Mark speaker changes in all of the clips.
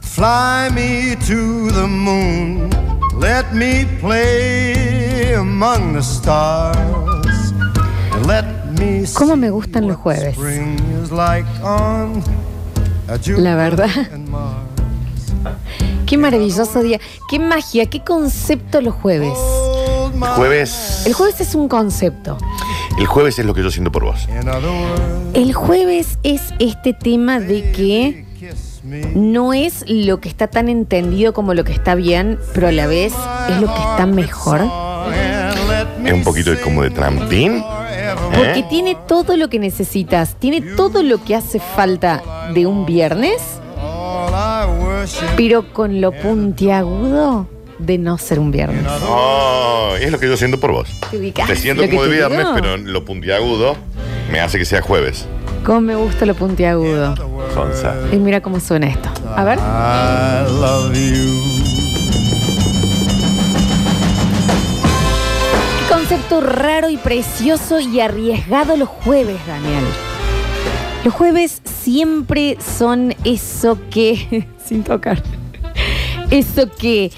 Speaker 1: Fly me to the moon. Let me play among the stars. And Let me see
Speaker 2: ¿Cómo me gustan los
Speaker 1: what
Speaker 2: jueves?
Speaker 1: spring is like on a
Speaker 2: La verdad.
Speaker 1: Jupiter and Mars.
Speaker 2: Qué maravilloso día, qué magia, qué concepto los jueves.
Speaker 1: Hold my-
Speaker 3: Jueves,
Speaker 2: El jueves es un concepto.
Speaker 3: el jueves es lo que yo siento por vos.
Speaker 1: In other words,
Speaker 2: El jueves es este tema de que
Speaker 1: kiss me.
Speaker 2: no es lo que está tan entendido como lo que está bien, pero a la vez es lo que está mejor.
Speaker 1: And let me
Speaker 3: Es un poquito de- como de trampín. ¿eh?
Speaker 1: forever.
Speaker 2: Porque tiene todo lo que necesitas, tiene todo lo que hace falta de un viernes,
Speaker 1: All I worship.
Speaker 2: pero con lo puntiagudo de no ser un viernes.
Speaker 3: Oh, es lo que yo siento por vos.
Speaker 2: ¿Te ubicás?
Speaker 3: Te siento
Speaker 2: ¿Lo que
Speaker 3: como de
Speaker 2: te
Speaker 3: viernes,
Speaker 2: digo?
Speaker 3: pero lo puntiagudo me hace que sea jueves.
Speaker 2: Cómo me gusta lo puntiagudo.
Speaker 3: Sonsa.
Speaker 2: Y mira cómo suena esto. A ver.
Speaker 1: I love you.
Speaker 2: Qué concepto raro y precioso y arriesgado los jueves, Daniel. Los jueves siempre son eso que. sin tocar. Eso que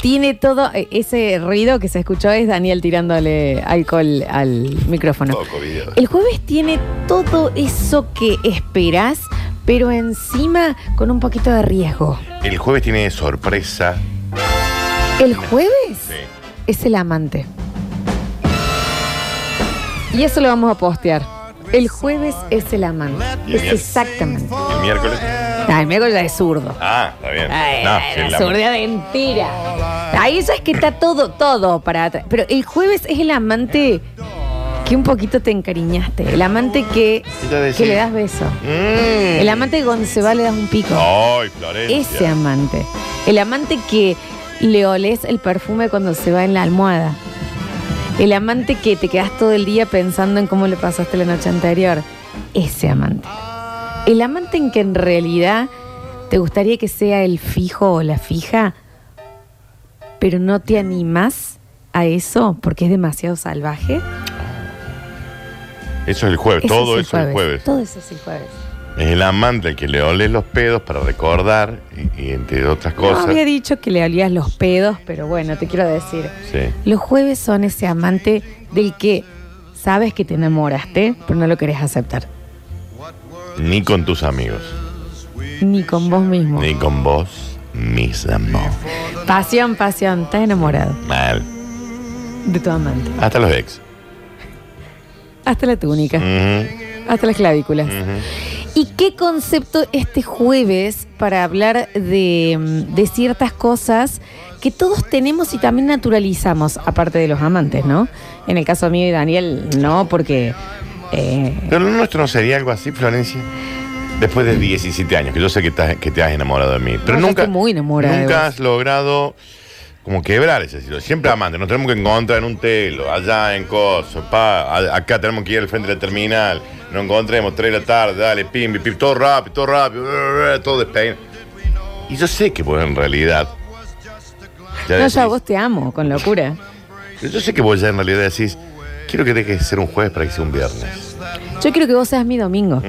Speaker 2: tiene todo. eh, Ese ruido que se escuchó es Daniel tirándole alcohol al micrófono.
Speaker 3: Todo covidiado.
Speaker 2: El jueves tiene todo eso que esperas, pero encima con un poquito de riesgo.
Speaker 3: El jueves tiene sorpresa.
Speaker 2: El jueves
Speaker 3: Sí.
Speaker 2: es el amante. Y eso lo vamos a postear. El jueves es el amante.
Speaker 3: Y el
Speaker 2: Es
Speaker 3: miércoles.
Speaker 2: exactamente.
Speaker 3: El miércoles.
Speaker 2: Ay, me hago ya de zurdo.
Speaker 3: Ah, está bien.
Speaker 2: Ay,
Speaker 3: No,
Speaker 2: ay,
Speaker 3: sí,
Speaker 2: la
Speaker 3: la-
Speaker 2: surdea de mentira. Ahí ya es que está todo, todo para atrás. Pero el jueves es el amante que un poquito te encariñaste. El amante que,
Speaker 3: Ya decís.
Speaker 2: que le das beso.
Speaker 3: Mm.
Speaker 2: El amante que cuando se va le das un pico.
Speaker 3: Ay, Florencia.
Speaker 2: Ese amante. El amante que le olés el perfume cuando se va en la almohada. El amante que te quedas todo el día pensando en cómo le pasaste la noche anterior. Ese amante. El amante en que en realidad te gustaría que sea el fijo o la fija, pero no te animás a eso porque es demasiado salvaje.
Speaker 3: Eso es el jueves.
Speaker 2: Ese
Speaker 3: Todo
Speaker 2: es
Speaker 3: eso es el jueves.
Speaker 2: Todo eso es el jueves.
Speaker 3: Es el amante al que le oles los pedos para recordar y, y entre otras cosas.
Speaker 2: No había dicho que le olías los pedos, pero bueno, te quiero decir.
Speaker 3: Sí.
Speaker 2: Los jueves son ese amante del que sabes que te enamoraste, pero no lo querés aceptar.
Speaker 3: Ni con tus amigos,
Speaker 2: Ni con vos mismo.
Speaker 3: ni con vos mismo.
Speaker 2: Pasión, pasión, estás enamorado
Speaker 3: Mal.
Speaker 2: de tu amante.
Speaker 3: Hasta los ex.
Speaker 2: Hasta la túnica,
Speaker 3: Ujú,
Speaker 2: hasta las clavículas.
Speaker 3: ujú.
Speaker 2: ¿Y qué concepto este jueves para hablar de, mm, de ciertas cosas que todos tenemos y también naturalizamos, aparte de los amantes, ¿no? En el caso mío y Daniel, no, porque... eh,
Speaker 3: Pero lo nuestro no sería algo así, Florencia. Después de 17 años, que yo sé que, estás- que te has enamorado de mí. Pero
Speaker 2: No, yo
Speaker 3: nunca,
Speaker 2: estoy muy enamorada de
Speaker 3: nunca
Speaker 2: vos.
Speaker 3: has logrado como quebrar ese silo. Siempre amante. Nos tenemos que encontrar en un telo, allá en Coso, pa, a- acá tenemos que ir al frente de la terminal. Nos encontremos 3 de la tarde, dale, pim, pim, todo rápido, todo rápido, brr, brr, todo despein. Y yo sé que vos en realidad. ya
Speaker 2: no,
Speaker 3: decís-
Speaker 2: yo a vos te amo, con locura.
Speaker 3: Yo sé que vos ya en realidad decís, quiero que dejes de ser un jueves para que sea un viernes.
Speaker 2: Yo quiero que vos seas mi domingo,
Speaker 3: Ujú.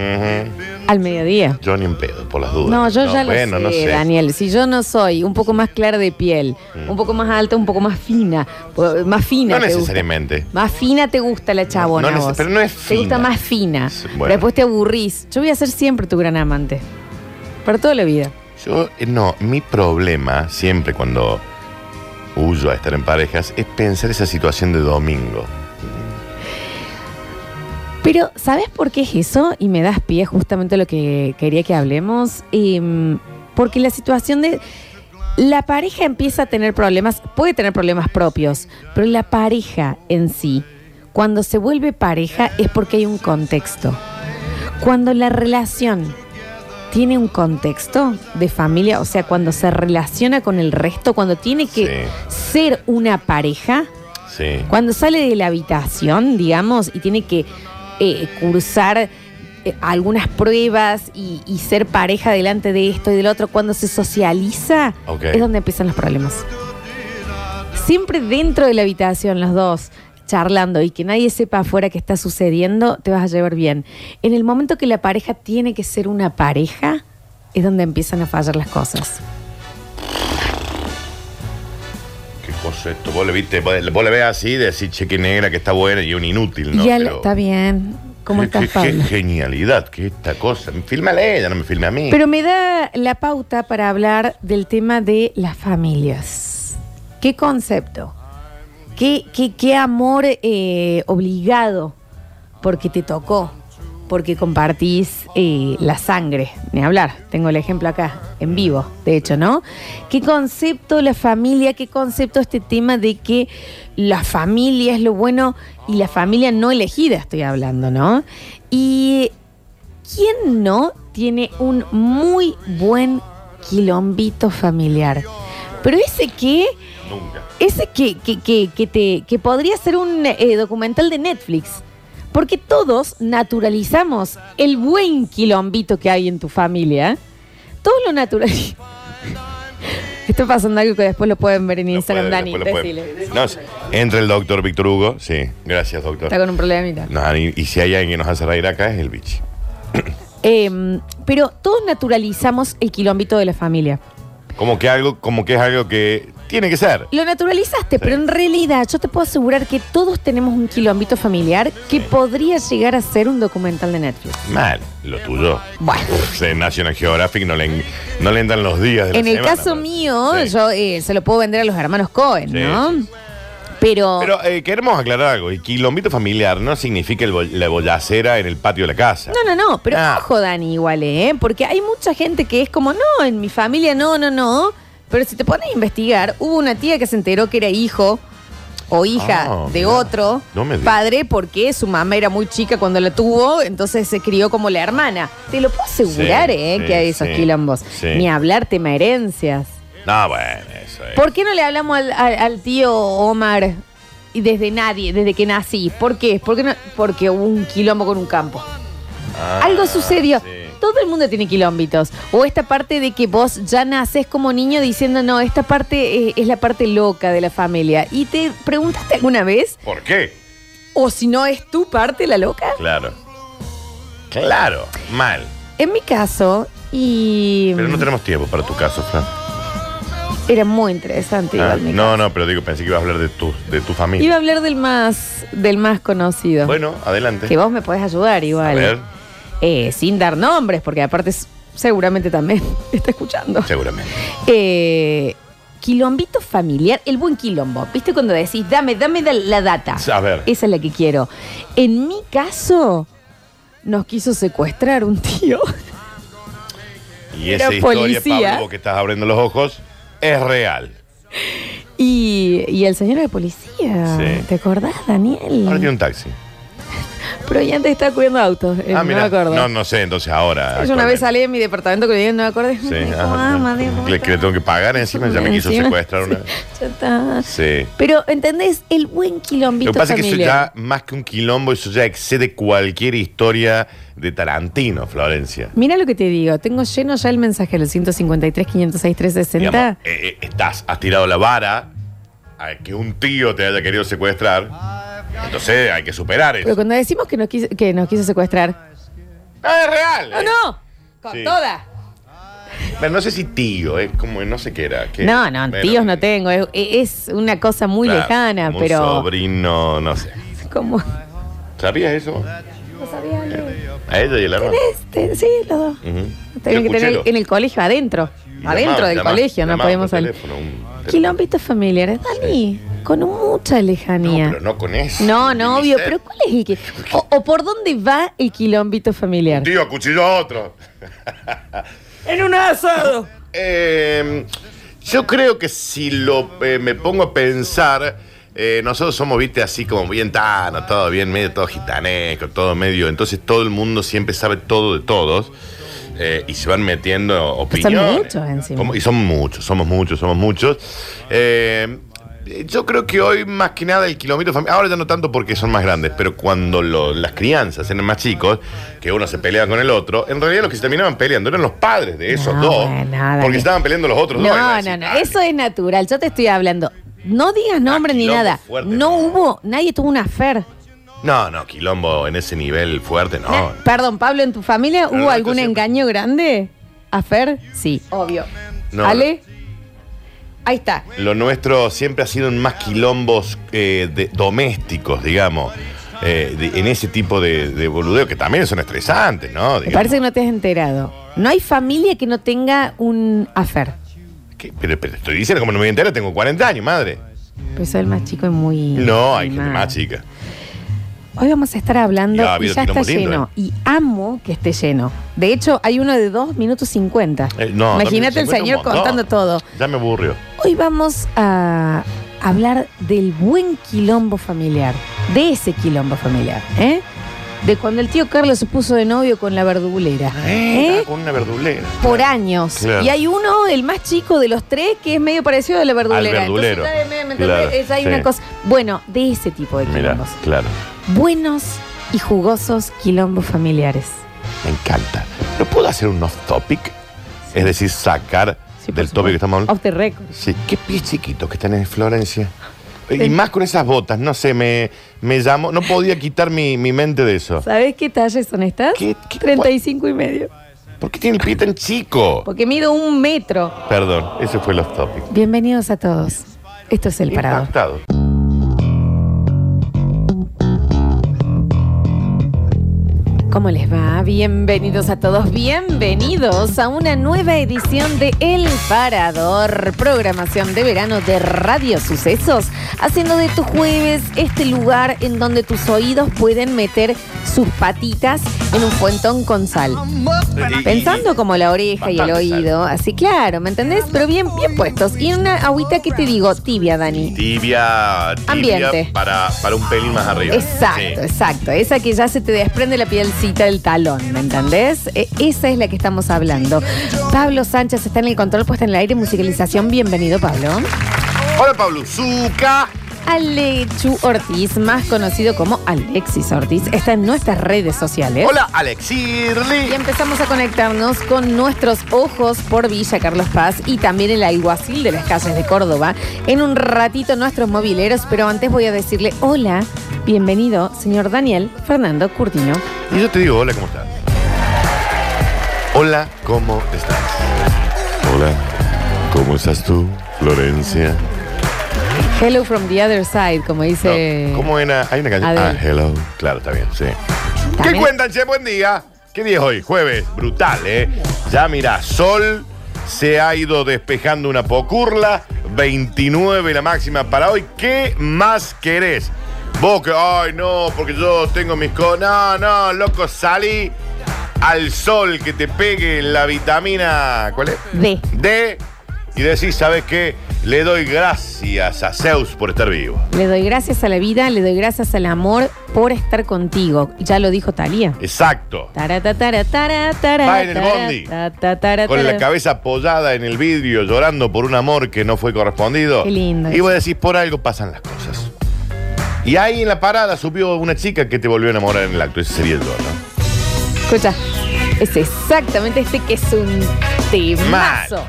Speaker 2: al mediodía.
Speaker 3: Yo ni en pedo, por las dudas.
Speaker 2: No, yo ya
Speaker 3: bueno,
Speaker 2: lo
Speaker 3: no
Speaker 2: sé,
Speaker 3: sé.
Speaker 2: Daniel. Si yo no soy un poco más clara de piel, un poco más alta, un poco más fina, po- más fina.
Speaker 3: No
Speaker 2: te gusta.
Speaker 3: necesariamente.
Speaker 2: Más fina te gusta la chabona.
Speaker 3: No
Speaker 2: a
Speaker 3: neces-
Speaker 2: vos.
Speaker 3: pero no es
Speaker 2: Te gusta
Speaker 3: fina.
Speaker 2: más fina.
Speaker 3: Sí,
Speaker 2: Pero
Speaker 3: bueno.
Speaker 2: después te aburrís. Yo voy a ser siempre tu gran amante. Para toda la vida.
Speaker 3: Yo, eh, no, mi problema siempre cuando huyo a estar en parejas es pensar esa situación de domingo.
Speaker 2: Pero, ¿sabes por qué es eso? Y me das pie justamente a lo que quería que hablemos. Em, porque la situación de. La pareja empieza a tener problemas, puede tener problemas propios, pero la pareja en sí, cuando se vuelve pareja es porque hay un contexto. Cuando la relación tiene un contexto de familia, o sea, cuando se relaciona con el resto, cuando tiene que ser una pareja,
Speaker 3: Sí.
Speaker 2: cuando sale de la habitación, digamos, y tiene que eh, cursar eh, algunas pruebas y, y ser pareja delante de esto y del otro, cuando se socializa,
Speaker 3: Ok.
Speaker 2: es donde empiezan los problemas. Siempre dentro de la habitación, los dos charlando y que nadie sepa afuera qué está sucediendo, te vas a llevar bien. En el momento que la pareja tiene que ser una pareja, es donde empiezan a fallar las cosas.
Speaker 3: cosa esto. Vos le, viste, vos le- vos le ves así, de decir cheque negra que está buena y un inútil, ¿no?
Speaker 2: ya le-
Speaker 3: Pero-
Speaker 2: está bien. ¿Cómo
Speaker 3: Qué-
Speaker 2: estás,
Speaker 3: qué-
Speaker 2: Pablo?
Speaker 3: Qué genialidad, que esta cosa. Fílmale ella, no me filme a mí.
Speaker 2: Pero me da la pauta para hablar del tema de las familias. ¿Qué concepto? ¿Qué, qué, qué amor eh, obligado? Porque te tocó, porque compartís eh, la sangre. Ni hablar, tengo el ejemplo acá, en vivo, de hecho, ¿no? ¿Qué concepto la familia? ¿Qué concepto este tema de que la familia es lo bueno y la familia no elegida, estoy hablando, ¿no? Y ¿Quién no tiene un muy buen quilombito familiar? Pero ese que,
Speaker 3: Nunca.
Speaker 2: ese que, que, que, que te, que podría ser un eh, documental de Netflix. Porque todos naturalizamos el buen quilombito que hay en tu familia. Todos lo naturalizamos. Está pasando algo que después lo pueden ver en
Speaker 3: No
Speaker 2: Instagram,
Speaker 3: puede,
Speaker 2: Dani.
Speaker 3: después lo puede.
Speaker 2: decile.
Speaker 3: No, sí. entra el doctor Víctor Hugo, sí. Gracias, doctor.
Speaker 2: Está con un problemita.
Speaker 3: No, y, y si hay alguien que nos hace reír acá es el bichi.
Speaker 2: Eh, pero todos naturalizamos el quilombito de la familia.
Speaker 3: Como que algo, como que es algo que tiene que ser.
Speaker 2: Lo naturalizaste, pero en realidad yo te puedo asegurar que todos tenemos un quilombito familiar que podría llegar a ser un documental de Netflix.
Speaker 3: Mal, lo tuyo.
Speaker 2: Bueno.
Speaker 3: En National Geographic no le, en- no le entran los días de la
Speaker 2: En el
Speaker 3: semana,
Speaker 2: caso
Speaker 3: ¿no?
Speaker 2: mío,
Speaker 3: Sí.
Speaker 2: yo eh, se lo puedo vender a los hermanos Cohen,
Speaker 3: Sí,
Speaker 2: ¿no?
Speaker 3: sí, sí.
Speaker 2: Pero,
Speaker 3: Pero eh, queremos aclarar algo. El quilombito familiar no significa el bo- la bollacera en el patio de la casa.
Speaker 2: No, no, no, pero
Speaker 3: Ah.
Speaker 2: ojo, Dani, igual, ¿eh? Porque hay mucha gente que es como, no, en mi familia no, no, no. Pero si te pones a investigar, hubo una tía que se enteró que era hijo o hija
Speaker 3: Ah,
Speaker 2: de
Speaker 3: mirá.
Speaker 2: otro
Speaker 3: No me digas.
Speaker 2: padre porque su mamá era muy chica cuando la tuvo, entonces se crió como la hermana. Te lo puedo asegurar,
Speaker 3: Sí,
Speaker 2: ¿eh?
Speaker 3: sí,
Speaker 2: que hay esos
Speaker 3: sí,
Speaker 2: quilombos.
Speaker 3: sí.
Speaker 2: Ni hablar tema herencias.
Speaker 3: No, bueno, eso es.
Speaker 2: ¿Por qué no le hablamos al, al- al tío Omar y desde nadie, desde que nací? ¿Por qué? ¿Por qué no? Porque hubo un quilombo con un campo.
Speaker 3: Ah,
Speaker 2: Algo sucedió.
Speaker 3: sí.
Speaker 2: Todo el mundo tiene quilombitos. O esta parte de que vos ya naces como niño diciendo, no, esta parte eh, es, es la parte loca de la familia. ¿Y te preguntaste alguna vez?
Speaker 3: ¿Por qué?
Speaker 2: ¿O si no es tu parte la loca?
Speaker 3: Claro. Claro, mal.
Speaker 2: En mi caso, y
Speaker 3: Pero no tenemos tiempo para tu caso, Fran.
Speaker 2: era muy interesante.
Speaker 3: Ah,
Speaker 2: igual mi
Speaker 3: no,
Speaker 2: caso.
Speaker 3: no, pero digo, pensé que ibas a hablar de tu, de tu
Speaker 2: Iba
Speaker 3: familia.
Speaker 2: a hablar del más, del más conocido.
Speaker 3: Bueno, adelante.
Speaker 2: Que vos me podés ayudar igual.
Speaker 3: A ver.
Speaker 2: Eh, sin dar nombres, porque aparte s- seguramente también está escuchando.
Speaker 3: Seguramente.
Speaker 2: Eh, quilombito familiar, el buen quilombo. ¿Viste cuando decís, dame, dame da- la data?
Speaker 3: A ver.
Speaker 2: Esa es la que quiero. En mi caso, nos quiso secuestrar un tío.
Speaker 3: Y esa
Speaker 2: Era
Speaker 3: historia,
Speaker 2: policía.
Speaker 3: Pablo, vos que estás abriendo los ojos, es real.
Speaker 2: Y, y el señor de policía.
Speaker 3: Sí.
Speaker 2: ¿Te acordás,
Speaker 3: Ahora tiene
Speaker 2: Daniel?
Speaker 3: un taxi.
Speaker 2: Pero ya antes estaba cubriendo autos. eh, no me
Speaker 3: Ah, mirá.
Speaker 2: acuerdo.
Speaker 3: No, no sé, entonces ahora.
Speaker 2: Yo una vez
Speaker 3: actualmente.
Speaker 2: salí de mi departamento que no me acuerdo.
Speaker 3: Sí,
Speaker 2: Dijo,
Speaker 3: ah,
Speaker 2: "Ah, madre,
Speaker 3: le, que le tengo que pagar encima, ya me quiso
Speaker 2: Encima,
Speaker 3: secuestrar una vez.
Speaker 2: ya está.
Speaker 3: Sí.
Speaker 2: Pero, ¿entendés? El buen
Speaker 3: Lo
Speaker 2: quilombito
Speaker 3: que pasa es que eso
Speaker 2: familiar.
Speaker 3: ya, más que un quilombo, eso ya excede cualquier historia de Tarantino, Florencia.
Speaker 2: Mira lo que te digo, tengo lleno ya el mensaje del 153 506
Speaker 3: Digamos,
Speaker 2: 360.
Speaker 3: eh, eh, estás, has tirado la vara a que un tío te haya querido secuestrar. Entonces hay que superar
Speaker 2: Pero
Speaker 3: eso.
Speaker 2: cuando decimos que nos quiso, que nos quiso secuestrar.
Speaker 3: No, es real.
Speaker 2: ¡No,
Speaker 3: eh.
Speaker 2: Ah, no! Con
Speaker 3: Sí.
Speaker 2: toda.
Speaker 3: Pero no sé si tío, es como no sé qué era. que-
Speaker 2: No, no,
Speaker 3: bueno,
Speaker 2: tíos no tengo. Es, es una cosa muy
Speaker 3: claro,
Speaker 2: lejana,
Speaker 3: como un
Speaker 2: pero.
Speaker 3: Sobrino, no sé.
Speaker 2: ¿Cómo?
Speaker 3: ¿Sabías eso?
Speaker 2: No sabía ni-
Speaker 3: A ella y el hermano.
Speaker 2: Este, sí, los dos.
Speaker 3: Ujú.
Speaker 2: Tenían que tener
Speaker 3: Escuchelo.
Speaker 2: en el colegio, adentro.
Speaker 3: Y
Speaker 2: Adentro
Speaker 3: llamaba-
Speaker 2: del
Speaker 3: llamaba-
Speaker 2: colegio, no
Speaker 3: llamaba
Speaker 2: podíamos
Speaker 3: por
Speaker 2: salir.
Speaker 3: teléfono, un-
Speaker 2: Quilombitos familiares. Dani, con mucha
Speaker 3: No,
Speaker 2: lejanía.
Speaker 3: pero no con eso.
Speaker 2: No, no, obvio,
Speaker 3: Ni
Speaker 2: pero
Speaker 3: cerca.
Speaker 2: ¿cuál es el que.? O, o por dónde va el quilombito familiar?
Speaker 3: Tío, acuchilló a otro.
Speaker 2: ¡En un asado!
Speaker 3: Eh, yo creo que si lo eh, me pongo a pensar, eh, nosotros somos, viste, así como bien tano, todo bien, medio todo gitanesco, todo medio. Entonces todo el mundo siempre sabe todo de todos. eh, y se van metiendo opiniones.
Speaker 2: muchos encima.
Speaker 3: Como- y son muchos, somos muchos, somos muchos. Eh, yo creo que hoy más que nada el kilómetro familiar, ahora ya no tanto porque son más grandes, pero cuando lo- las crianzas eran más chicos, que uno se pelea con el otro, en realidad los que se terminaban peleando eran los padres de esos
Speaker 2: No,
Speaker 3: dos,
Speaker 2: bueno, nada,
Speaker 3: porque
Speaker 2: ni-
Speaker 3: estaban peleando los otros dos. y
Speaker 2: No,
Speaker 3: vas a
Speaker 2: no,
Speaker 3: decir,
Speaker 2: no.
Speaker 3: "Ah,
Speaker 2: Eso es natural. Yo te estoy hablando. No digas nombre ni
Speaker 3: quilombo
Speaker 2: nada.
Speaker 3: fuerte,
Speaker 2: no
Speaker 3: no.
Speaker 2: hubo, nadie tuvo una fer.
Speaker 3: No, no, quilombo en ese nivel fuerte, no.
Speaker 2: Na- Perdón, Pablo, ¿en tu familia
Speaker 3: Pero
Speaker 2: hubo
Speaker 3: no,
Speaker 2: algún
Speaker 3: esto siempre-
Speaker 2: engaño grande? ¿A Fer? Sí, obvio.
Speaker 3: No,
Speaker 2: ¿Ale? Ahí está.
Speaker 3: Lo nuestro siempre ha sido en más quilombos eh, de- domésticos, digamos. eh, de- en ese tipo de, de boludeo, que también son estresantes, ¿no?
Speaker 2: Me
Speaker 3: Digamos.
Speaker 2: parece que no te has enterado. No hay familia que no tenga un afer.
Speaker 3: ¿Qué? Pero, pero estoy diciendo, como no me entera, tengo 40 años, madre.
Speaker 2: Pero soy el más chico y muy.
Speaker 3: No, hay gente
Speaker 2: mimado.
Speaker 3: más chica.
Speaker 2: Hoy vamos a estar hablando
Speaker 3: Y ha
Speaker 2: y,
Speaker 3: habido
Speaker 2: ya está
Speaker 3: quilombo lindo, eh.
Speaker 2: lleno. Y amo que esté lleno. De hecho, hay uno de 2 minutos 50.
Speaker 3: Eh, no,
Speaker 2: Imagínate
Speaker 3: 50
Speaker 2: el
Speaker 3: un
Speaker 2: señor
Speaker 3: montón.
Speaker 2: contando todo.
Speaker 3: Ya me aburrió.
Speaker 2: Hoy vamos a hablar del buen quilombo familiar, de ese quilombo familiar, ¿eh? De cuando el tío Carlos se puso de novio con la verdulera,
Speaker 3: Eh,
Speaker 2: ¿eh?
Speaker 3: Con una verdulera.
Speaker 2: Por años.
Speaker 3: Claro.
Speaker 2: Y hay uno, el más chico de los tres, que es medio parecido a la verdulera.
Speaker 3: verdulero.
Speaker 2: Entonces, ¿me- me entendés?
Speaker 3: Claro,
Speaker 2: Es- hay
Speaker 3: sí.
Speaker 2: una cosa. Bueno, de ese tipo de
Speaker 3: Mira,
Speaker 2: quilombos.
Speaker 3: claro.
Speaker 2: Buenos y jugosos quilombos familiares.
Speaker 3: Me encanta. ¿No puedo hacer un off-topic? Es decir, sacar
Speaker 2: Sí, por
Speaker 3: del
Speaker 2: supuesto.
Speaker 3: topic que estamos hablando.
Speaker 2: Off the record.
Speaker 3: Sí, qué pies chiquitos que están en Florencia. Y
Speaker 2: Sí.
Speaker 3: más con esas botas, no sé, me, me llamó. No podía quitar mi, mi mente de eso.
Speaker 2: ¿Sabés qué talles son estas?
Speaker 3: ¿Qué- qué-
Speaker 2: 35 y medio.
Speaker 3: ¿Por qué tiene el pie tan chico?
Speaker 2: Porque mido un metro.
Speaker 3: Perdón, ese fue el off-topic.
Speaker 2: Bienvenidos a todos. Esto es El Parador.
Speaker 3: Impactado.
Speaker 2: ¿Cómo les va? Bienvenidos a todos, bienvenidos a una nueva edición de El Parador, programación de verano de Radio Sucesos, haciendo de tu jueves este lugar en donde tus oídos pueden meter sus patitas en un fuentón con sal. Pensando como la oreja y el
Speaker 3: Bastante sal.
Speaker 2: oído, así claro, ¿me entendés? Pero bien, bien puestos. Y en una agüita que te digo, tibia, Dani.
Speaker 3: Tibia, tibia
Speaker 2: Ambiente.
Speaker 3: Para, para un pelín más arriba.
Speaker 2: Exacto,
Speaker 3: Sí.
Speaker 2: exacto. Esa que ya se te desprende la pielcita del talón, ¿me entendés? Eh, esa es la que estamos hablando. Pablo Sánchez está en el control, puesta en el aire, musicalización. Bienvenido, Pablo.
Speaker 3: Hola, Pablo Zuca.
Speaker 2: Alechu Ortiz, más conocido como Alexis Ortiz, está en nuestras redes sociales.
Speaker 3: Hola, Alexirli.
Speaker 2: Y empezamos a conectarnos con nuestros ojos por Villa Carlos Paz y también el alguacil de las calles de Córdoba. En un ratito nuestros mobileros, pero antes voy a decirle hola, bienvenido, señor Daniel Fernando Curtino.
Speaker 3: Y yo te digo, hola, ¿cómo estás? Hola, ¿cómo estás? Hola, ¿cómo estás tú, Florencia?
Speaker 2: Hello from the other side, como dice.
Speaker 3: No, ¿Cómo era? Hay una canción.
Speaker 2: Adele.
Speaker 3: Ah, hello. Claro, está bien, sí. ¿Qué
Speaker 2: También-
Speaker 3: cuentan, che? Buen día. ¿Qué día es hoy? Jueves. Brutal, ¿eh? Ya mira, sol se ha ido despejando una pocurla. 29 la máxima para hoy. ¿Qué más querés? Vos que, ay, no, porque yo tengo mis cosas. No, no, loco, salí al sol que te pegue la vitamina. ¿Cuál es?
Speaker 2: D.
Speaker 3: D. Y decís, ¿sabes qué? Le doy gracias a Zeus por estar vivo.
Speaker 2: Le doy gracias a la vida, le doy gracias al amor por estar contigo. Ya lo dijo Talía.
Speaker 3: Exacto.
Speaker 2: Tarata, tara, tara, tara,
Speaker 3: Va en el
Speaker 2: tara,
Speaker 3: bondi.
Speaker 2: ta, ta, tara,
Speaker 3: Con la
Speaker 2: tara.
Speaker 3: cabeza apoyada en el vidrio, llorando por un amor que no fue correspondido.
Speaker 2: Qué lindo
Speaker 3: Y
Speaker 2: eso.
Speaker 3: vos decís, por algo pasan las cosas. Y ahí en la parada subió una chica que te volvió a enamorar en el acto. Ese sería yo, ¿no?
Speaker 2: Escucha, es exactamente este que es un temazo.
Speaker 3: Mal.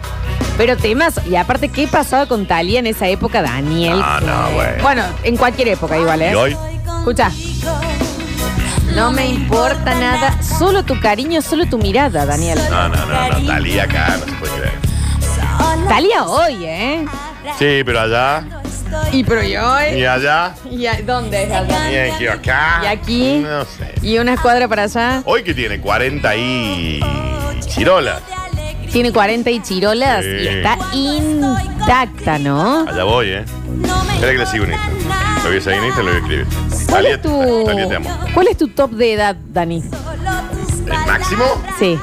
Speaker 2: Pero temazo. Y aparte, ¿qué pasaba con Talía en esa época, Daniel?
Speaker 3: Ah, no, bueno.
Speaker 2: Bueno, en cualquier época igual, ¿eh?
Speaker 3: Y hoy,
Speaker 2: Escucha. No me importa nada, solo tu cariño, solo tu mirada, Daniel.
Speaker 3: no, no, no, no, Talía acá, no se puede creer.
Speaker 2: Talía hoy, ¿eh?
Speaker 3: Sí, pero allá,
Speaker 2: Y pero y
Speaker 3: y
Speaker 2: hoy.
Speaker 3: allá,
Speaker 2: ¿Y a- dónde es Alba?
Speaker 3: y aquí, acá.
Speaker 2: ¿Y aquí?
Speaker 3: No sé.
Speaker 2: Y una cuadra para allá.
Speaker 3: Hoy que tiene 40 y. Chirola.
Speaker 2: Tiene 40 y chirolas
Speaker 3: Sí.
Speaker 2: y está intacta, ¿no?
Speaker 3: Allá voy, ¿eh? Espera que le sigo un Instagram. Lo voy a seguir en Instagram, lo voy a escribir.
Speaker 2: ¿Cuál
Speaker 3: Talía,
Speaker 2: es tu,
Speaker 3: Talía, te amo.
Speaker 2: ¿Cuál es tu top de edad, Dani?
Speaker 3: ¿El máximo?
Speaker 2: Sí.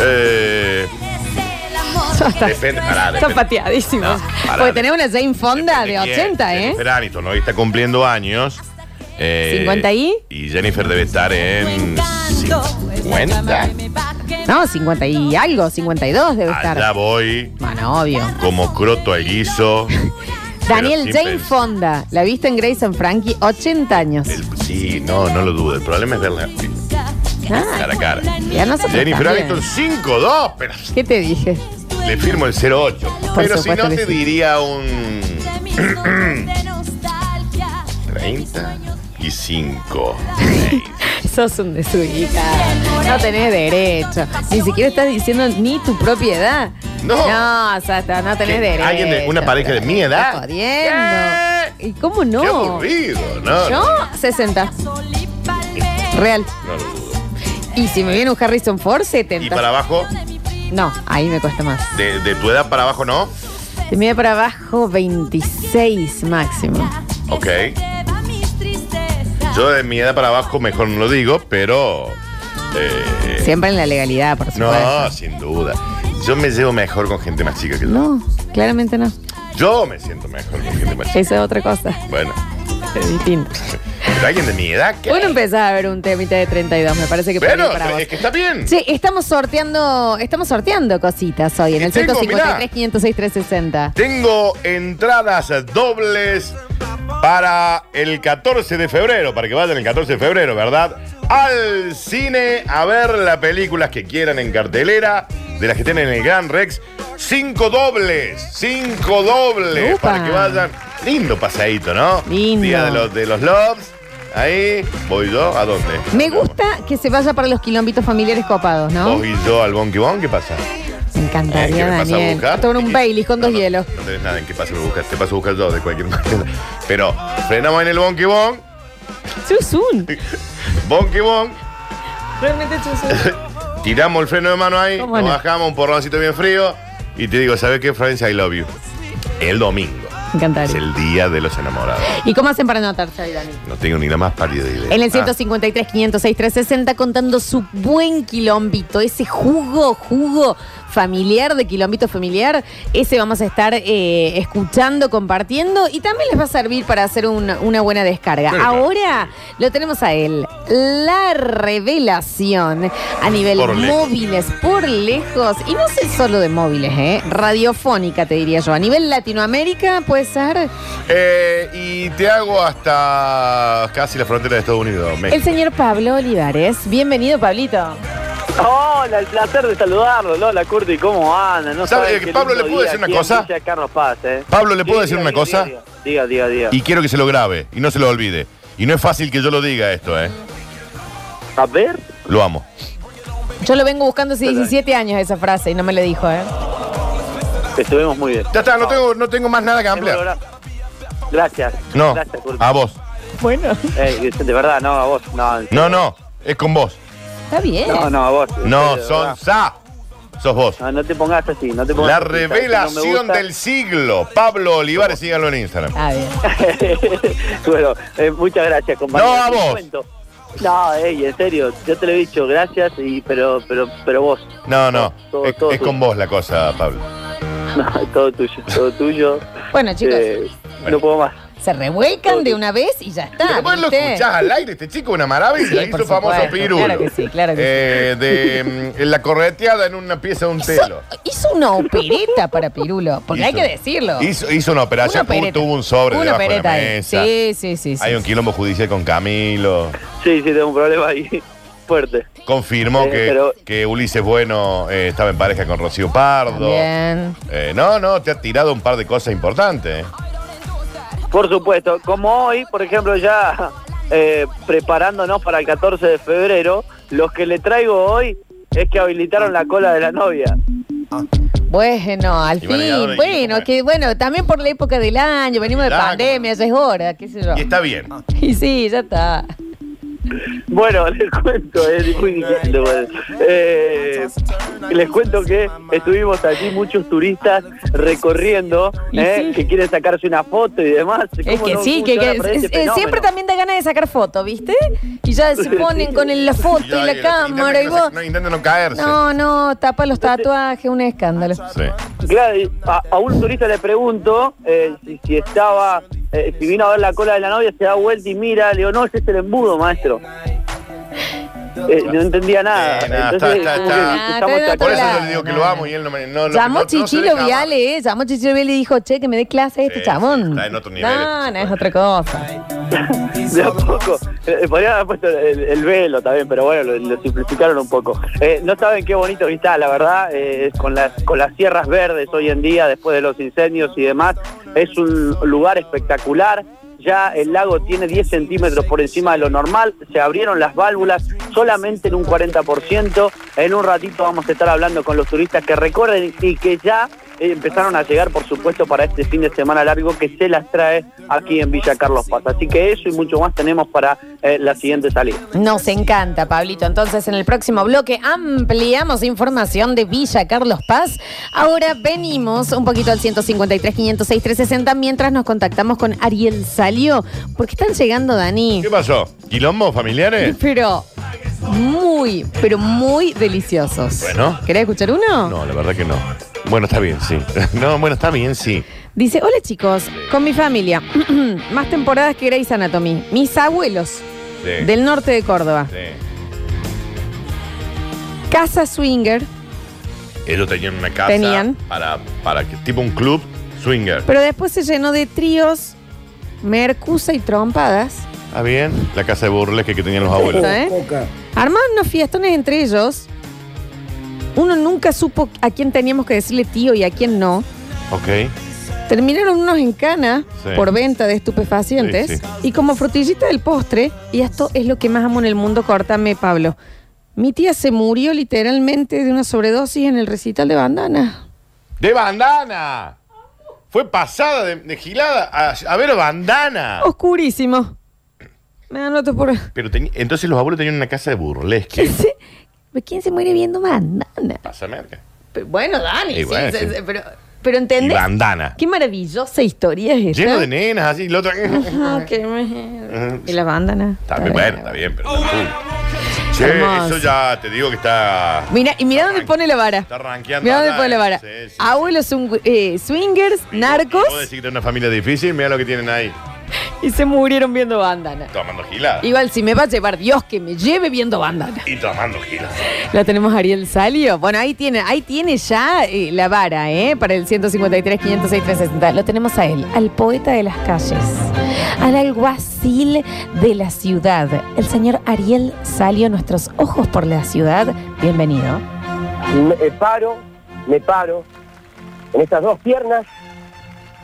Speaker 3: Eh.
Speaker 2: Yo hasta-
Speaker 3: Depende, pará,
Speaker 2: Está
Speaker 3: depende.
Speaker 2: pateadísimo.
Speaker 3: No, pará,
Speaker 2: Porque
Speaker 3: de-
Speaker 2: tenés una Jane
Speaker 3: depende
Speaker 2: Fonda de
Speaker 3: quién.
Speaker 2: 80, ¿eh?
Speaker 3: Jennifer Aniston hoy está cumpliendo años. Eh,
Speaker 2: 50 y-
Speaker 3: Y Jennifer debe estar en 50.
Speaker 2: No, 50 y algo, 52 debe estar.
Speaker 3: Allá voy
Speaker 2: Bueno, obvio.
Speaker 3: como croto al guiso.
Speaker 2: Daniel
Speaker 3: Pero sin
Speaker 2: Jane
Speaker 3: pensar.
Speaker 2: Fonda, la viste en Grace and Frankie, 80 años.
Speaker 3: El- sí, no, no lo dudo. El problema es verla
Speaker 2: Ah,
Speaker 3: cara a cara.
Speaker 2: y a nosotros
Speaker 3: Jennifer
Speaker 2: también.
Speaker 3: Aniston 5-2, pero
Speaker 2: ¿Qué te dije?
Speaker 3: le firmo el 08.
Speaker 2: Por
Speaker 3: Pero si
Speaker 2: supuesto
Speaker 3: no
Speaker 2: que
Speaker 3: te
Speaker 2: sí.
Speaker 3: diría un 30 y 5.
Speaker 2: Sos un desubicado. No tenés derecho. Ni siquiera estás diciendo ni tu propiedad.
Speaker 3: No.
Speaker 2: No, o sea, está- no tenés
Speaker 3: Que
Speaker 2: derecho.
Speaker 3: alguien de- una pareja de mi edad.
Speaker 2: Estás jodiendo. ¿Y cómo no?
Speaker 3: Qué aburrido, ¿no?
Speaker 2: Yo, 60. Real.
Speaker 3: No lo dudo.
Speaker 2: Y si me viene un Harrison Ford, 70.
Speaker 3: Y para abajo,
Speaker 2: No, ahí me cuesta más.
Speaker 3: de, de tu edad para abajo no.
Speaker 2: De media para abajo, 26 máximo.
Speaker 3: Ok. Yo de mi edad para abajo mejor no lo digo, pero. eh,
Speaker 2: Siempre en la legalidad, por supuesto.
Speaker 3: no, sin duda. Yo me llevo mejor con gente más chica que yo.
Speaker 2: No, claramente no.
Speaker 3: Yo me siento mejor con gente más chica.
Speaker 2: Esa es otra cosa.
Speaker 3: Bueno,
Speaker 2: Es distinto.
Speaker 3: pero alguien de mi edad que.
Speaker 2: Uno empieza a ver un temita de 32, me parece que por ahí
Speaker 3: Bueno,
Speaker 2: para vos.
Speaker 3: es que está bien.
Speaker 2: Sí, estamos sorteando, estamos sorteando cositas hoy en el
Speaker 3: Tengo,
Speaker 2: 153 506 360.
Speaker 3: Tengo entradas dobles para el 14 de febrero, para que vayan el 14 de febrero, ¿verdad? Al cine a ver las películas que quieran en cartelera, de las que tienen en el Gran Rex. Cinco dobles, cinco dobles
Speaker 2: Upa.
Speaker 3: para que vayan. Lindo pasadito, ¿no?
Speaker 2: Lindo.
Speaker 3: Día de los, de los Loves. Ahí voy yo, ¿a dónde?
Speaker 2: Me gusta que se vaya para los quilombitos familiares copados, ¿no?
Speaker 3: Vos y yo al Bonky Bon, ¿qué pasa?
Speaker 2: Me
Speaker 3: Eh, ¿qué
Speaker 2: encantaría,
Speaker 3: me pasa a
Speaker 2: Daniel.
Speaker 3: buscar?
Speaker 2: Tomar un
Speaker 3: Y-
Speaker 2: Baileys con
Speaker 3: no,
Speaker 2: dos
Speaker 3: no,
Speaker 2: hielos.
Speaker 3: No tenés nada en qué paso a buscar. Te paso a buscar yo de cualquier manera. Pero frenamos en el Bonky Bon,
Speaker 2: Susun.
Speaker 3: Bonky Bon,
Speaker 2: Realmente Susun.
Speaker 3: tiramos el freno de mano ahí,
Speaker 2: ¿Cómo
Speaker 3: nos
Speaker 2: no?
Speaker 3: bajamos un porroncito bien frío y te digo, ¿sabes qué, Francia? I love you. El domingo.
Speaker 2: Me
Speaker 3: Es
Speaker 2: encantaría.
Speaker 3: el día de los enamorados.
Speaker 2: ¿Y cómo hacen para anotarse ahí, Daniel?
Speaker 3: No tengo ni la más pálida idea.
Speaker 2: En el
Speaker 3: Ah,
Speaker 2: 153, 506, 360 contando su buen quilombito, ese jugo, jugo familiar, de quilombito familiar, ese vamos a estar eh, escuchando, compartiendo y también les va a servir para hacer una, una buena descarga.
Speaker 3: Claro.
Speaker 2: Ahora lo tenemos a él, la revelación a nivel
Speaker 3: Por lejos.
Speaker 2: móviles, por lejos, y no sé solo de móviles, ¿eh? radiofónica te diría yo, a nivel Latinoamérica puede ser
Speaker 3: eh, y te hago hasta casi la frontera de Estados Unidos. México.
Speaker 2: el señor Pablo Olivares. Bienvenido, Pablito.
Speaker 4: Hola, el placer de saludarlo, Lola Curti, ¿cómo andan? No
Speaker 3: ¿Sabe
Speaker 4: saben
Speaker 3: que
Speaker 4: qué
Speaker 3: Pablo
Speaker 4: lindo
Speaker 3: le puedo
Speaker 4: día
Speaker 3: decir una
Speaker 4: aquí en
Speaker 3: cosa?
Speaker 4: Villa Carlos Paz, ¿eh?
Speaker 3: Pablo, ¿le puedo
Speaker 4: Diga,
Speaker 3: decir una
Speaker 4: diga,
Speaker 3: cosa?
Speaker 4: diga, Diga, diga, diga.
Speaker 3: Y quiero que se lo grabe y no se lo olvide. Y no es fácil que yo lo diga esto, ¿eh?
Speaker 4: A ver,
Speaker 3: Lo amo.
Speaker 2: Yo lo vengo buscando hace 17 años esa frase y no me lo dijo, ¿eh?
Speaker 4: estuvimos muy bien.
Speaker 3: Ya está, no tengo, no tengo más nada que
Speaker 4: Hemos
Speaker 3: ampliar.
Speaker 4: logrado- Gracias.
Speaker 3: No,
Speaker 4: Gracias, Curti.
Speaker 3: a vos.
Speaker 2: Bueno.
Speaker 4: Eh, de verdad, no, a vos. No,
Speaker 3: No, no, es con vos.
Speaker 2: Está bien.
Speaker 4: No, no, a vos.
Speaker 3: No,
Speaker 4: De verdad.
Speaker 3: son sa. Sos vos.
Speaker 4: No, no te pongas así, no te pongas
Speaker 3: La
Speaker 4: así, sabes que no me
Speaker 3: revelación
Speaker 4: gusta.
Speaker 3: del siglo. Pablo Olivares, síganlo en Instagram.
Speaker 2: Está Ah, bien.
Speaker 4: bueno, eh, muchas gracias, compañero.
Speaker 3: No, a
Speaker 4: Te
Speaker 3: vos.
Speaker 4: cuento. No, ey, en serio, yo te lo he dicho, gracias, y pero pero pero vos,
Speaker 3: No, no,
Speaker 4: Todo,
Speaker 3: es,
Speaker 4: todo
Speaker 3: es con vos la cosa, Pablo.
Speaker 4: No, todo tuyo, todo tuyo.
Speaker 2: Bueno, chicos,
Speaker 4: Eh, No puedo más.
Speaker 2: se revuelcan de una vez y ya está.
Speaker 3: Pero vos lo
Speaker 2: ¿viste?
Speaker 3: escuchás al aire, este chico, una maravilla.
Speaker 2: Sí,
Speaker 3: hizo
Speaker 2: por
Speaker 3: famoso
Speaker 2: supuesto,
Speaker 3: pirulo.
Speaker 2: claro que sí, claro que
Speaker 3: Eh, de mm, la correteada en una pieza de un
Speaker 2: hizo,
Speaker 3: telo.
Speaker 2: hizo una opereta para Pirulo, porque hay
Speaker 3: Hizo-
Speaker 2: que decirlo.
Speaker 3: Hizo, hizo una
Speaker 2: Una
Speaker 3: operación,
Speaker 2: opereta.
Speaker 3: tuvo un sobre
Speaker 2: Una
Speaker 3: debajo de
Speaker 2: opereta
Speaker 3: la
Speaker 2: ahí.
Speaker 3: mesa.
Speaker 2: Sí, sí, sí. sí.
Speaker 3: Hay un quilombo judicial con Camilo.
Speaker 4: Sí, sí, tengo un problema ahí fuerte.
Speaker 3: Confirmó
Speaker 4: Eh,
Speaker 3: que,
Speaker 4: pero-
Speaker 3: que Ulises Bueno eh, estaba en pareja con Rocío Pardo.
Speaker 2: Bien.
Speaker 3: Eh, no, no, te ha tirado un par de cosas importantes. eh.
Speaker 4: Por supuesto, como hoy, por ejemplo, ya eh, preparándonos para el 14 de febrero, los que le traigo hoy es que habilitaron la cola de la novia.
Speaker 2: Bueno, al
Speaker 3: Y
Speaker 2: fin.
Speaker 3: bueno, y ahora, y
Speaker 2: Bueno,
Speaker 3: bueno.
Speaker 2: que bueno, también por la época del año, venimos de
Speaker 3: Claro.
Speaker 2: pandemia, ya es hora, qué sé yo.
Speaker 3: Y está bien.
Speaker 2: Y sí, ya está.
Speaker 4: Bueno, les cuento, es muy difícil. de poder. Eh, les cuento que estuvimos allí muchos turistas recorriendo,
Speaker 2: Y
Speaker 4: eh,
Speaker 2: sí.
Speaker 4: que quieren sacarse una foto y demás.
Speaker 2: Es
Speaker 4: ¿Cómo
Speaker 2: que
Speaker 4: no-
Speaker 2: sí,
Speaker 4: cómo
Speaker 2: que,
Speaker 4: se
Speaker 2: que-
Speaker 4: van a perder
Speaker 2: es-
Speaker 4: este
Speaker 2: es- siempre
Speaker 4: fenómeno?
Speaker 2: también da ganas de sacar foto, ¿viste? Y ya se ponen con el- la foto y la
Speaker 3: Y-
Speaker 2: cámara
Speaker 3: intenta,
Speaker 2: y
Speaker 3: no,
Speaker 2: vos.
Speaker 3: se- no, intenta no caerse.
Speaker 2: No, no, tapa los tatuajes, un escándalo.
Speaker 3: Sí.
Speaker 4: Claro, y a, a un turista le pregunto eh, si, si estaba, eh, si vino a ver la cola de la novia, se da vuelta y mira, le digo, no, ese es el embudo, maestro. Eh, no entendía nada.
Speaker 3: Eh, nada,
Speaker 4: Entonces,
Speaker 3: está- está-
Speaker 4: como que estamos
Speaker 3: está.
Speaker 2: Ah, está de
Speaker 3: Por
Speaker 4: chacareando.
Speaker 3: eso
Speaker 2: Hola.
Speaker 3: yo le digo que lo amo y él no me. No, no-
Speaker 2: Llamó
Speaker 3: no- no se
Speaker 2: Chichilo
Speaker 3: deja amar.
Speaker 2: Viale, eh, llamó Chichilo Viale y dijo, che, que me dé clase este
Speaker 3: Sí,
Speaker 2: chabón.
Speaker 3: sí, está en otro nivel
Speaker 2: No,
Speaker 3: este
Speaker 2: no, es otra cosa.
Speaker 4: De a poco. Eh, podrían haber puesto el, el velo también, pero bueno, lo, lo simplificaron un poco. Eh, no saben qué bonito que está, la verdad, eh, con, las, con las sierras verdes hoy en día, después de los incendios y demás. Es un lugar espectacular. ya el lago tiene 10 centímetros por encima de lo normal, se abrieron las válvulas solamente en un 40%. En un ratito vamos a estar hablando con los turistas que recorren y que ya eh, empezaron a llegar, por supuesto, para este fin de semana largo que se las trae aquí en Villa Carlos Paz. Así que eso y mucho más tenemos para eh, la siguiente salida.
Speaker 2: Nos encanta, Pablito. Entonces, en el próximo bloque ampliamos información de Villa Carlos Paz. Ahora venimos un poquito al 153, 506, 360 mientras nos contactamos con Ariel Salió, porque están llegando, Dani.
Speaker 3: ¿Qué pasó? ¿Quilombo familiares?
Speaker 2: Pero muy, pero muy deliciosos.
Speaker 3: Bueno.
Speaker 2: ¿Querés escuchar uno?
Speaker 3: No, la verdad que no. Bueno, está bien, sí. No, bueno, está bien, sí.
Speaker 2: Dice, hola chicos, con mi familia. Más temporadas que Grey's Anatomy. Mis abuelos
Speaker 3: Sí.
Speaker 2: del norte de Córdoba.
Speaker 3: Sí.
Speaker 2: Casa Swinger,
Speaker 3: Ellos tenían una casa
Speaker 2: Tenían.
Speaker 3: para para que tipo un club swinger.
Speaker 2: pero después se llenó de tríos, mercusa y trompadas.
Speaker 3: Está bien. La casa de burles que, que tenían los abuelos.
Speaker 2: Eso, ¿eh?
Speaker 5: Poca.
Speaker 2: Armaban unos fiestones entre ellos. Uno nunca supo a quién teníamos que decirle tío y a quién no.
Speaker 3: Ok.
Speaker 2: Terminaron unos en cana
Speaker 3: Sí.
Speaker 2: por venta de estupefacientes.
Speaker 3: Sí, sí.
Speaker 2: Y como frutillita del postre, y esto es lo que más amo en el mundo, cortame, Pablo. Mi tía se murió literalmente de una sobredosis en el recital de bandana.
Speaker 3: ¡De bandana! Fue pasada de, de gilada a, a ver bandana.
Speaker 2: Oscurísimo. Me anoto por.
Speaker 3: Pero teni- entonces los abuelos tenían una casa de burlesque.
Speaker 2: ¿Quién se, ¿Quién se muere viendo bandana?
Speaker 3: Pasa merca.
Speaker 2: Pero bueno, Dani,
Speaker 3: Y
Speaker 2: sí,
Speaker 3: bueno,
Speaker 2: se-
Speaker 3: sí.
Speaker 2: se- pero, pero
Speaker 3: Y
Speaker 2: ¿entendés?
Speaker 3: bandana.
Speaker 2: Qué maravillosa historia es esta.
Speaker 3: Lleno de nenas, así, y la otra.
Speaker 2: Ah, qué me- Y la bandana.
Speaker 3: Está bien, bueno, está bien, pero. Sí,
Speaker 2: Hermoso.
Speaker 3: eso ya te digo que está.
Speaker 2: Mira, y mira dónde pone la vara.
Speaker 3: Está rankeando
Speaker 2: Mira dónde
Speaker 3: acá,
Speaker 2: pone la
Speaker 3: eh.
Speaker 2: vara.
Speaker 3: Sí, sí, sí.
Speaker 2: Abuelos swing- eh, swingers, narcos,
Speaker 3: Y Vos decís que tenés una familia difícil, mira lo que tienen ahí.
Speaker 2: y se murieron viendo bandana.
Speaker 3: Tomando gilada.
Speaker 2: Igual, si me va a llevar Dios que me lleve viendo bandana.
Speaker 3: Y tomando gilada.
Speaker 2: La tenemos a Ariel Salio. Bueno, ahí tiene, ahí tiene ya eh, la vara, ¿eh? Para el 153, 506, 360. Lo tenemos a él, al poeta de las calles, al alguacil de la ciudad, el señor Ariel Salio, nuestros ojos por la ciudad. Bienvenido.
Speaker 6: Me eh, paro, me paro. En estas dos piernas.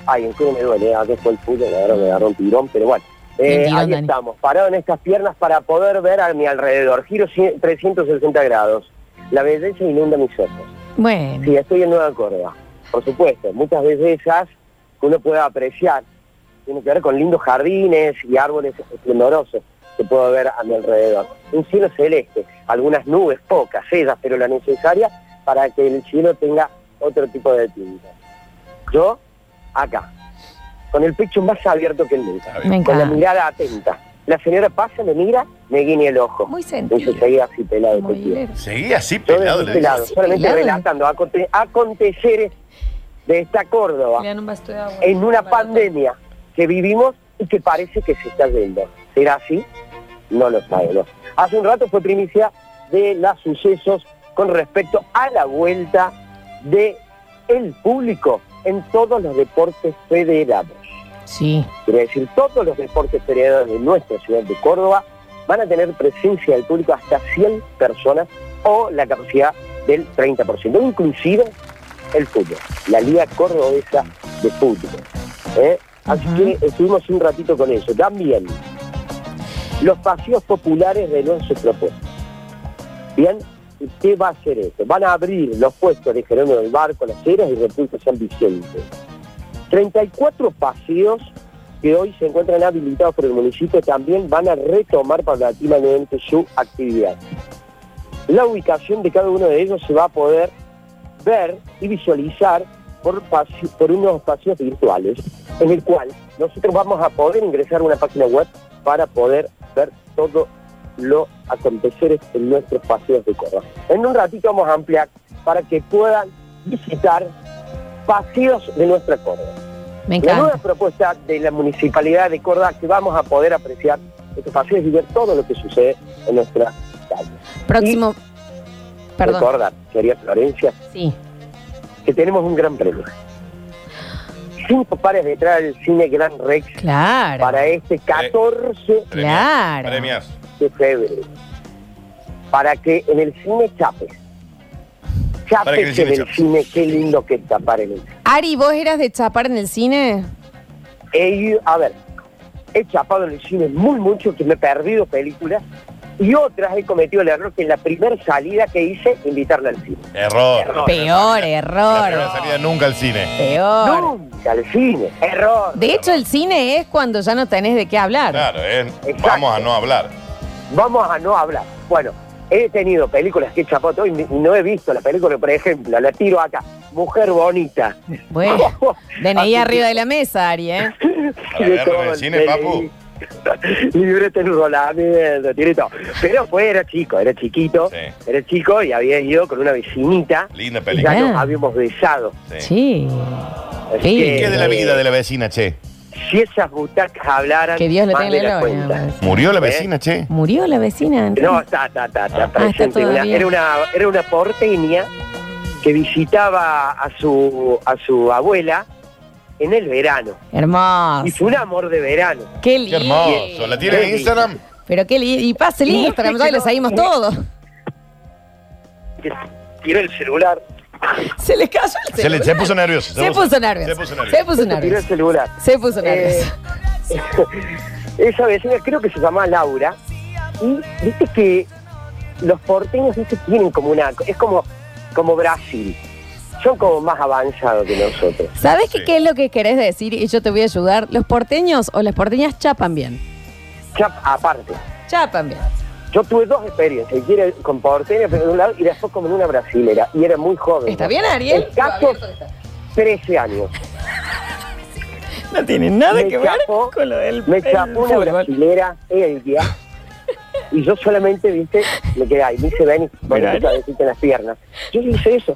Speaker 6: Ay, en serio me duele. ¿A qué fue el puño? Me agarró, me agarró un tirón, pero bueno. Eh,
Speaker 2: Bien tirón,
Speaker 6: ahí
Speaker 2: Dani.
Speaker 6: estamos, parado en estas piernas para poder ver a mi alrededor. Giro cien- 360 grados. La belleza inunda mis ojos.
Speaker 2: Bueno.
Speaker 6: Sí, estoy en Nueva Córdoba. Por supuesto, muchas bellezas que uno puede apreciar. Tiene que ver con lindos jardines y árboles esplendorosos que puedo ver a mi alrededor. Un cielo celeste, algunas nubes, pocas, ellas, pero las necesarias para que el cielo tenga otro tipo de tinta. Yo, acá, con el pecho más abierto que nunca,
Speaker 2: Me
Speaker 6: con la
Speaker 2: encanta.
Speaker 6: mirada atenta. La señora pasa, me mira, me guiña el ojo.
Speaker 2: Muy
Speaker 6: Me dice,
Speaker 2: sentido.
Speaker 6: seguí así pelado
Speaker 2: Muy
Speaker 6: te quiero".
Speaker 2: leve.
Speaker 3: Seguí así
Speaker 6: Yo
Speaker 3: pelado.
Speaker 6: desde
Speaker 3: le
Speaker 6: este lado,
Speaker 3: digo.
Speaker 2: Sí,
Speaker 6: solamente
Speaker 2: pelado.
Speaker 6: relatando aconte- aconteceres de esta Córdoba
Speaker 2: Le dan un vaso de agua.
Speaker 6: en una pandemia que vivimos y que parece que se está yendo. ¿Será así? No lo sabemos. Hace un rato fue primicia de los sucesos con respecto a la vuelta de el público en todos los deportes federados.
Speaker 2: Sí.
Speaker 6: Quiere decir, todos los deportes federados de nuestra ciudad de Córdoba van a tener presencia del público hasta 100 personas o la capacidad del 30%, inclusive el fútbol, la Liga Cordobesa de Fútbol. ¿eh? Así
Speaker 2: Ujú.
Speaker 6: que estuvimos un ratito con eso. También los paseos populares de nuestros propuestas. Bien, ¿Y ¿qué va a hacer esto? Van a abrir los puestos de Jerónimo del Barco, Las Heras y República San Vicente. 34 paseos que hoy se encuentran habilitados por el municipio también van a retomar paulatinamente su actividad. La ubicación de cada uno de ellos se va a poder ver y visualizar por, pase- por unos espacios virtuales, en el cual nosotros vamos a poder ingresar a una página web para poder ver todo lo acontecer en nuestros paseos de Córdoba. En un ratito vamos a ampliar para que puedan visitar paseos de nuestra Córdoba.
Speaker 2: Me
Speaker 6: La nueva
Speaker 2: encanta.
Speaker 6: propuesta de la Municipalidad de Córdoba que vamos a poder apreciar estos paseos y ver todo lo que sucede en nuestra calle.
Speaker 2: Próximo. Perdón.
Speaker 6: Recordar, querida Florencia,
Speaker 2: Sí.
Speaker 6: que tenemos un gran premio. Cinco pares de entrada del cine Gran Rex
Speaker 2: Claro.
Speaker 6: para este 14
Speaker 3: Premios,
Speaker 2: Claro.
Speaker 3: Premios.
Speaker 6: de febrero. Para que en el cine Chapes.
Speaker 3: Para que en el
Speaker 6: Chapes
Speaker 3: cine
Speaker 6: en el
Speaker 3: Chapes.
Speaker 6: cine, qué lindo que está para el
Speaker 2: Ari, ¿vos eras de chapar en el cine?
Speaker 6: Ey, a ver, he chapado en el cine muy mucho, que me he perdido películas, y otras he cometido el error que en la primera salida que hice, invitarla al cine.
Speaker 3: Error.
Speaker 6: Error.
Speaker 3: La
Speaker 2: Peor
Speaker 3: primera
Speaker 2: error.
Speaker 3: salida nunca al cine.
Speaker 2: Peor.
Speaker 6: Nunca al cine, error.
Speaker 2: De hecho, el cine es cuando ya no tenés de qué hablar.
Speaker 3: Claro, ¿eh?
Speaker 6: Exacto.
Speaker 3: Vamos a no hablar.
Speaker 6: Vamos a no hablar. Bueno, he tenido películas que he chapado todo y ni- no he visto la película, por ejemplo, la tiro acá, Mujer Bonita.
Speaker 2: Bueno, DNI
Speaker 6: Así
Speaker 2: arriba
Speaker 6: que-
Speaker 2: de la mesa, Ari, ¿eh?
Speaker 3: Para
Speaker 6: de
Speaker 3: verlo en
Speaker 6: todo,
Speaker 3: el cine, papu.
Speaker 6: Libreta en un rolamiento, tiene todo. Pero fue, era chico, era chiquito,
Speaker 3: Sí.
Speaker 6: era chico y había ido con una vecinita.
Speaker 3: Linda
Speaker 6: Ya
Speaker 3: película.
Speaker 2: Claro.
Speaker 6: nos habíamos besado.
Speaker 3: Sí.
Speaker 2: Sí.
Speaker 6: Así
Speaker 2: Sí.
Speaker 6: que,
Speaker 3: ¿Qué de la vida de la vecina, che?
Speaker 6: Si esas butacas hablaran,
Speaker 2: Que Dios le
Speaker 6: más
Speaker 2: tenga
Speaker 6: de
Speaker 2: la gloria.
Speaker 6: cuenta.
Speaker 2: pues.
Speaker 3: ¿Murió la
Speaker 6: ¿Eh?
Speaker 3: vecina, che?
Speaker 2: ¿Murió la vecina?
Speaker 6: No, está, está, está, está
Speaker 3: Ah, está
Speaker 6: presente. Una-
Speaker 2: todavía.
Speaker 6: era, una, era una porteña que visitaba a su, a su abuela en el verano. Y
Speaker 2: Hermoso.
Speaker 6: fue un amor de verano.
Speaker 2: Qué
Speaker 3: Qué
Speaker 2: lindo.
Speaker 3: hermoso. ¿La tiene en
Speaker 6: Sí.
Speaker 3: Instagram?
Speaker 2: Pero qué lindo. Y pase el
Speaker 6: No sé
Speaker 2: Instagram,
Speaker 6: que
Speaker 2: ya le
Speaker 6: no-
Speaker 2: seguimos todo.
Speaker 6: Que Tiró el celular.
Speaker 2: Se le cayó el
Speaker 3: Se, le,
Speaker 2: celular.
Speaker 3: se puso nervioso.
Speaker 2: Se puso nervioso.
Speaker 3: Se puso
Speaker 2: Se
Speaker 3: nervioso.
Speaker 2: puso
Speaker 6: Tiró el
Speaker 2: nervioso.
Speaker 6: celular.
Speaker 2: Se puso
Speaker 6: Eh,
Speaker 2: nervioso.
Speaker 6: esa vecina creo que se llamaba Laura. Y viste que los porteños viste, tienen como una... Es como, como Brasil. Son como más avanzados que nosotros.
Speaker 2: ¿Sabes qué,
Speaker 3: Sí.
Speaker 2: qué es lo que querés decir? Y yo te voy a ayudar. Los porteños o las porteñas chapan bien.
Speaker 6: Ya, aparte.
Speaker 2: Chapan bien.
Speaker 6: Yo tuve dos experiencias, y era con porteña pero de un lado y después como en una brasilera, y era muy joven.
Speaker 2: ¿Está bien, Ariel?
Speaker 6: Escasos 13 años.
Speaker 2: No tiene nada
Speaker 6: Me
Speaker 2: que ver
Speaker 6: chapó-
Speaker 2: con lo del
Speaker 6: Me
Speaker 2: el
Speaker 6: chapó una
Speaker 2: fútbol.
Speaker 6: brasilera el día, y yo solamente, viste, me quedé ahí, me dice Benny, con
Speaker 2: Mira,
Speaker 6: esta cabecita en las piernas. Yo le hice eso.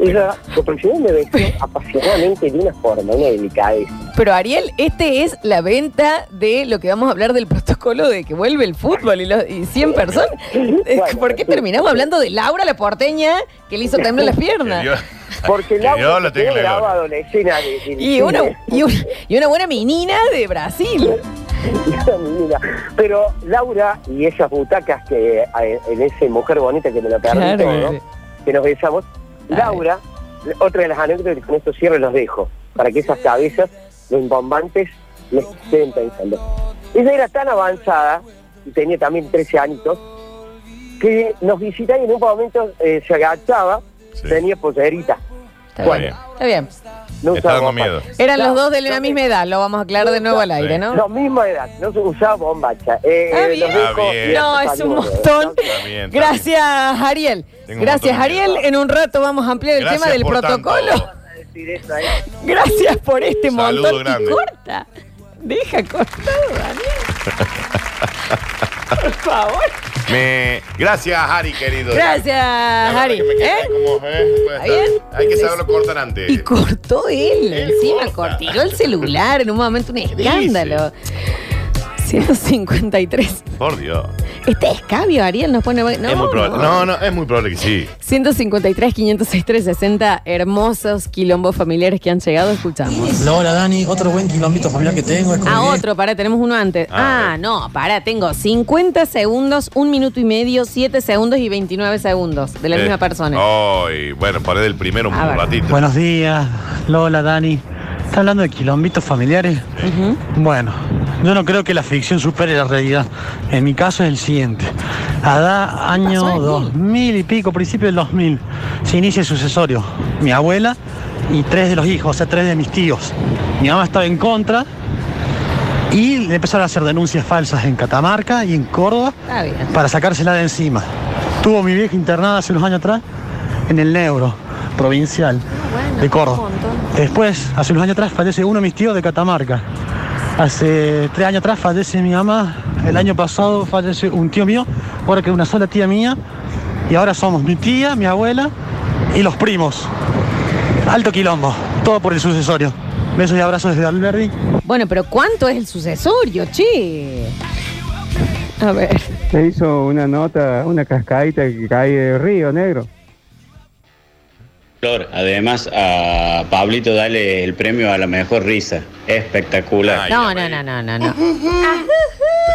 Speaker 6: Ella, su profesión me vestía apasionadamente de una forma, una delicadeza.
Speaker 2: Pero Ariel, este es la venta de lo que vamos a hablar del protocolo de que vuelve el fútbol y, los, y 100 personas. Eh,
Speaker 6: Bueno,
Speaker 2: ¿Por qué
Speaker 6: sí.
Speaker 2: terminamos hablando de Laura la porteña que le hizo temblar las
Speaker 3: Que
Speaker 2: piernas?
Speaker 3: Dios-
Speaker 6: Porque
Speaker 3: que Dios
Speaker 6: Laura
Speaker 3: lo
Speaker 6: se
Speaker 3: tenga
Speaker 6: quedó
Speaker 3: en la gloria.
Speaker 6: grabado en la escena de, del
Speaker 2: Y una,
Speaker 6: cine.
Speaker 2: y, un- y una buena menina de Brasil.
Speaker 6: Mi vida. Pero Laura y esas butacas que eh, en ese mujer bonita que me la perdí
Speaker 2: Claro. eh.
Speaker 6: todo, que nos besamos,
Speaker 2: Ay.
Speaker 6: Laura, otra de las anécdotas que con estos cierres los dejo, para que esas cabezas, los bombantes, les estén pensando. Ella era tan avanzada, y tenía también 13 añitos, que nos visitaba y en un momento eh, se agachaba,
Speaker 3: Sí.
Speaker 6: tenía pollerita.
Speaker 2: Está
Speaker 3: Bueno.
Speaker 2: bien. Está bien.
Speaker 6: No
Speaker 3: Está
Speaker 6: usaba
Speaker 3: dando
Speaker 6: bombacha.
Speaker 3: miedo.
Speaker 2: Eran los
Speaker 6: No,
Speaker 2: dos de la
Speaker 6: no,
Speaker 2: misma edad, lo vamos a aclarar de nuevo al aire, ¿no?
Speaker 6: La misma edad, no se usaba bombacha. Eh,
Speaker 2: Está Ah, bien.
Speaker 6: los dejo
Speaker 3: Está Ah, bien.
Speaker 6: y
Speaker 2: No,
Speaker 6: hasta
Speaker 2: es un
Speaker 6: luego.
Speaker 2: montón.
Speaker 3: Está bien, está bien.
Speaker 2: Gracias, Ariel.
Speaker 3: Tengo un montón
Speaker 2: Gracias,
Speaker 3: de
Speaker 2: Ariel.
Speaker 3: miedo.
Speaker 2: En un rato vamos a ampliar el
Speaker 3: Gracias
Speaker 2: tema del
Speaker 3: por tanto.
Speaker 2: protocolo. Gracias por este
Speaker 3: Saludo
Speaker 2: montón.
Speaker 3: grande.
Speaker 2: Y corta. Deja cortado, Daniel. Por favor.
Speaker 3: Me- Gracias, Ari, querido.
Speaker 2: Gracias,
Speaker 3: La verdad
Speaker 2: Ari.
Speaker 3: que me quedé
Speaker 2: ¿Eh?
Speaker 3: como, eh, puede
Speaker 2: ¿Está
Speaker 3: estar.
Speaker 2: bien?
Speaker 3: Hay que saberlo cortar antes.
Speaker 2: Y cortó él,
Speaker 3: Él
Speaker 2: encima
Speaker 3: corta.
Speaker 2: cortó el celular en un momento, un escándalo. 153.
Speaker 3: Por Dios.
Speaker 2: Este escabio, Ariel, nos pone. No,
Speaker 3: es muy probable.
Speaker 2: no.
Speaker 3: No, no, es muy probable que sí.
Speaker 2: 153, 506, 360, hermosos quilombos familiares que han llegado, escuchamos.
Speaker 7: No, hola Dani, otro buen quilombito familiar que tengo es con
Speaker 2: Ah,
Speaker 7: mi
Speaker 2: otro, pará, tenemos uno antes.
Speaker 3: Ah,
Speaker 2: Ah,
Speaker 3: ok.
Speaker 2: no, pará, tengo 50 segundos, un minuto y medio, 7 segundos y 29 segundos de la
Speaker 3: Eh,
Speaker 2: misma persona. Ah,
Speaker 3: Ay, bueno, paré del primero un
Speaker 2: A ver.
Speaker 3: ratito.
Speaker 8: Buenos días, Lola, Dani. ¿Está hablando de quilombitos familiares?
Speaker 2: Ujú.
Speaker 8: Bueno, yo no creo que la ficción supere la realidad. En mi caso es el siguiente. Adá, año
Speaker 2: pasó, Daniel?
Speaker 8: 2000 y pico, principio del 2000, se inicia el sucesorio. Mi abuela y tres de los hijos, o sea, tres de mis tíos. Mi mamá estaba en contra y le empezaron a hacer denuncias falsas en Catamarca y en Córdoba
Speaker 2: Está bien.
Speaker 8: para sacársela de encima. Tuvo mi vieja internada hace unos años atrás en el Neuro, provincial
Speaker 2: Ah, bueno,
Speaker 8: de Córdoba.
Speaker 2: un montón.
Speaker 8: Después, hace unos años atrás, fallece uno de mis tíos de Catamarca. Hace tres años atrás fallece mi mamá. El año pasado fallece un tío mío. Ahora queda una sola tía mía. Y ahora somos mi tía, mi abuela y los primos. Alto quilombo. Todo por el sucesorio. Besos y abrazos desde Alberdi.
Speaker 2: Bueno, pero ¿cuánto es el sucesorio, che? A ver.
Speaker 9: Me hizo una nota, una cascadita que cae del río negro.
Speaker 4: Flor, además a Pablito dale el premio a la mejor risa. Espectacular.
Speaker 3: Ay,
Speaker 2: No,
Speaker 3: ya
Speaker 2: no,
Speaker 3: me-
Speaker 2: no, no, no, no.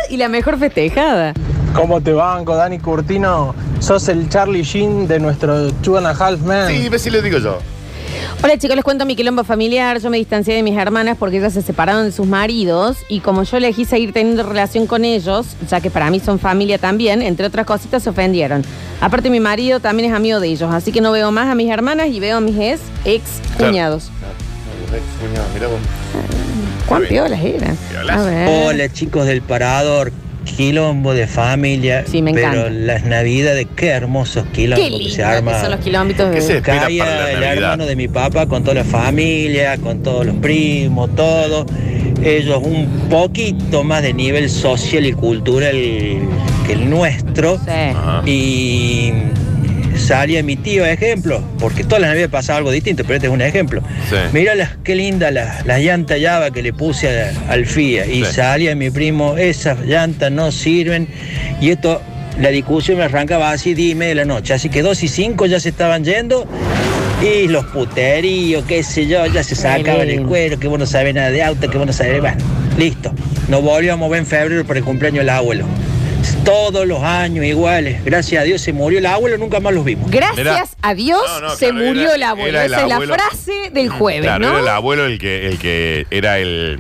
Speaker 2: Y la mejor festejada.
Speaker 10: ¿Cómo te banco, Dani Curtino? Sos el Charlie Sheen de nuestro Two and a Half Men.
Speaker 3: Sí, ve si le digo yo.
Speaker 2: Hola chicos, les cuento mi quilombo familiar. Yo me distancié de mis hermanas porque ellas se separaron de sus maridos y como yo elegí seguir teniendo relación con ellos, ya que para mí son familia también, entre otras cositas se ofendieron. Aparte mi marido también es amigo de ellos, así que no veo más a mis hermanas y veo a mis ex, ex cuñados. ¿Cuán piolas eran?
Speaker 11: Piolas.
Speaker 2: A ver.
Speaker 12: Hola chicos del Parador, quilombo de familia.
Speaker 2: Sí, me encanta.
Speaker 12: Pero las navidades, qué hermosos quilombos
Speaker 2: Qué
Speaker 12: que
Speaker 2: lindo
Speaker 12: se
Speaker 2: que
Speaker 12: arma.
Speaker 2: son los quilombitos de- ¿Qué se espera para
Speaker 12: Calla,
Speaker 2: la
Speaker 12: el
Speaker 2: Navidad?
Speaker 12: hermano de mi papá con toda la familia, con todos los primos, todo. Ellos un poquito más de nivel social y cultural que el nuestro. Y salía mi tío, ejemplo, porque todas las navidades pasaba algo distinto, pero este es un ejemplo.
Speaker 13: Sí.
Speaker 12: Mira las, qué linda las, las llantas Java que le puse a- al FIA. Y
Speaker 13: Sí.
Speaker 12: salía mi primo, esas llantas no sirven. Y esto, la discusión me arrancaba así, dime de la noche. Así que dos y cinco ya se estaban yendo. Y los puteríos, qué sé yo, ya se sacaban el
Speaker 14: lindo.
Speaker 12: cuero, que bueno sabe nada de auto, que bueno sabe. Bueno, listo. Nos volvíamos a ver en febrero por el cumpleaños del abuelo. Todos los años iguales. Gracias a Dios se murió el abuelo, nunca más los vimos.
Speaker 2: Gracias a Dios se
Speaker 12: claro,
Speaker 2: murió
Speaker 12: era-
Speaker 2: el abuelo.
Speaker 12: era el
Speaker 2: Esa
Speaker 12: abuelo. Mm,
Speaker 2: es la frase del jueves,
Speaker 3: Claro,
Speaker 2: ¿no?
Speaker 3: era el abuelo el que, el que era el.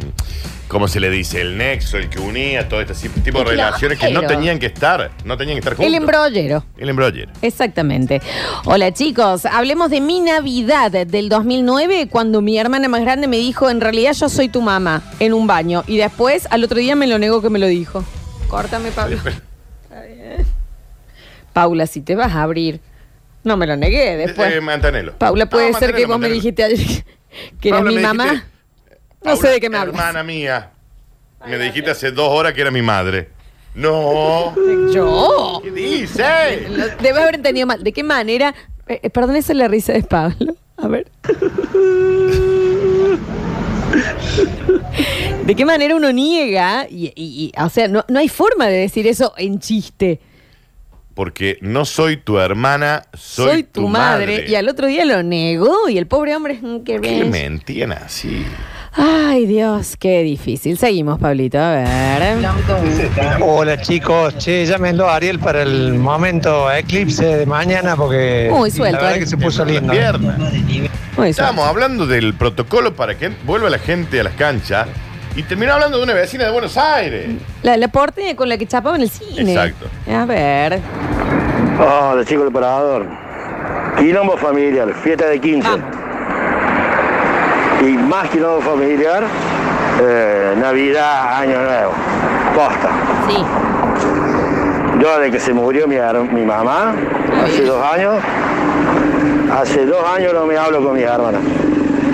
Speaker 3: ¿Cómo se le dice? El nexo, el que unía todo este tipo de
Speaker 2: Claro.
Speaker 3: relaciones que no tenían que estar. No tenían que estar juntos.
Speaker 2: El embrollero.
Speaker 3: El embroller.
Speaker 2: Exactamente. Hola chicos, hablemos de mi Navidad del 2009 cuando mi hermana más grande me dijo, en realidad yo soy tu mamá, en un baño. Y después al otro día me lo negó que me lo dijo. Córtame, Pablo. Paula, si te vas a abrir. No me lo negué después.
Speaker 3: Eh, Ah, mantenelo.
Speaker 2: Paula, puede
Speaker 3: No,
Speaker 2: ser que
Speaker 3: mantenelo,
Speaker 2: vos me
Speaker 3: mantenelo.
Speaker 2: dijiste ayer que eras
Speaker 3: Paula,
Speaker 2: mi
Speaker 3: me
Speaker 2: mamá.
Speaker 3: dijiste,
Speaker 2: no sé de qué me hablas.
Speaker 3: Hermana mía. Me dijiste hace dos horas que era mi madre. No.
Speaker 2: Yo.
Speaker 3: ¿Qué dice?
Speaker 2: Lo- Debe haber entendido mal. ¿De qué manera? Eh, eh, perdón, esa es la risa de Pablo. A ver. ¿De qué manera uno niega? Y, y- y, o sea, no, no hay forma de decir eso en chiste.
Speaker 3: Porque no soy tu hermana, soy,
Speaker 2: Soy, tu, madre. Y al otro día lo negó y el pobre hombre es que
Speaker 3: ¿Qué mentían así?
Speaker 2: Ay, Dios, qué difícil. Seguimos, Pablito. A ver.
Speaker 15: Hola chicos, che, llámenlo a Ariel para el momento eclipse de mañana porque
Speaker 2: Muy suelto, eh.
Speaker 15: la verdad
Speaker 2: Ariel.
Speaker 15: que se puso
Speaker 3: Las
Speaker 15: lindo. eh.
Speaker 3: piernas. Estábamos hablando del protocolo para que vuelva la gente a las canchas y terminó hablando de una vecina de Buenos Aires.
Speaker 2: La, la porte con la que chapaban el cine.
Speaker 3: Exacto.
Speaker 2: A ver.
Speaker 16: Hola, chicos del parador. Quilombo familiar, fiesta de 15.
Speaker 2: Ah.
Speaker 16: Y más quilombo familiar, eh, Navidad, Año Nuevo. Posta.
Speaker 2: Sí.
Speaker 16: Yo de que se murió mi, her- mi mamá, hace dos años, hace dos años no me hablo con mis hermanas.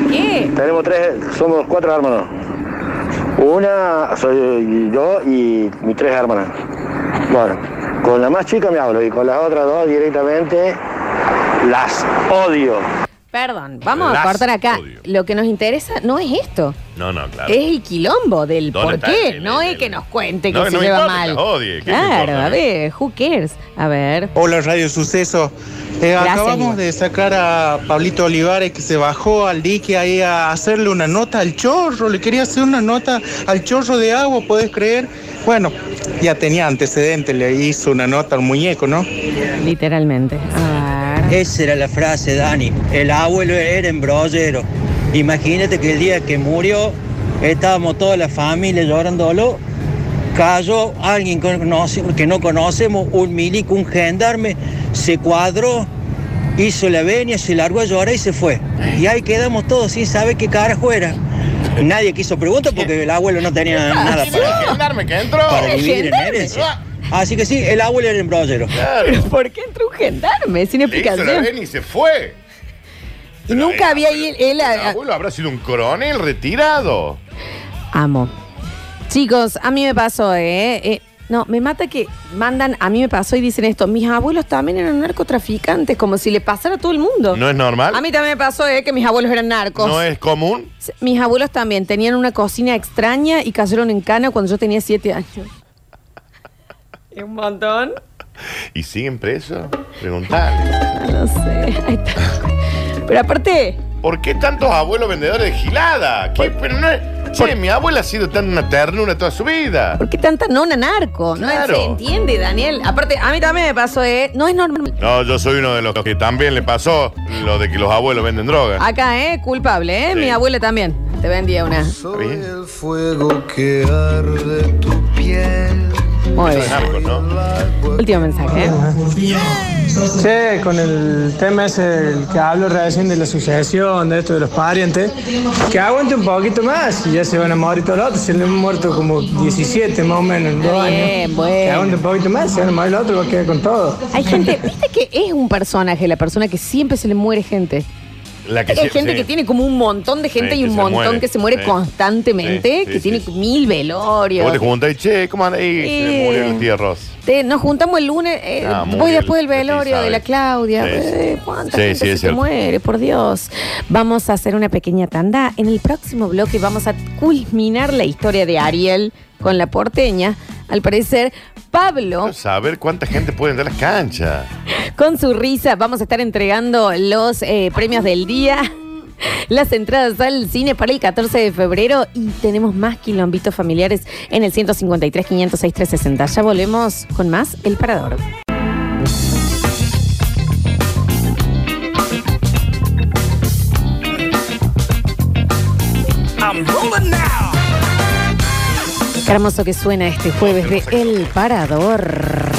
Speaker 2: ¿Qué?
Speaker 16: Tenemos tres, somos cuatro hermanos. Una soy yo y mis tres hermanas. Bueno, con la más chica me hablo y con las otras dos directamente las odio.
Speaker 2: Perdón, vamos
Speaker 16: Las
Speaker 2: a cortar acá. Lo que nos interesa no es esto.
Speaker 3: No, no, claro.
Speaker 2: Es el quilombo del
Speaker 3: ¿Dónde
Speaker 2: por
Speaker 3: está
Speaker 2: qué.
Speaker 3: el-
Speaker 2: no es que nos cuente que
Speaker 3: No,
Speaker 2: se
Speaker 3: no
Speaker 2: lleva
Speaker 3: importa que
Speaker 2: mal.
Speaker 3: la odie, ¿qué te
Speaker 2: claro,
Speaker 3: importa?
Speaker 2: a ver, who cares? A ver.
Speaker 10: Hola Radio Suceso. Eh,
Speaker 2: Gracias,
Speaker 10: acabamos de sacar a Pablito Olivares que se bajó al dique ahí a hacerle una nota al chorro. Le quería hacer una nota al chorro de agua, ¿podés creer? Bueno, ya tenía antecedentes, le hizo una nota al muñeco, ¿no?
Speaker 2: Literalmente. Ah.
Speaker 12: Esa era la frase, Dani. El abuelo era embrollero. Imagínate que el día que murió, estábamos toda la familia llorándolo. Cayó alguien que, conoce- que no conocemos, un milico, un gendarme, se cuadró, hizo la venia, se largó a llorar y se fue. Y ahí quedamos todos sin saber qué carajo era. Nadie quiso preguntar porque el abuelo no tenía nada para,
Speaker 3: gendarme que entró?
Speaker 12: para vivir en Ah. herencia. Así que sí, el abuelo era embrollero.
Speaker 2: Pero ¿por qué entró un gendarme? Sin
Speaker 3: Le hizo la
Speaker 2: explicación.
Speaker 3: venia y se fue.
Speaker 2: Y nunca había ahí
Speaker 3: El
Speaker 2: él.
Speaker 3: abuelo habrá sido un coronel retirado.
Speaker 2: Amo. Chicos, a mí me pasó, ¿eh? Eh, No, me mata que mandan, a mí me pasó y dicen esto, mis abuelos también eran narcotraficantes, como si le pasara a todo el mundo.
Speaker 3: ¿No es normal?
Speaker 2: A mí también me pasó, ¿eh? Que mis abuelos eran narcos.
Speaker 3: ¿No es común?
Speaker 2: Mis abuelos también tenían una cocina extraña y cayeron en cana cuando yo tenía siete años. Es un montón.
Speaker 3: ¿Y siguen presos? Preguntale.
Speaker 2: No sé. Ay, Pero aparte.
Speaker 3: ¿Por qué tantos abuelos vendedores de gilada? ¿Qué? Pero no es- Che, mi abuela ha sido tan una ternura toda su vida.
Speaker 2: ¿Por qué tanta nona narco? No
Speaker 3: Claro.
Speaker 2: se entiende, Daniel. Aparte, a mí también me pasó, ¿eh? No es normal.
Speaker 3: No, yo soy uno de los que también le pasó lo de que los abuelos venden droga.
Speaker 2: Acá, ¿eh? Culpable, ¿eh? Mi abuela también. Te vendía una.
Speaker 1: El fuego que arde tu piel.
Speaker 2: Muy
Speaker 3: bien.
Speaker 2: Último mensaje, ¿eh?
Speaker 6: Che, con el tema ese el que hablo recién de la sucesión, de esto de los parientes, que aguante un poquito más y ya se van a morir todos los otros. Se le han muerto como 17 más o menos en dos
Speaker 2: Bien,
Speaker 6: años.
Speaker 2: bueno.
Speaker 6: Que aguante un poquito más, se van a morir los otros, va a quedar con todo.
Speaker 2: Hay gente, viste que es un personaje, la persona que siempre se le muere gente.
Speaker 3: La
Speaker 2: Hay
Speaker 3: se-
Speaker 2: gente
Speaker 3: sí.
Speaker 2: que tiene como un montón de gente
Speaker 3: Sí,
Speaker 2: y
Speaker 3: que
Speaker 2: un
Speaker 3: se
Speaker 2: montón
Speaker 3: muere.
Speaker 2: que se muere
Speaker 3: Sí. Sí,
Speaker 2: constantemente,
Speaker 3: sí,
Speaker 2: que
Speaker 3: sí,
Speaker 2: tiene
Speaker 3: sí.
Speaker 2: mil velorios.
Speaker 3: Vos te juntás y che, ¿cómo andas? Y se
Speaker 2: Eh.
Speaker 3: le murió la tía Ross.
Speaker 2: Te- nos juntamos el lunes, eh,
Speaker 3: Ah, muy
Speaker 2: voy
Speaker 3: bien,
Speaker 2: después del
Speaker 3: sí,
Speaker 2: velorio de
Speaker 3: sabe.
Speaker 2: la Claudia.
Speaker 3: Sí, sí.
Speaker 2: Eh, ¿Cuánta
Speaker 3: Sí,
Speaker 2: gente
Speaker 3: sí, es
Speaker 2: se te
Speaker 3: cierto.
Speaker 2: muere? Por Dios. Vamos a hacer una pequeña tanda. En el próximo bloque vamos a culminar la historia de Ariel con la porteña. Al parecer, Pablo,
Speaker 3: Saber cuánta gente puede entrar a las canchas.
Speaker 2: con su risa, vamos a estar entregando los eh, premios del día. Las entradas al cine para el 14 de febrero y tenemos más quilombitos familiares en el 153 506 360. Ya volvemos con más El Parador.
Speaker 11: I'm rolling now.
Speaker 2: Qué hermoso que suena este jueves de El Parador.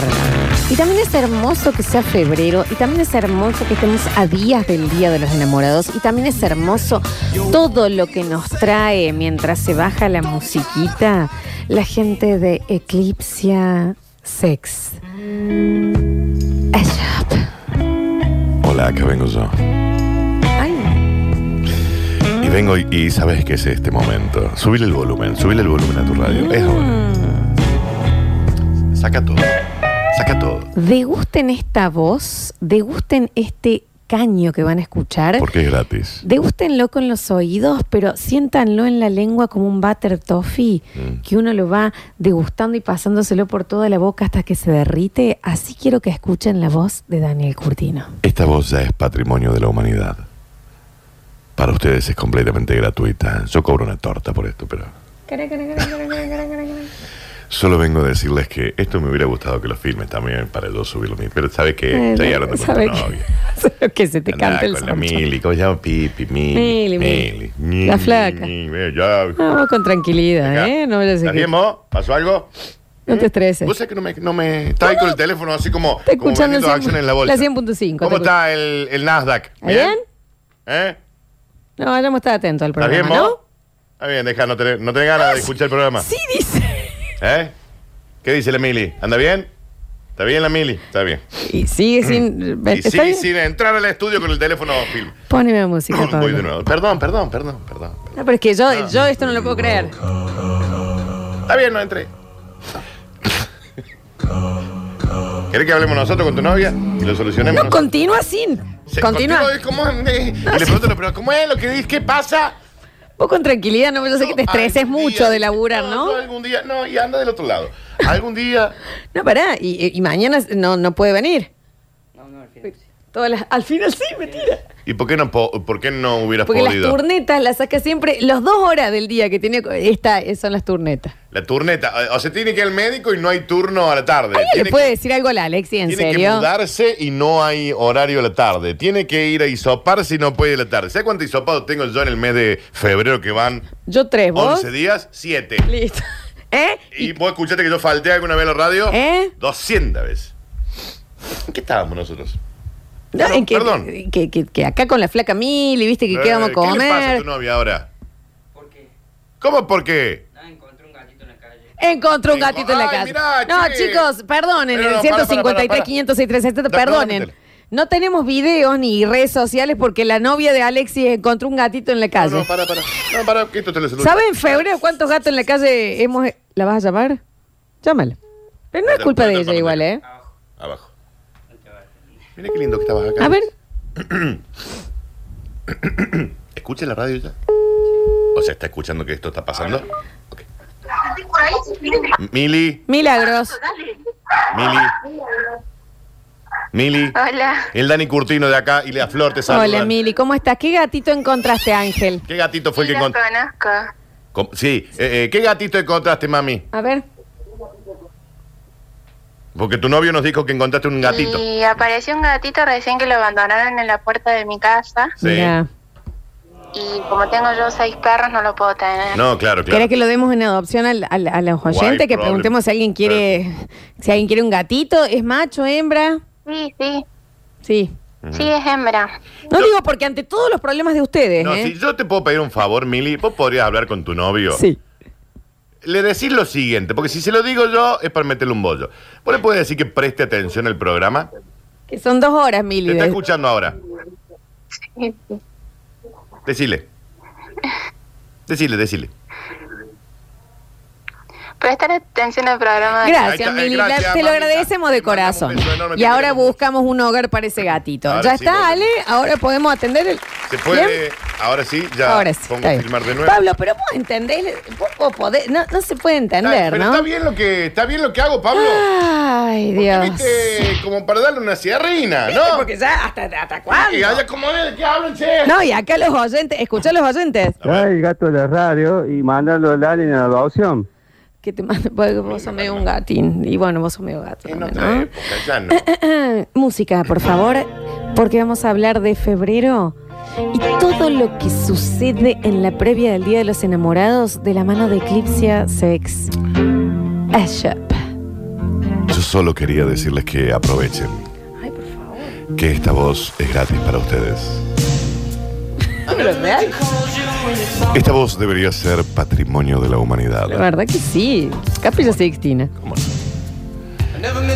Speaker 2: Y también es hermoso que sea febrero, y también es hermoso que estemos a días del Día de los Enamorados, y también es hermoso todo lo que nos trae mientras se baja la musiquita, la gente de Eclipsia Sex.
Speaker 3: Hola, acá vengo yo.
Speaker 2: Ay,
Speaker 3: Y vengo y, y sabes qué es este momento. Subile el volumen, subile el volumen a tu radio. Es ahora.
Speaker 2: Mm.
Speaker 3: Saca todo. Saca todo.
Speaker 2: degusten esta voz, degusten este caño que van a escuchar.
Speaker 3: Porque es gratis.
Speaker 2: Degústenlo con los oídos, pero siéntanlo en la lengua como un butter toffee,
Speaker 3: Mm.
Speaker 2: que uno lo va degustando y pasándoselo por toda la boca hasta que se derrite. Así quiero que escuchen la voz de Daniel Curtino.
Speaker 3: Esta voz ya es patrimonio de la humanidad. Para ustedes es completamente gratuita. Yo cobro una torta por esto, pero. Solo vengo a decirles que esto me hubiera gustado que lo filmes también para yo subirlo. a mí, Pero sabes que
Speaker 2: Eh,
Speaker 3: estoy
Speaker 2: no,
Speaker 3: hablando con
Speaker 2: sabe
Speaker 3: tu
Speaker 2: que-
Speaker 3: novia.
Speaker 2: Solo que se te
Speaker 3: Andá
Speaker 2: cante el
Speaker 3: Ah, con la
Speaker 2: sancho.
Speaker 3: Mili, ¿cómo se llama? Pipi, Mili.
Speaker 2: Mili,
Speaker 3: Mili.
Speaker 2: Mili. La flaca.
Speaker 3: Mili, ya.
Speaker 2: Ah, vos con tranquilidad, ¿eh? No, vayas a
Speaker 3: ¿Estás
Speaker 2: que-
Speaker 3: bien, vos? ¿Pasó algo?
Speaker 2: no te estreses.
Speaker 3: Vos sabés que no me, no me... Estaba ahí con el teléfono así como,
Speaker 2: Está
Speaker 3: como
Speaker 2: escuchando el
Speaker 3: vendiendo acción
Speaker 2: 100
Speaker 3: en la bolsa.
Speaker 2: la 100.5.
Speaker 3: ¿Cómo
Speaker 2: te escucho.
Speaker 3: está eh? el, el Nasdaq?
Speaker 2: ¿Está bien?
Speaker 3: ¿Eh?
Speaker 2: No, vamos a estar atento al
Speaker 3: ¿Estás
Speaker 2: programa,
Speaker 3: bien, vos?
Speaker 2: ¿no?
Speaker 3: Está bien, deja, no tenés, no tenés ganas de escuchar el programa.
Speaker 2: Sí, dice.
Speaker 3: ¿Eh? ¿Qué dice la Mili? ¿Anda bien? ¿Está bien la Mili? Está bien. Mm.
Speaker 2: Y sigue sin.
Speaker 3: Y
Speaker 2: ¿Está
Speaker 3: sigue
Speaker 2: bien?
Speaker 3: sin entrar al estudio con el teléfono film.
Speaker 2: Poneme música,
Speaker 3: Voy de
Speaker 2: Pablo.
Speaker 3: nuevo. Perdón, perdón, perdón, perdón.
Speaker 2: No, pero es que
Speaker 3: Ah.
Speaker 2: yo, yo esto no lo puedo creer.
Speaker 3: Está bien, no entré. ¿Querés que hablemos nosotros con tu novia y lo solucionemos?
Speaker 2: No,
Speaker 3: nosotros?
Speaker 2: continúa sin.
Speaker 3: Se-
Speaker 2: Continúa.
Speaker 3: continúa, ¿cómo es? eh, Y le pregunto, pero ¿cómo es lo que dices? ¿Qué pasa?
Speaker 2: Vos con tranquilidad, no, yo sé que te estreses mucho de laburar, ¿no?
Speaker 3: Yo algún día, no, y anda del otro lado. Algún día.
Speaker 2: No, pará, y, y mañana no, no puede venir. No, no, al final sí. al final sí, mentira.
Speaker 3: ¿Y por qué no, po- por qué no hubieras
Speaker 2: Porque las
Speaker 3: podido?
Speaker 2: turnetas las saca siempre, las dos horas del día que tiene esta eh, son las turnetas.
Speaker 3: la turneta. eh, O sea, tiene que ir al médico y no hay turno a la tarde.
Speaker 2: ¿Alguien
Speaker 3: Tiene
Speaker 2: le
Speaker 3: que-
Speaker 2: puede decir algo a la Alexi en
Speaker 3: Tiene que
Speaker 2: serio?
Speaker 3: mudarse y no hay horario a la tarde. Tiene que ir a hisoparse y no puede ir a la tarde. ¿Sabes cuántos hisopados tengo yo en el mes de febrero que van
Speaker 2: Yo tres, vos.
Speaker 3: 11 días? 7.
Speaker 2: Listo. ¿Eh?
Speaker 3: ¿Y vos escuchaste que yo falté alguna vez a la radio?
Speaker 2: ¿Eh?
Speaker 3: 200 veces. ¿En qué estábamos nosotros?
Speaker 2: No,
Speaker 3: Perdón,
Speaker 2: en que,
Speaker 3: perdón.
Speaker 2: Que, que- que acá con la flaca Mili, viste que qué vamos a
Speaker 3: Eh, ¿Qué le pasa a
Speaker 2: comer.
Speaker 3: tu novia ahora? ¿Cómo por qué?
Speaker 2: Encontró un gatito en la
Speaker 3: Ay,
Speaker 2: casa.
Speaker 3: mirá,
Speaker 2: no,
Speaker 3: che.
Speaker 2: chicos, perdonen,
Speaker 3: No, no,
Speaker 2: el
Speaker 3: no,
Speaker 2: 153,
Speaker 3: para, para, para.
Speaker 2: 506, 370,
Speaker 3: Da,
Speaker 2: perdonen.
Speaker 3: perdónatela.
Speaker 2: No tenemos videos ni redes sociales porque la novia de Alexis encontró un gatito en la calle.
Speaker 3: No, para, para. No, para, que esto te lo soluciona.
Speaker 2: ¿Saben en febrero cuántos gatos en la calle hemos... ¿La vas a llamar? Llámala. Pero no es
Speaker 3: Pero
Speaker 2: culpa de
Speaker 3: ponete
Speaker 2: ella igual, ¿eh?
Speaker 3: Abajo. Mira qué lindo que estabas acá.
Speaker 2: A ver,
Speaker 3: ¿Escucha la radio ya? O sea, ¿está escuchando que esto está pasando? Mili,
Speaker 2: milagros.
Speaker 3: Mili, Mili.
Speaker 2: Hola.
Speaker 3: El Dani Curtino de acá y la Flor te saludan.
Speaker 2: Hola, Mili, ¿cómo estás? ¿Qué gatito encontraste, Ángel?
Speaker 3: ¿Qué gatito fue el que encontró?
Speaker 13: conozco.
Speaker 17: Com- Sí, eh, eh, ¿qué gatito encontraste, mami?
Speaker 2: A ver.
Speaker 17: Porque tu novio nos dijo que encontraste un gatito.
Speaker 2: Mm,
Speaker 18: Y apareció un gatito recién que lo abandonaron en la puerta de mi casa.
Speaker 17: Sí.
Speaker 18: Y como tengo yo seis perros, no lo puedo tener.
Speaker 17: No, claro, claro.
Speaker 2: ¿Querés que lo demos en adopción al- al- a los oyentes? Que
Speaker 17: problem.
Speaker 2: preguntemos si alguien quiere si alguien quiere un gatito. ¿Es macho, hembra?
Speaker 18: Sí, sí.
Speaker 2: Sí.
Speaker 18: Sí, es hembra.
Speaker 2: No digo porque ante todos los problemas de ustedes,
Speaker 17: No,
Speaker 2: ¿eh?
Speaker 17: si yo te puedo pedir un favor, Mili, vos podrías hablar con tu novio.
Speaker 2: Sí.
Speaker 17: Le decís lo siguiente, porque si se lo digo yo es para meterle un bollo. Vos le puedes decir que preste atención al programa.
Speaker 2: Que son dos horas, Mili.
Speaker 17: Te está
Speaker 2: de-
Speaker 17: escuchando ahora. Decile. Decile, decile.
Speaker 18: Prestar atención al programa. de-
Speaker 17: Ahí
Speaker 2: Gracias,
Speaker 17: está, eh,
Speaker 2: Mili.
Speaker 17: gracias,
Speaker 2: la- te lo
Speaker 17: mamita.
Speaker 2: agradecemos de corazón.
Speaker 17: enorme,
Speaker 2: Y
Speaker 17: te
Speaker 2: ahora buscamos un hogar para ese gatito.
Speaker 17: Ahora
Speaker 2: ya
Speaker 17: sí,
Speaker 2: está,
Speaker 17: porque-
Speaker 2: Ale. Ahora podemos atender el.
Speaker 17: Se puede.
Speaker 2: Bien.
Speaker 17: Ahora sí, ya
Speaker 2: Ahora sí,
Speaker 17: pongo
Speaker 2: está bien.
Speaker 17: firmar de nuevo.
Speaker 2: Pablo, pero vos entendés, vos, vos podés- no, no se puede
Speaker 17: Está-
Speaker 2: entender,
Speaker 17: pero
Speaker 2: ¿no?
Speaker 17: está bien lo que está bien lo que hago, Pablo.
Speaker 2: Ay, Dios.
Speaker 17: Viste, Eh, como para darle una sierrina,
Speaker 2: ¿Viste?
Speaker 17: ¿no?
Speaker 2: Porque ya hasta, hasta cuándo.
Speaker 17: Y allá como es, ¿qué hablan, che?
Speaker 2: No, y acá los oyentes, escuchá los oyentes.
Speaker 4: Trae el gato de la radio y mandarlo al alien a la adopción.
Speaker 2: Que te mando, porque vos sos medio un gatín. Y bueno, vos sos medio gato. también, ¿no?
Speaker 17: Ya no.
Speaker 2: Música, por favor, porque vamos a hablar de febrero y todo lo que sucede en la previa del Día de los Enamorados de la mano de Eclipse Sex. Ashap.
Speaker 3: Yo solo quería decirles que aprovechen. Que esta voz es gratis para ustedes. Eh, Esta voz debería ser patrimonio de la humanidad.
Speaker 2: La verdad que sí. Capilla Sixtina.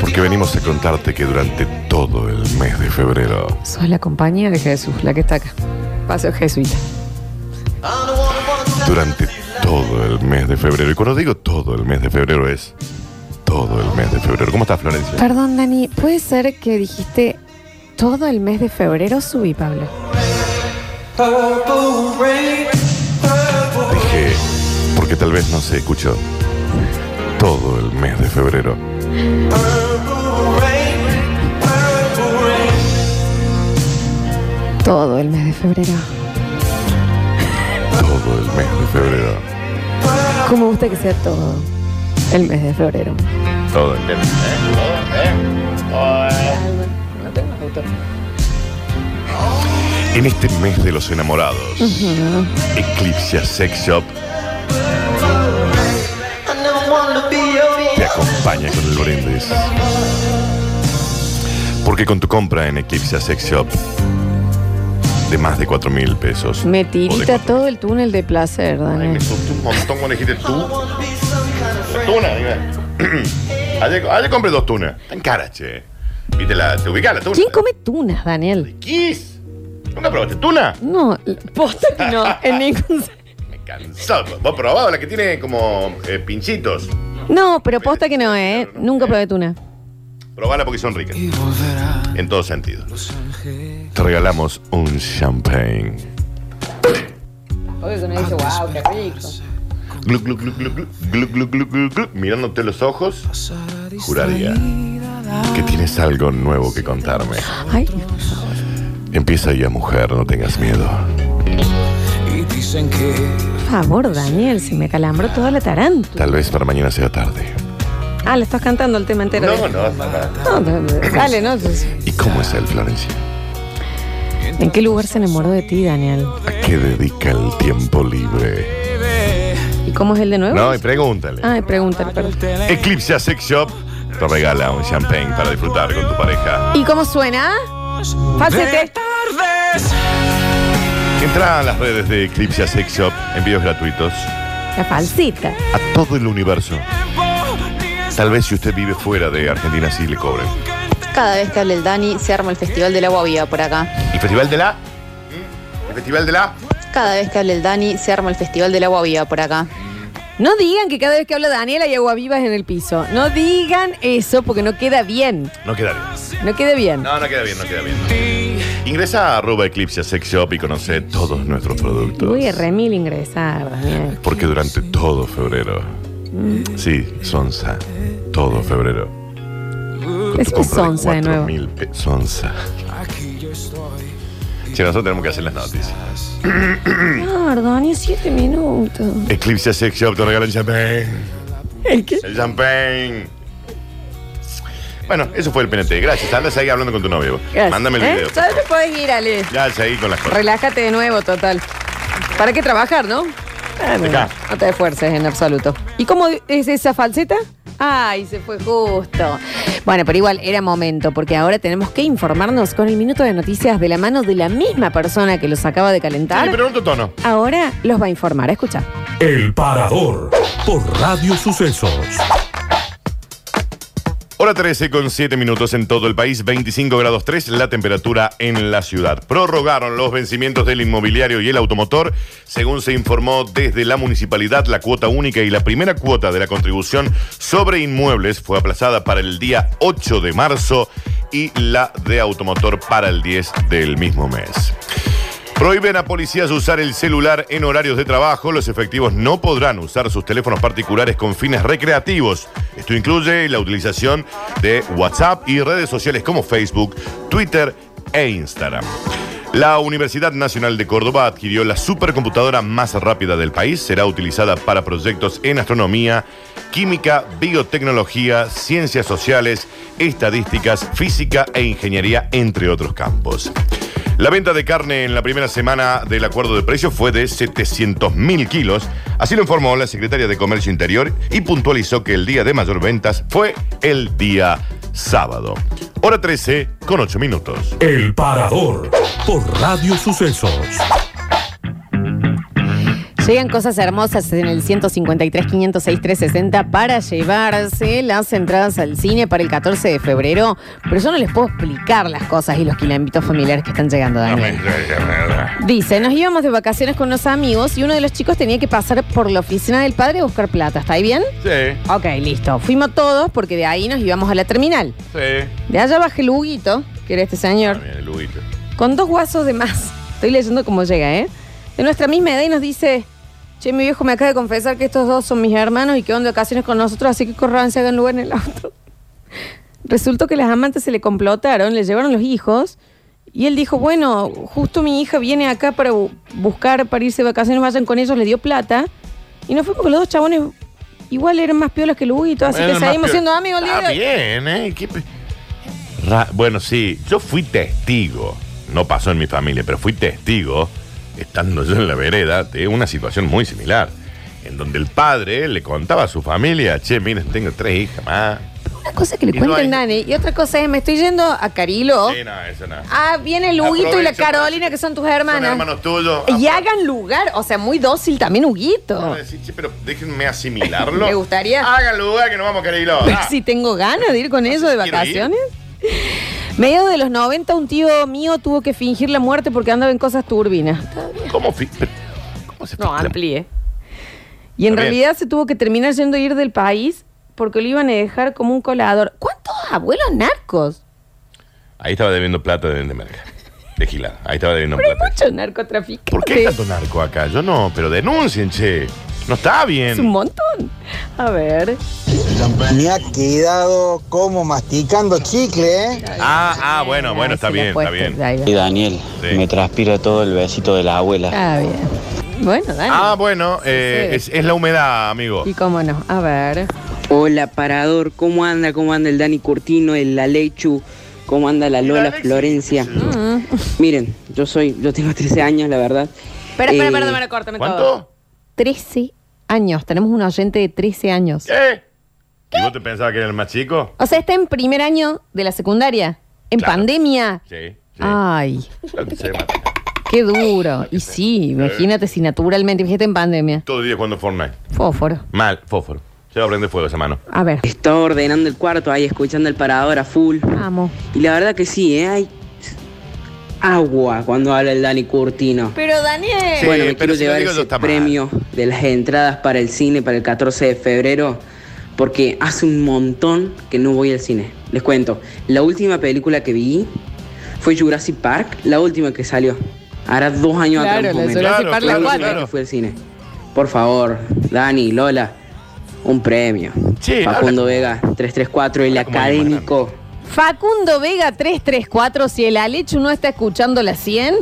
Speaker 3: Porque venimos a contarte que durante todo el mes de febrero
Speaker 2: Sos la compañía de Jesús, la que está acá. Paseo jesuita.
Speaker 3: Durante todo el mes de febrero. Y cuando digo todo el mes de febrero es todo el mes de febrero. ¿Cómo estás, Florencia?
Speaker 2: Perdón, Dani, ¿puede ser que dijiste todo el mes de febrero subí, Pablo?
Speaker 3: Dije, porque tal vez no se escuchó. Todo el mes de febrero.
Speaker 2: Todo el mes de febrero.
Speaker 3: Todo el mes de febrero.
Speaker 2: ¿Cómo me gusta que sea todo el mes de febrero?
Speaker 3: Todo el mes. ¿eh? En este mes de los enamorados,
Speaker 2: Ujú.
Speaker 3: Eclipse Sex Shop te acompaña con el brindis. Porque con tu compra en Eclipse Sex Shop de más de 4 mil pesos.
Speaker 2: Me
Speaker 3: o
Speaker 2: tirita
Speaker 3: de-
Speaker 2: todo el túnel de placer,
Speaker 17: Ay,
Speaker 2: Dani.
Speaker 17: me asusté un montón cuando dijiste tú. La Tuna, dime. Ayer, ayer compré dos tunas. Están caras, che. Y te, la, te ubicás la tuna.
Speaker 2: ¿Quién come tunas, Daniel?
Speaker 17: Kiss. ¿Nunca probaste tuna?
Speaker 2: No, la- posta que no, en ningún se-
Speaker 17: Cansado. ¿Vos probado la que tiene como eh, pinchitos?
Speaker 2: No, pero posta que no, ¿eh? Nunca probé tuna.
Speaker 17: Probala porque son ricas. En todo sentido.
Speaker 3: Te regalamos un champagne.
Speaker 2: Obvio que no dice, wow, qué rico.
Speaker 17: Glu, glu, glu, glu, glu, glu, glu, glu, glu, glu. Mirándote los ojos, juraría
Speaker 3: Que tienes algo nuevo que contarme.
Speaker 2: Ay,
Speaker 3: Empieza ya, mujer, no tengas miedo.
Speaker 2: por favor, Daniel, se me calambró toda la tarántula.
Speaker 3: Tal vez para mañana sea tarde.
Speaker 2: Ah, le estás cantando el tema entero. ¿eh?
Speaker 3: No, no,
Speaker 2: No, no, no, dale, no. pues,
Speaker 3: ¿Y cómo es él, Florencia?
Speaker 2: ¿En qué lugar se enamoró de ti, Daniel?
Speaker 3: ¿A qué dedica el tiempo libre?
Speaker 2: ¿Y cómo es el de nuevo?
Speaker 3: No, y pregúntale.
Speaker 2: Ay, pregúntale, perdón.
Speaker 3: Eclipse Sex Shop te regala un champagne para disfrutar con tu pareja.
Speaker 2: ¿Y cómo suena? Falsete.
Speaker 3: Entra a las redes de Eclipse Sex Shop, envíos gratuitos
Speaker 2: La falsita.
Speaker 3: a todo el universo. Tal vez si usted vive fuera de Argentina sí le cobren.
Speaker 19: Cada vez que habla el Dani se arma el Festival del Agua Viva por acá.
Speaker 17: El Festival de la.
Speaker 3: ¿Mm?
Speaker 17: El Festival de la.
Speaker 19: Cada vez que habla el Dani se arma el Festival del Agua Viva por acá.
Speaker 2: No digan que cada vez que habla Daniela hay agua vivas en el piso. No digan eso porque no queda bien.
Speaker 3: No queda bien.
Speaker 2: No queda bien.
Speaker 3: No, no queda bien, no queda bien. Ingresa a arroba Eclipse Sex Shop y conoce todos nuestros productos.
Speaker 2: Voy a remil ingresar, Daniel. Mm.
Speaker 3: Porque durante todo febrero, sí, Sonsa, todo febrero.
Speaker 2: Es que
Speaker 3: compra de
Speaker 2: sonza de nuevo.
Speaker 3: 4.000 pe- Sonsa. Si nosotros tenemos que hacer las noticias.
Speaker 2: No, Ardonio, Ah, siete minutos.
Speaker 13: Eclipse Sex Shop te regalan champagne.
Speaker 2: ¿El qué?
Speaker 3: El champagne. Bueno, eso fue el PNT. Gracias. Anda, seguí hablando con tu novio. vos.
Speaker 2: Gracias.
Speaker 3: Mándame el
Speaker 2: ¿Eh?
Speaker 3: video.
Speaker 2: Ya te puedes ir, Ale.
Speaker 3: Ya, seguí con las cosas.
Speaker 2: Relájate de nuevo, total. ¿Para qué trabajar, no? Ah, no,
Speaker 3: Dejá.
Speaker 2: no te esfuerces en absoluto. ¿Y cómo es esa falseta? Ay, se fue justo. Bueno, pero igual era momento, porque ahora tenemos que informarnos con el minuto de noticias de la mano de la misma persona que los acaba de calentar.
Speaker 3: Sí, pero en otro tono.
Speaker 2: Ahora los va a informar, escucha.
Speaker 20: El Parador por Radio Sucesos.
Speaker 3: Hora 13 con 7 minutos en todo el país, 25 grados 3 la temperatura en la ciudad. Prorrogaron los vencimientos del inmobiliario y el automotor, según se informó desde la municipalidad, la cuota única y la primera cuota de la contribución sobre inmuebles fue aplazada para el día 8 de marzo y la de automotor para el 10 del mismo mes. Prohíben a policías usar el celular en horarios de trabajo. Los efectivos no podrán usar sus teléfonos particulares con fines recreativos. Esto incluye la utilización de WhatsApp y redes sociales como Facebook, Twitter e Instagram. La Universidad Nacional de Córdoba adquirió la supercomputadora más rápida del país. Será utilizada para proyectos en astronomía, química, biotecnología, ciencias sociales, estadísticas, física e ingeniería, entre otros campos. La venta de carne en la primera semana del acuerdo de precios fue de 700.000 kilos. Así lo informó la secretaria de Comercio Interior y puntualizó que el día de mayor ventas fue el día sábado. Hora 13 con 8 minutos.
Speaker 20: El Parador por Radio Sucesos.
Speaker 2: Llegan cosas hermosas en el 153 506 360 para llevarse las entradas al cine para el 14 de febrero. Pero yo no les puedo explicar las cosas y los quilambitos familiares que están llegando, Daniel. Dice, nos íbamos de vacaciones con unos amigos y uno de los chicos tenía que pasar por la oficina del padre a buscar plata. ¿Está ahí bien?
Speaker 3: Sí,
Speaker 2: Ok, listo. Fuimos todos porque de ahí nos íbamos a la terminal.
Speaker 3: sí.
Speaker 2: De allá bajé el Huguito, que era este señor,
Speaker 3: Ah, El Huguito.
Speaker 2: con dos guasos de más. Estoy leyendo cómo llega, ¿eh? De nuestra misma edad y nos dice, che, mi viejo me acaba de confesar que estos dos son mis hermanos y que van de vacaciones con nosotros, así que corran, se hagan lugar en el auto. Resultó que las amantes se le complotaron, le llevaron los hijos y él dijo, bueno, justo mi hija viene acá para bu- buscar, para irse de vacaciones, vayan con ellos, le dio plata. Y nos fuimos con los dos chabones, igual eran más piolas que el Huguito, así
Speaker 3: Bueno,
Speaker 2: que
Speaker 3: más Ah,
Speaker 2: seguimos
Speaker 3: peor.
Speaker 2: siendo amigos el día
Speaker 3: Está
Speaker 2: de hoy.
Speaker 3: bien, ¿eh? Qué pe- Ra- bueno, sí, yo fui testigo. No pasó en mi familia, pero fui testigo, estando yo en la vereda, de una situación muy similar. En donde el padre le contaba a su familia, che, miren, tengo tres hijas más.
Speaker 2: Una cosa que le
Speaker 3: Y no
Speaker 2: cuenta
Speaker 3: hay-
Speaker 2: el Nani y otra cosa es, me estoy yendo a Carilo.
Speaker 3: Sí, no, eso no.
Speaker 2: Ah, viene el Huguito y la
Speaker 3: Aprovecho para
Speaker 2: Carolina, que son tus hermanas.
Speaker 3: Son hermanos tuyos.
Speaker 2: Y hagan lugar, o sea, muy dócil también Huguito.
Speaker 3: Vamos a decir, che, pero déjenme asimilarlo.
Speaker 2: Me gustaría.
Speaker 3: Hagan lugar que nos vamos a querer ir los
Speaker 2: Pero
Speaker 3: dos.
Speaker 2: si tengo ganas de ir con ellos de
Speaker 3: si quiero ir.
Speaker 2: vacaciones. Medio de los 90, un tío mío tuvo que fingir la muerte porque andaba en cosas turbinas.
Speaker 3: Ah, ¿Cómo, fi- pero- cómo se
Speaker 2: No,
Speaker 3: fija?
Speaker 2: amplíe. Y
Speaker 3: Está
Speaker 2: en
Speaker 3: bien.
Speaker 2: realidad se tuvo que terminar yendo a ir del país porque lo iban a dejar como un colador. ¿Cuántos abuelos narcos?
Speaker 3: Ahí estaba debiendo plata de, de merca. De gilada. Ahí estaba debiendo plata.
Speaker 2: Muchos narcotraficantes.
Speaker 3: ¿Por qué hay tanto narco acá? Yo no, pero denuncien, che. No está
Speaker 2: Es
Speaker 3: bien.
Speaker 2: un montón. A ver.
Speaker 21: Me ha quedado como masticando chicle, ¿eh?
Speaker 3: Ah, ah, bueno, bueno, está bien, está bien.
Speaker 18: Y Daniel, me transpira todo el besito de la abuela.
Speaker 2: Está bien. Bueno, Dani.
Speaker 3: Ah, bueno, eh, es, es la humedad, amigo.
Speaker 2: Y cómo no. A ver.
Speaker 17: Hola, parador. ¿Cómo anda? ¿Cómo anda el Dani Curtino, el Alechu? ¿Cómo anda la Lola Florencia?
Speaker 2: Mm.
Speaker 17: Miren, yo soy, yo tengo 13 años, la verdad.
Speaker 2: Espera, espera,
Speaker 17: Eh,
Speaker 2: espera, espera, córtame todo. 13 años. Tenemos un oyente de 13 años.
Speaker 3: ¿Y vos te pensabas que era el más chico?
Speaker 2: O sea, está en primer año de la secundaria. En pandemia.
Speaker 3: Sí.
Speaker 2: Ay,
Speaker 3: Claro que se mata.
Speaker 2: qué duro. Y sí, imagínate si naturalmente, imagínate en pandemia.
Speaker 3: Todo el día jugando Fortnite.
Speaker 2: Fósforo.
Speaker 3: Mal, fósforo. Se va a prender fuego esa mano.
Speaker 2: A ver.
Speaker 17: Está ordenando el cuarto ahí, escuchando el parador a full.
Speaker 2: Vamos.
Speaker 17: Y la verdad que sí, ¿eh? Hay agua cuando habla el Dani Curtino.
Speaker 2: Pero Daniel.
Speaker 17: bueno, me quiero
Speaker 2: pero si lo
Speaker 17: llevar
Speaker 2: digo yo
Speaker 17: ese
Speaker 2: está mal.
Speaker 17: premio de las entradas para el cine para el 14 de febrero, porque hace un montón que no voy al cine. Les cuento, la última película que vi fue Jurassic Park, la última que salió. Ahora dos años
Speaker 2: Claro,
Speaker 17: atrás. más o
Speaker 2: la
Speaker 17: menos.
Speaker 2: Jurassic Claro, Park, la
Speaker 17: Fue última
Speaker 2: cuatro.
Speaker 17: que fui al cine. Por favor, Dani, Lola, un premio. Facundo Vega, 334, el académico.
Speaker 2: Facundo Vega 334, si el Alechu no está escuchando la 100,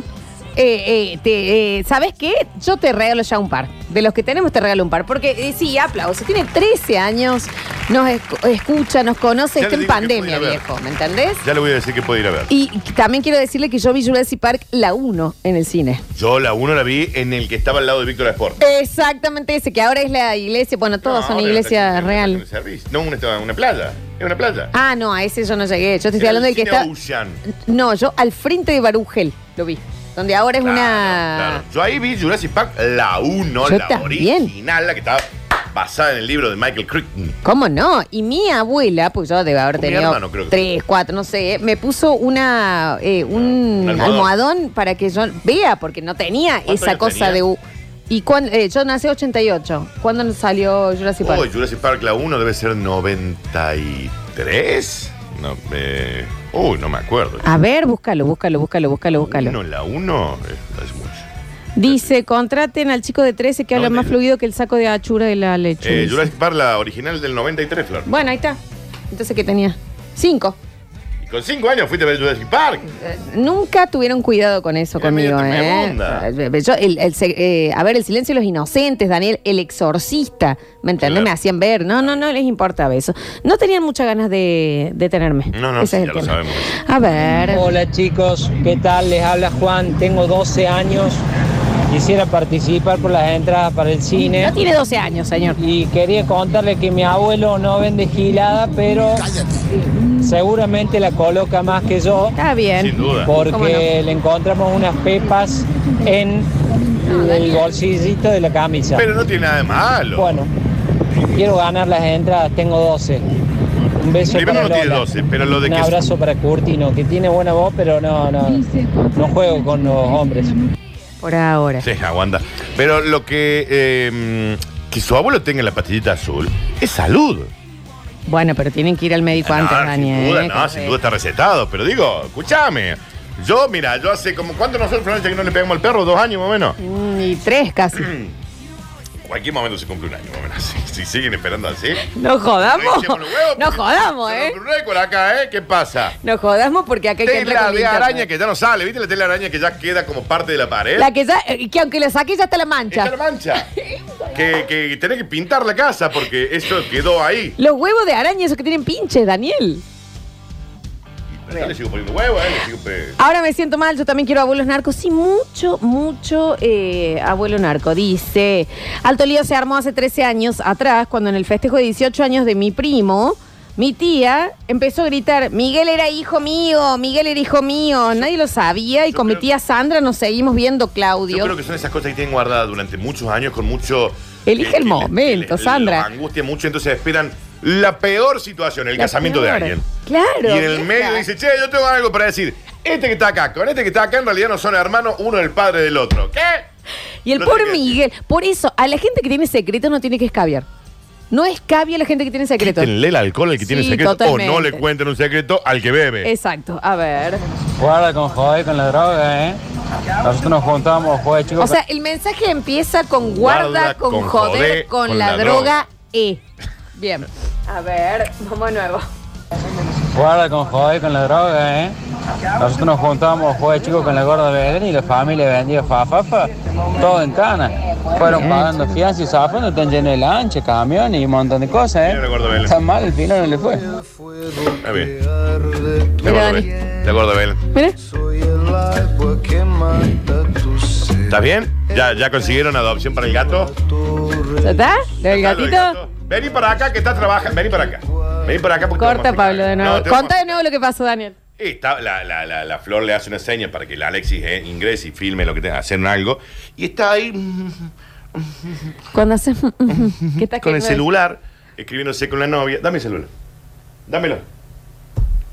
Speaker 2: eh, eh, te, eh, ¿sabes qué? Yo te regalo ya un par. De los que tenemos te regalo un par. Porque eh, sí, aplauso. Tiene 13 años, nos escu- escucha, nos conoce,
Speaker 3: Ya le
Speaker 2: está en
Speaker 3: digo que
Speaker 2: pandemia,
Speaker 3: puede ir a ver.
Speaker 2: viejo, ¿me entendés?
Speaker 3: Ya le voy a decir que puede ir a ver.
Speaker 2: Y también quiero decirle que yo vi Jurassic Park la 1 en el cine.
Speaker 3: Yo la uno la vi en el que estaba al lado de Víctor Sport.
Speaker 2: Exactamente ese, que ahora es la iglesia, bueno, todas
Speaker 3: No,
Speaker 2: son
Speaker 3: ahora
Speaker 2: iglesias
Speaker 3: En el
Speaker 2: real.
Speaker 3: servicio. No, una, una playa. Es una playa.
Speaker 2: Ah, no, a ese yo no llegué. Yo te estoy
Speaker 3: Era
Speaker 2: hablando
Speaker 3: el
Speaker 2: del que
Speaker 3: cine
Speaker 2: está.
Speaker 3: Ocean.
Speaker 2: No, yo al frente de Barugel lo vi. Donde ahora es una.
Speaker 3: Claro. Yo ahí vi Jurassic Park, la 1,
Speaker 2: Yo
Speaker 3: la
Speaker 2: también.
Speaker 3: original, la que estaba basada en el libro de Michael Crichton.
Speaker 2: ¿Cómo no? Y mi abuela, pues yo debo haber
Speaker 3: O mi
Speaker 2: tenido
Speaker 3: hermano, creo que.
Speaker 2: tres, cuatro, no sé, me puso una eh, un
Speaker 3: Un
Speaker 2: almohadón.
Speaker 3: almohadón.
Speaker 2: para que yo vea, porque no tenía
Speaker 3: ¿Cuántos
Speaker 2: esa
Speaker 3: años
Speaker 2: cosa
Speaker 3: tenía?
Speaker 2: de... u- ¿Y cuán- eh, yo nací en 88. ¿Cuándo nos salió Jurassic Park?
Speaker 3: Oh, Jurassic Park, la 1 debe ser 93. No, eh, uy, no me acuerdo.
Speaker 2: A ver, búscalo, búscalo, búscalo, búscalo, búscalo.
Speaker 3: No, la 1 es, es mucho.
Speaker 2: Dice, contraten al chico de 13 que habla más fluido que el saco de achura de la leche.
Speaker 3: Eh, Jurassic Park, la original del 93, Flor.
Speaker 2: bueno, ahí está. Entonces, ¿qué tenía? Cinco.
Speaker 3: Y con 5 años fuiste a ver Jurassic Park.
Speaker 2: Nunca tuvieron cuidado con eso conmigo,
Speaker 3: tremenda
Speaker 2: ¿eh?
Speaker 3: onda.
Speaker 2: Yo, el- el se- eh, a ver, el silencio de los inocentes, Daniel, el exorcista, ¿me entendés?
Speaker 3: Claro.
Speaker 2: Me hacían ver, no, no, no les importaba eso. No tenían muchas ganas de, de tenerme.
Speaker 3: No, no,
Speaker 2: Ese
Speaker 3: sí, ya
Speaker 2: es el
Speaker 3: lo
Speaker 2: tema.
Speaker 3: sabemos.
Speaker 2: A ver.
Speaker 22: Hola chicos, ¿qué tal? Les habla Juan, tengo 12 años. Quisiera participar por las entradas para el cine.
Speaker 2: No tiene 12 años, señor.
Speaker 22: Y quería contarle que mi abuelo no vende gilada, pero seguramente la coloca más que yo.
Speaker 2: Está bien.
Speaker 22: Sin
Speaker 3: duda.
Speaker 22: Porque
Speaker 2: ¿Cómo no?
Speaker 22: le encontramos unas pepas en el bolsillito de la camisa.
Speaker 3: Pero no tiene nada de malo.
Speaker 22: Bueno, quiero ganar las entradas, tengo 12. Un beso
Speaker 3: Primero
Speaker 22: para
Speaker 3: no tiene
Speaker 22: Lola.
Speaker 3: 12, pero lo de
Speaker 22: Un
Speaker 3: que-
Speaker 22: abrazo para Curtino, que tiene buena voz, pero no, no, no juego con los hombres.
Speaker 2: Por ahora.
Speaker 3: Sí, aguanta. Pero lo que. eh, que su abuelo tenga la pastillita azul es salud.
Speaker 2: Bueno, pero tienen que ir al médico antes,
Speaker 3: No,
Speaker 2: Daniel.
Speaker 3: Ah, sin duda,
Speaker 2: ¿eh?
Speaker 3: no, sin duda está recetado. Pero digo, escúchame. Yo, mira, yo hace como. ¿Cuánto nosotros, Florencia, que no le pegamos al perro? ¿Dos años más o menos?
Speaker 2: Mm, Y tres casi.
Speaker 3: Cualquier momento se cumple un año más o menos. Si, si siguen esperando así.
Speaker 2: No jodamos.
Speaker 3: Echemos los huevos,
Speaker 2: No jodamos,
Speaker 3: se
Speaker 2: ¿eh?
Speaker 3: rompe un récord acá, ¿eh? ¿Qué pasa?
Speaker 2: No jodamos porque acá hay que entrar
Speaker 3: Tela
Speaker 2: con
Speaker 3: de
Speaker 2: linterna.
Speaker 3: araña que ya no sale. ¿Viste la tela de araña que ya queda como parte de la pared?
Speaker 2: La que ya, eh, que aunque la saque ya está la mancha.
Speaker 3: Está la mancha. que, que tenés que pintar la casa porque eso quedó ahí.
Speaker 2: Los huevos de araña, esos que tienen pinches, Daniel.
Speaker 3: Pero Yo le sigo poniendo huevo, ¿eh? Le sigo pe-
Speaker 2: Ahora me siento mal, yo también quiero abuelos narcos. Sí, mucho, mucho eh, abuelo narco. Dice, Alto Lío se armó hace 13 años atrás, cuando en el festejo de 18 años de mi primo, mi tía empezó a gritar, Miguel era hijo mío, Miguel era hijo mío. Nadie lo sabía y con mi tía Sandra nos seguimos viendo,
Speaker 3: Yo creo
Speaker 2: Claudio.
Speaker 3: que son esas cosas que tienen guardadas durante muchos años con mucho. eh,
Speaker 2: Elige
Speaker 3: que-
Speaker 2: el
Speaker 3: que-
Speaker 2: momento,
Speaker 3: que-
Speaker 2: Sandra.
Speaker 3: los angustia mucho, entonces esperan la peor situación, el
Speaker 2: La
Speaker 3: casamiento de
Speaker 2: peor.
Speaker 3: alguien.
Speaker 2: Claro.
Speaker 3: y en el
Speaker 2: vieja.
Speaker 3: medio dice, che, yo tengo algo para decir. Este que está acá, con este que está acá, en realidad no son hermanos, uno es el padre del otro. ¿Qué?
Speaker 2: Y el
Speaker 3: Lo
Speaker 2: pobre
Speaker 3: tenía que
Speaker 2: Miguel, por eso, a la gente que tiene secretos no tiene que escabiar. No escabia a la gente que tiene secretos.
Speaker 3: Quítenle el alcohol al que tiene
Speaker 2: Sí,
Speaker 3: secreto o no
Speaker 2: totalmente.
Speaker 3: le cuenten un secreto al que bebe.
Speaker 2: Exacto, a ver.
Speaker 12: Guarda con joder con la droga, ¿eh? Nosotros nos juntamos, joder, chicos.
Speaker 2: O sea, el mensaje empieza con guarda,
Speaker 12: Guarda
Speaker 2: con,
Speaker 12: con
Speaker 2: joder,
Speaker 12: joder,
Speaker 2: con,
Speaker 12: con
Speaker 2: la,
Speaker 12: la
Speaker 2: droga,
Speaker 12: droga.
Speaker 2: E. Bien. A ver, vamos de nuevo.
Speaker 12: Guarda con joder con la droga, ¿eh? Nosotros nos juntamos, joder, chicos, con la gorda Bedren y la familia vendía fafafa, todo en cana. Fueron pagando fianza y zafando, están llenos de lanchas, camiones y un montón de cosas, ¿eh?
Speaker 3: Mira la gorda Bedren.
Speaker 12: Tan mal, al final no le fue.
Speaker 3: Está bien. La gorda
Speaker 12: Dani.
Speaker 3: Belén. La gorda Belén.
Speaker 2: Mira.
Speaker 3: ¿Está bien? ¿Ya, ¿Ya consiguieron adopción para el gato?
Speaker 2: ¿Ya está?
Speaker 3: está,
Speaker 2: ¿El
Speaker 3: lo del
Speaker 2: gatito?
Speaker 3: Vení para acá que está trabajando. Vení para acá. Vení para acá porque.
Speaker 2: Corta, Pablo, de nuevo.
Speaker 3: No, tenemos-
Speaker 2: Contá de nuevo lo que pasó, Daniel.
Speaker 3: Está- la, la- la- la flor le hace una seña para que el Alexis eh, ingrese y filme lo que tenga, hacer algo. Y está ahí mm,
Speaker 2: Cuando haces... ¿Qué estás
Speaker 3: con el
Speaker 2: queriendo
Speaker 3: celular, escribiéndose con la novia. Dame el celular. Dámelo.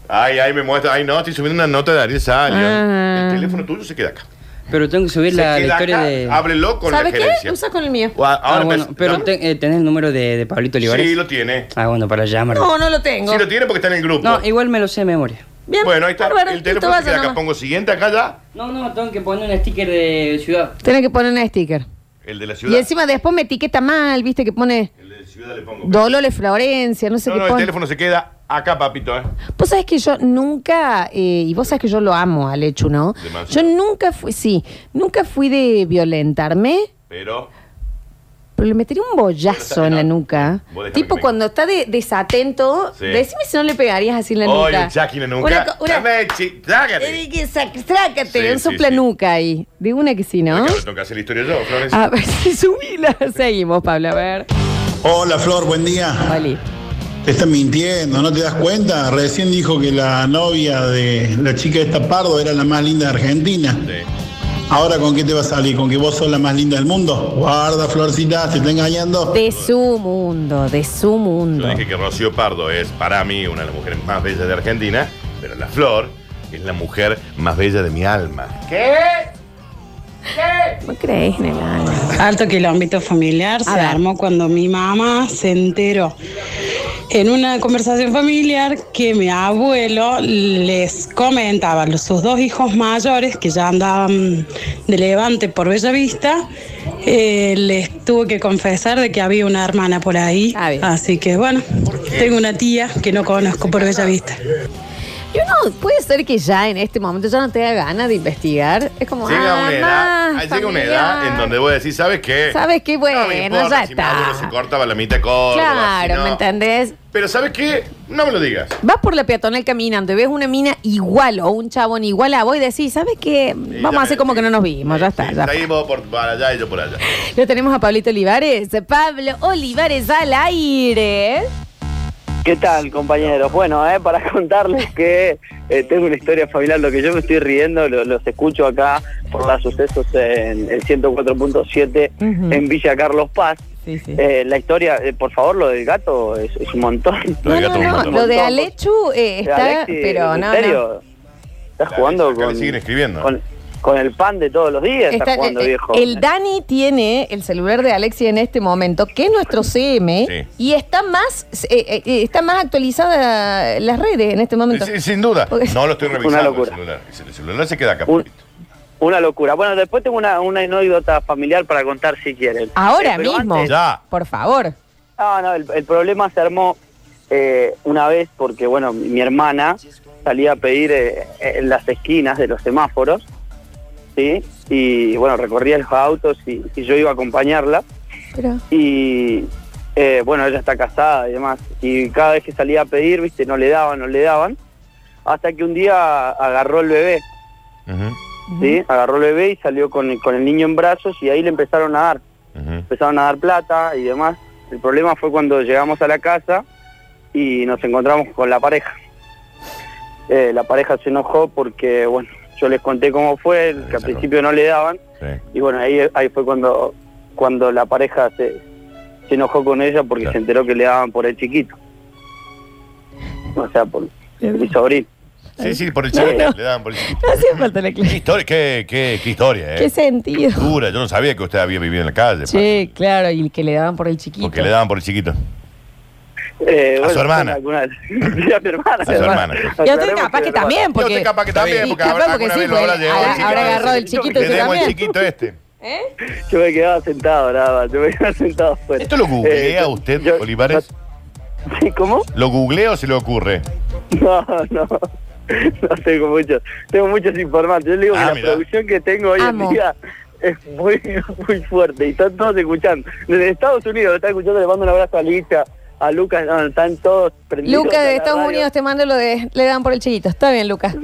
Speaker 3: Ay, ay, me muestra. Ay, no, estoy subiendo una nota de Ariel Salio.
Speaker 2: Ah.
Speaker 3: El teléfono tuyo se queda acá.
Speaker 12: Ah. Pero tengo que subir
Speaker 3: Se
Speaker 12: la, la
Speaker 3: queda
Speaker 12: historia
Speaker 3: acá,
Speaker 12: de.
Speaker 3: ábrelo con
Speaker 2: ¿Sabes
Speaker 3: la
Speaker 2: Ah. qué?
Speaker 3: gerencia.
Speaker 2: Usa con el mío.
Speaker 3: O a-
Speaker 12: Ah,
Speaker 3: ahora
Speaker 12: bueno,
Speaker 3: empecé-
Speaker 12: pero
Speaker 3: dame-
Speaker 12: te- eh, ¿tenés el número de, de Pablito Olivares?
Speaker 3: Sí, lo tiene.
Speaker 12: Ah, bueno, para llamarlo.
Speaker 2: No, no lo tengo.
Speaker 3: Sí lo tiene porque está en el grupo.
Speaker 12: No, igual me lo sé de memoria.
Speaker 2: Bien,
Speaker 3: bueno, ahí está.
Speaker 2: bárbaro,
Speaker 3: el
Speaker 2: listo,
Speaker 3: teléfono se
Speaker 2: vaya
Speaker 3: queda acá.
Speaker 2: nomás.
Speaker 3: Pongo siguiente acá ya.
Speaker 12: No, no, tengo que poner un sticker de ciudad.
Speaker 2: Tienes que poner un sticker.
Speaker 3: El de la ciudad.
Speaker 2: Y encima después me etiqueta mal, viste que pone Dolores Florencia, no sé
Speaker 3: No,
Speaker 2: qué
Speaker 3: no, el
Speaker 2: pone.
Speaker 3: teléfono se queda acá, papito, ¿eh?
Speaker 2: Vos sabés que yo nunca, eh, y vos sabés que yo lo amo al hecho, ¿no? Yo
Speaker 3: Demasiado.
Speaker 2: nunca fui, sí, nunca fui de violentarme,
Speaker 3: Pero.
Speaker 2: pero le metería un bollazo en la nuca.
Speaker 3: Vos dejame
Speaker 2: Tipo
Speaker 3: que me-
Speaker 2: cuando está de- desatento,
Speaker 3: Sí.
Speaker 2: decime si no le pegarías así en la
Speaker 3: Oye,
Speaker 2: nuca.
Speaker 3: un Jack en la nuca.
Speaker 2: Una co- una-
Speaker 3: Dame, chi- trágate.
Speaker 2: Eh, que sac- Trácate,
Speaker 3: Sí, sí,
Speaker 2: un soplanuca ahí. Digo una que sí, ¿no?
Speaker 3: Claro, tengo que hacer la historia yo, Flores.
Speaker 2: A ver, subila. Seguimos, Pablo, a ver.
Speaker 23: Hola Flor, buen día. Te están mintiendo, ¿no te das cuenta? Recién dijo que la novia de la chica esta Pardo era la más linda de Argentina. Ahora con qué te va a salir, con que vos sos la más linda del mundo. Guarda, Florcita, te está engañando.
Speaker 2: De su mundo, de su mundo.
Speaker 3: Yo dije que Rocío Pardo es, para mí, una de las mujeres más bellas de Argentina, pero la Flor es la mujer más bella de mi alma.
Speaker 24: ¿Qué?
Speaker 3: ¿Eh?
Speaker 24: ¿Qué?
Speaker 2: ¿No crees en el año?
Speaker 24: Alto quilombito familiar se armó cuando mi mamá se enteró en una conversación familiar que mi abuelo les comentaba a sus dos hijos mayores que ya andaban de levante por Bellavista. eh, les tuvo que confesar de que había una hermana por ahí. Así que bueno, tengo una tía que no conozco por Bellavista.
Speaker 2: Y uno puede ser que ya en este momento ya no te da ganas de investigar. Es como.
Speaker 3: Llega
Speaker 2: ah,
Speaker 3: una edad,
Speaker 2: más
Speaker 3: llega una
Speaker 2: familiar.
Speaker 3: edad en donde voy a decir, ¿sabes qué?
Speaker 2: ¿Sabes qué? Bueno,
Speaker 3: Eh, No me importa
Speaker 2: ya
Speaker 3: si mi
Speaker 2: está.
Speaker 3: abuelo se cortaba la mitad de Córdoba,
Speaker 2: Claro,
Speaker 3: si no.
Speaker 2: ¿me entendés?
Speaker 3: Pero ¿sabes qué? No me lo digas.
Speaker 2: Vas por la peatonal caminando y ves una mina igual o un chabón igual a vos y decís, ¿sabes qué? Vamos a hacer como que no nos vimos, ya está, ya
Speaker 3: Ahí vos por para allá y yo por allá.
Speaker 2: Lo tenemos a Pablito Olivares. eh, Pablo Olivares al aire.
Speaker 4: ¿Qué tal, compañeros? Bueno, eh, para contarles que eh, tengo una historia familiar, lo que yo me estoy riendo, lo- los escucho acá por los sucesos en el 104.7
Speaker 25: Ujú.
Speaker 4: en Villa Carlos Paz. Eh, la historia, eh, por favor, lo del gato es, es un montón.
Speaker 2: No, no, no, lo de Alechu eh,
Speaker 4: De
Speaker 2: está,
Speaker 4: Alexis,
Speaker 2: pero
Speaker 4: ¿en
Speaker 2: no, no.
Speaker 4: serio? Estás jugando
Speaker 3: acá le
Speaker 4: con,
Speaker 3: siguen escribiendo.
Speaker 4: con, con el pan de todos los días,
Speaker 2: Está-
Speaker 4: estás jugando,
Speaker 2: eh,
Speaker 4: viejo.
Speaker 2: El Dani tiene el celular de Alexi en este momento, que es nuestro CM, y está más, eh, eh, eh, está más actualizada las redes en este momento.
Speaker 3: Sí, sin duda. No lo estoy
Speaker 4: Una
Speaker 3: revisando.
Speaker 4: locura.
Speaker 3: El celular. El celular se queda acá.
Speaker 4: Una locura. Bueno, después tengo una, una anécdota familiar para contar si quieren.
Speaker 2: Ahora
Speaker 4: Eh, pero
Speaker 2: mismo.
Speaker 4: antes-
Speaker 2: Por favor.
Speaker 3: Eh.
Speaker 4: Ah, no, no, el, el problema se armó eh, una vez porque, bueno, mi mi hermana salía a pedir eh, en las esquinas de los semáforos, ¿sí? Y, bueno, recorría los autos y, y yo iba a acompañarla.
Speaker 2: Pero-
Speaker 4: Y, eh, bueno, ella está casada y demás. Y cada vez que salía a pedir, viste, no le daban, no le daban. Hasta que un día agarró el bebé. ¿sí? Agarró el bebé y salió con, con el niño en brazos y ahí le empezaron a dar. Empezaron a dar plata y demás. El problema fue cuando llegamos a la casa y nos encontramos con la pareja. Eh, la pareja se enojó porque, bueno, yo les conté cómo fue, que al principio no le daban. Y bueno, ahí, ahí fue cuando, cuando la pareja se, se enojó con ella porque se enteró que le daban por el chiquito. O sea, por mi sobrino.
Speaker 3: Sí, sí, por el
Speaker 4: No,
Speaker 3: chico.
Speaker 4: no.
Speaker 3: Le dan por el chico.
Speaker 2: No hacía falta la clase.
Speaker 3: ¿Qué historia? ¿Qué, qué, qué historia, eh?
Speaker 2: ¿Qué sentido?
Speaker 3: Dura, yo no sabía que usted había vivido en la calle.
Speaker 2: Sí, claro, y que le daban por el chiquito.
Speaker 3: Porque le daban por el chiquito.
Speaker 4: Eh,
Speaker 3: A su hermana.
Speaker 4: alguna- a mi hermana.
Speaker 3: A su hermana.
Speaker 2: Y otro capaz que también, porque.
Speaker 3: usted capaz que también,
Speaker 2: y
Speaker 3: porque
Speaker 2: capaz
Speaker 3: habrá-
Speaker 2: porque
Speaker 3: alguna
Speaker 2: sí,
Speaker 3: vez lo
Speaker 2: pues,
Speaker 3: habrá llevado el
Speaker 2: habrá-
Speaker 3: chiquito.
Speaker 2: habrá agarrado el chiquito
Speaker 3: Le
Speaker 2: yo
Speaker 3: damos el
Speaker 2: también.
Speaker 3: chiquito este.
Speaker 4: Yo me quedaba sentado, nada más. Yo me quedaba sentado afuera. Eh,
Speaker 3: ¿Esto lo googlea usted, Olivares?
Speaker 4: ¿Cómo?
Speaker 3: ¿Lo googlea o se le ocurre?
Speaker 4: No, no. No tengo muchos. Tengo muchos informantes. Yo le digo
Speaker 3: Ah,
Speaker 4: que
Speaker 3: mirá.
Speaker 4: la producción que tengo hoy
Speaker 2: Amo.
Speaker 4: en día es muy, muy fuerte. Y están todos escuchando. Desde Estados Unidos lo están escuchando. Le mando un abrazo a Licha, a Lucas. no, están todos prendidos.
Speaker 2: Lucas
Speaker 4: a la
Speaker 2: de Estados
Speaker 4: radio.
Speaker 2: Unidos te mando lo de le dan por el chiquito. Está bien, Lucas.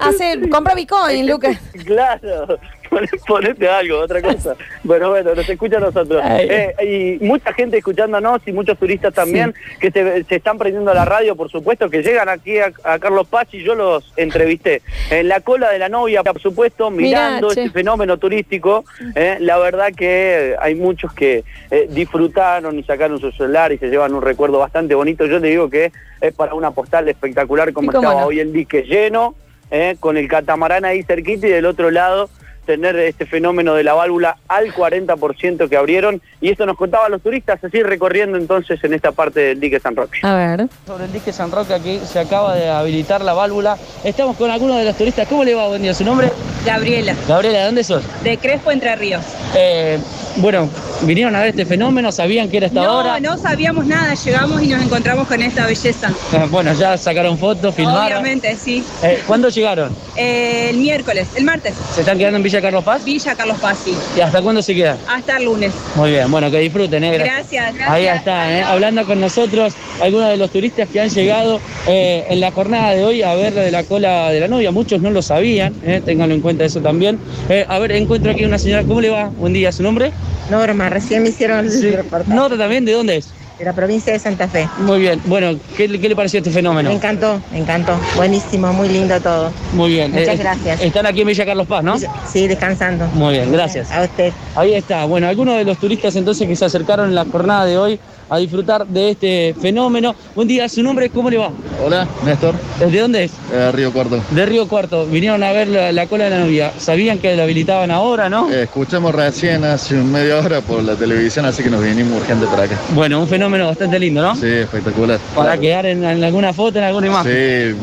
Speaker 2: Hace, compra Bitcoin, Lucas.
Speaker 4: Claro, poné- ponete algo, otra cosa. Bueno, bueno, nos escucha a nosotros.
Speaker 2: Ay.
Speaker 4: Eh, y mucha gente escuchándonos y muchos turistas también que se, se están prendiendo a la radio, por supuesto, que llegan aquí a, a Carlos Paz y yo los entrevisté. En la cola de la novia, por supuesto,
Speaker 2: Mirá,
Speaker 4: mirando
Speaker 2: che.
Speaker 4: este fenómeno turístico. eh, la verdad que hay muchos que eh, disfrutaron y sacaron su celular y se llevan un recuerdo bastante bonito. Yo te digo que es para una postal espectacular como
Speaker 2: Y cómo
Speaker 4: estaba
Speaker 2: no.
Speaker 4: hoy el dique lleno, eh, con el catamarán ahí cerquita y del otro lado tener este fenómeno de la válvula al 40% que abrieron y esto nos contaban los turistas así recorriendo entonces en esta parte del dique San Roque.
Speaker 2: A ver.
Speaker 26: Sobre el dique San Roque, aquí se acaba de habilitar la válvula. Estamos con algunos de los turistas. ¿Cómo le va? Buen día. ¿Su nombre?
Speaker 27: Gabriela,
Speaker 26: Gabriela, ¿de dónde sos?
Speaker 27: de Crespo Entre Ríos.
Speaker 26: Eh, Bueno, vinieron a ver este fenómeno, sabían que era esta
Speaker 28: no,
Speaker 26: hora.
Speaker 28: no sabíamos nada, llegamos y nos encontramos con esta belleza.
Speaker 26: Eh, Bueno, ya sacaron fotos, filmaron.
Speaker 28: Obviamente, sí.
Speaker 26: Eh, ¿Cuándo llegaron?
Speaker 28: Eh, el miércoles, el martes.
Speaker 26: ¿Se están quedando en Villa Carlos Paz?
Speaker 28: Villa Carlos Paz, sí.
Speaker 26: ¿Y hasta cuándo se quedan?
Speaker 28: Hasta el lunes.
Speaker 26: Muy bien, bueno, que disfruten, ¿eh?
Speaker 28: Gracias, gracias.
Speaker 26: Ahí está, ¿eh? hablando con nosotros, algunos de los turistas que han llegado eh, en la jornada de hoy a ver lo de la cola de la novia. Muchos no lo sabían, ¿eh? ténganlo en cuenta eso también. Eh, a ver, encuentro aquí una señora, ¿cómo le va? Buen día, ¿su nombre?
Speaker 8: Norma, recién me hicieron el reportaje.
Speaker 26: Nota también, ¿de dónde es?
Speaker 8: De la provincia de Santa Fe.
Speaker 26: Muy bien, bueno, ¿qué, le- qué le pareció este fenómeno?
Speaker 8: Me encantó, me encantó. Buenísimo, muy lindo todo.
Speaker 26: Muy bien.
Speaker 8: Muchas
Speaker 26: Eh,
Speaker 8: gracias.
Speaker 26: Están aquí en Villa Carlos Paz, ¿no?
Speaker 8: Sí, descansando.
Speaker 26: Muy bien, gracias.
Speaker 8: A usted.
Speaker 26: Ahí está. Bueno, algunos de los turistas entonces que se acercaron en la jornada de hoy a disfrutar de este fenómeno. Buen día, ¿su nombre? ¿Cómo le va? Eh,
Speaker 15: Hola, Néstor. eh,
Speaker 26: ¿De dónde es?
Speaker 15: Río Cuarto.
Speaker 26: De Río Cuarto. Vinieron a ver la, la cola de la novia. Sabían que la habilitaban ahora, ¿no?
Speaker 15: Eh. escuchamos recién hace un media hora por la televisión, así que nos vinimos urgente para acá.
Speaker 26: Bueno, un fenómeno bastante lindo, ¿no?
Speaker 15: Sí, espectacular.
Speaker 26: Para quedar en, en alguna foto, en alguna imagen.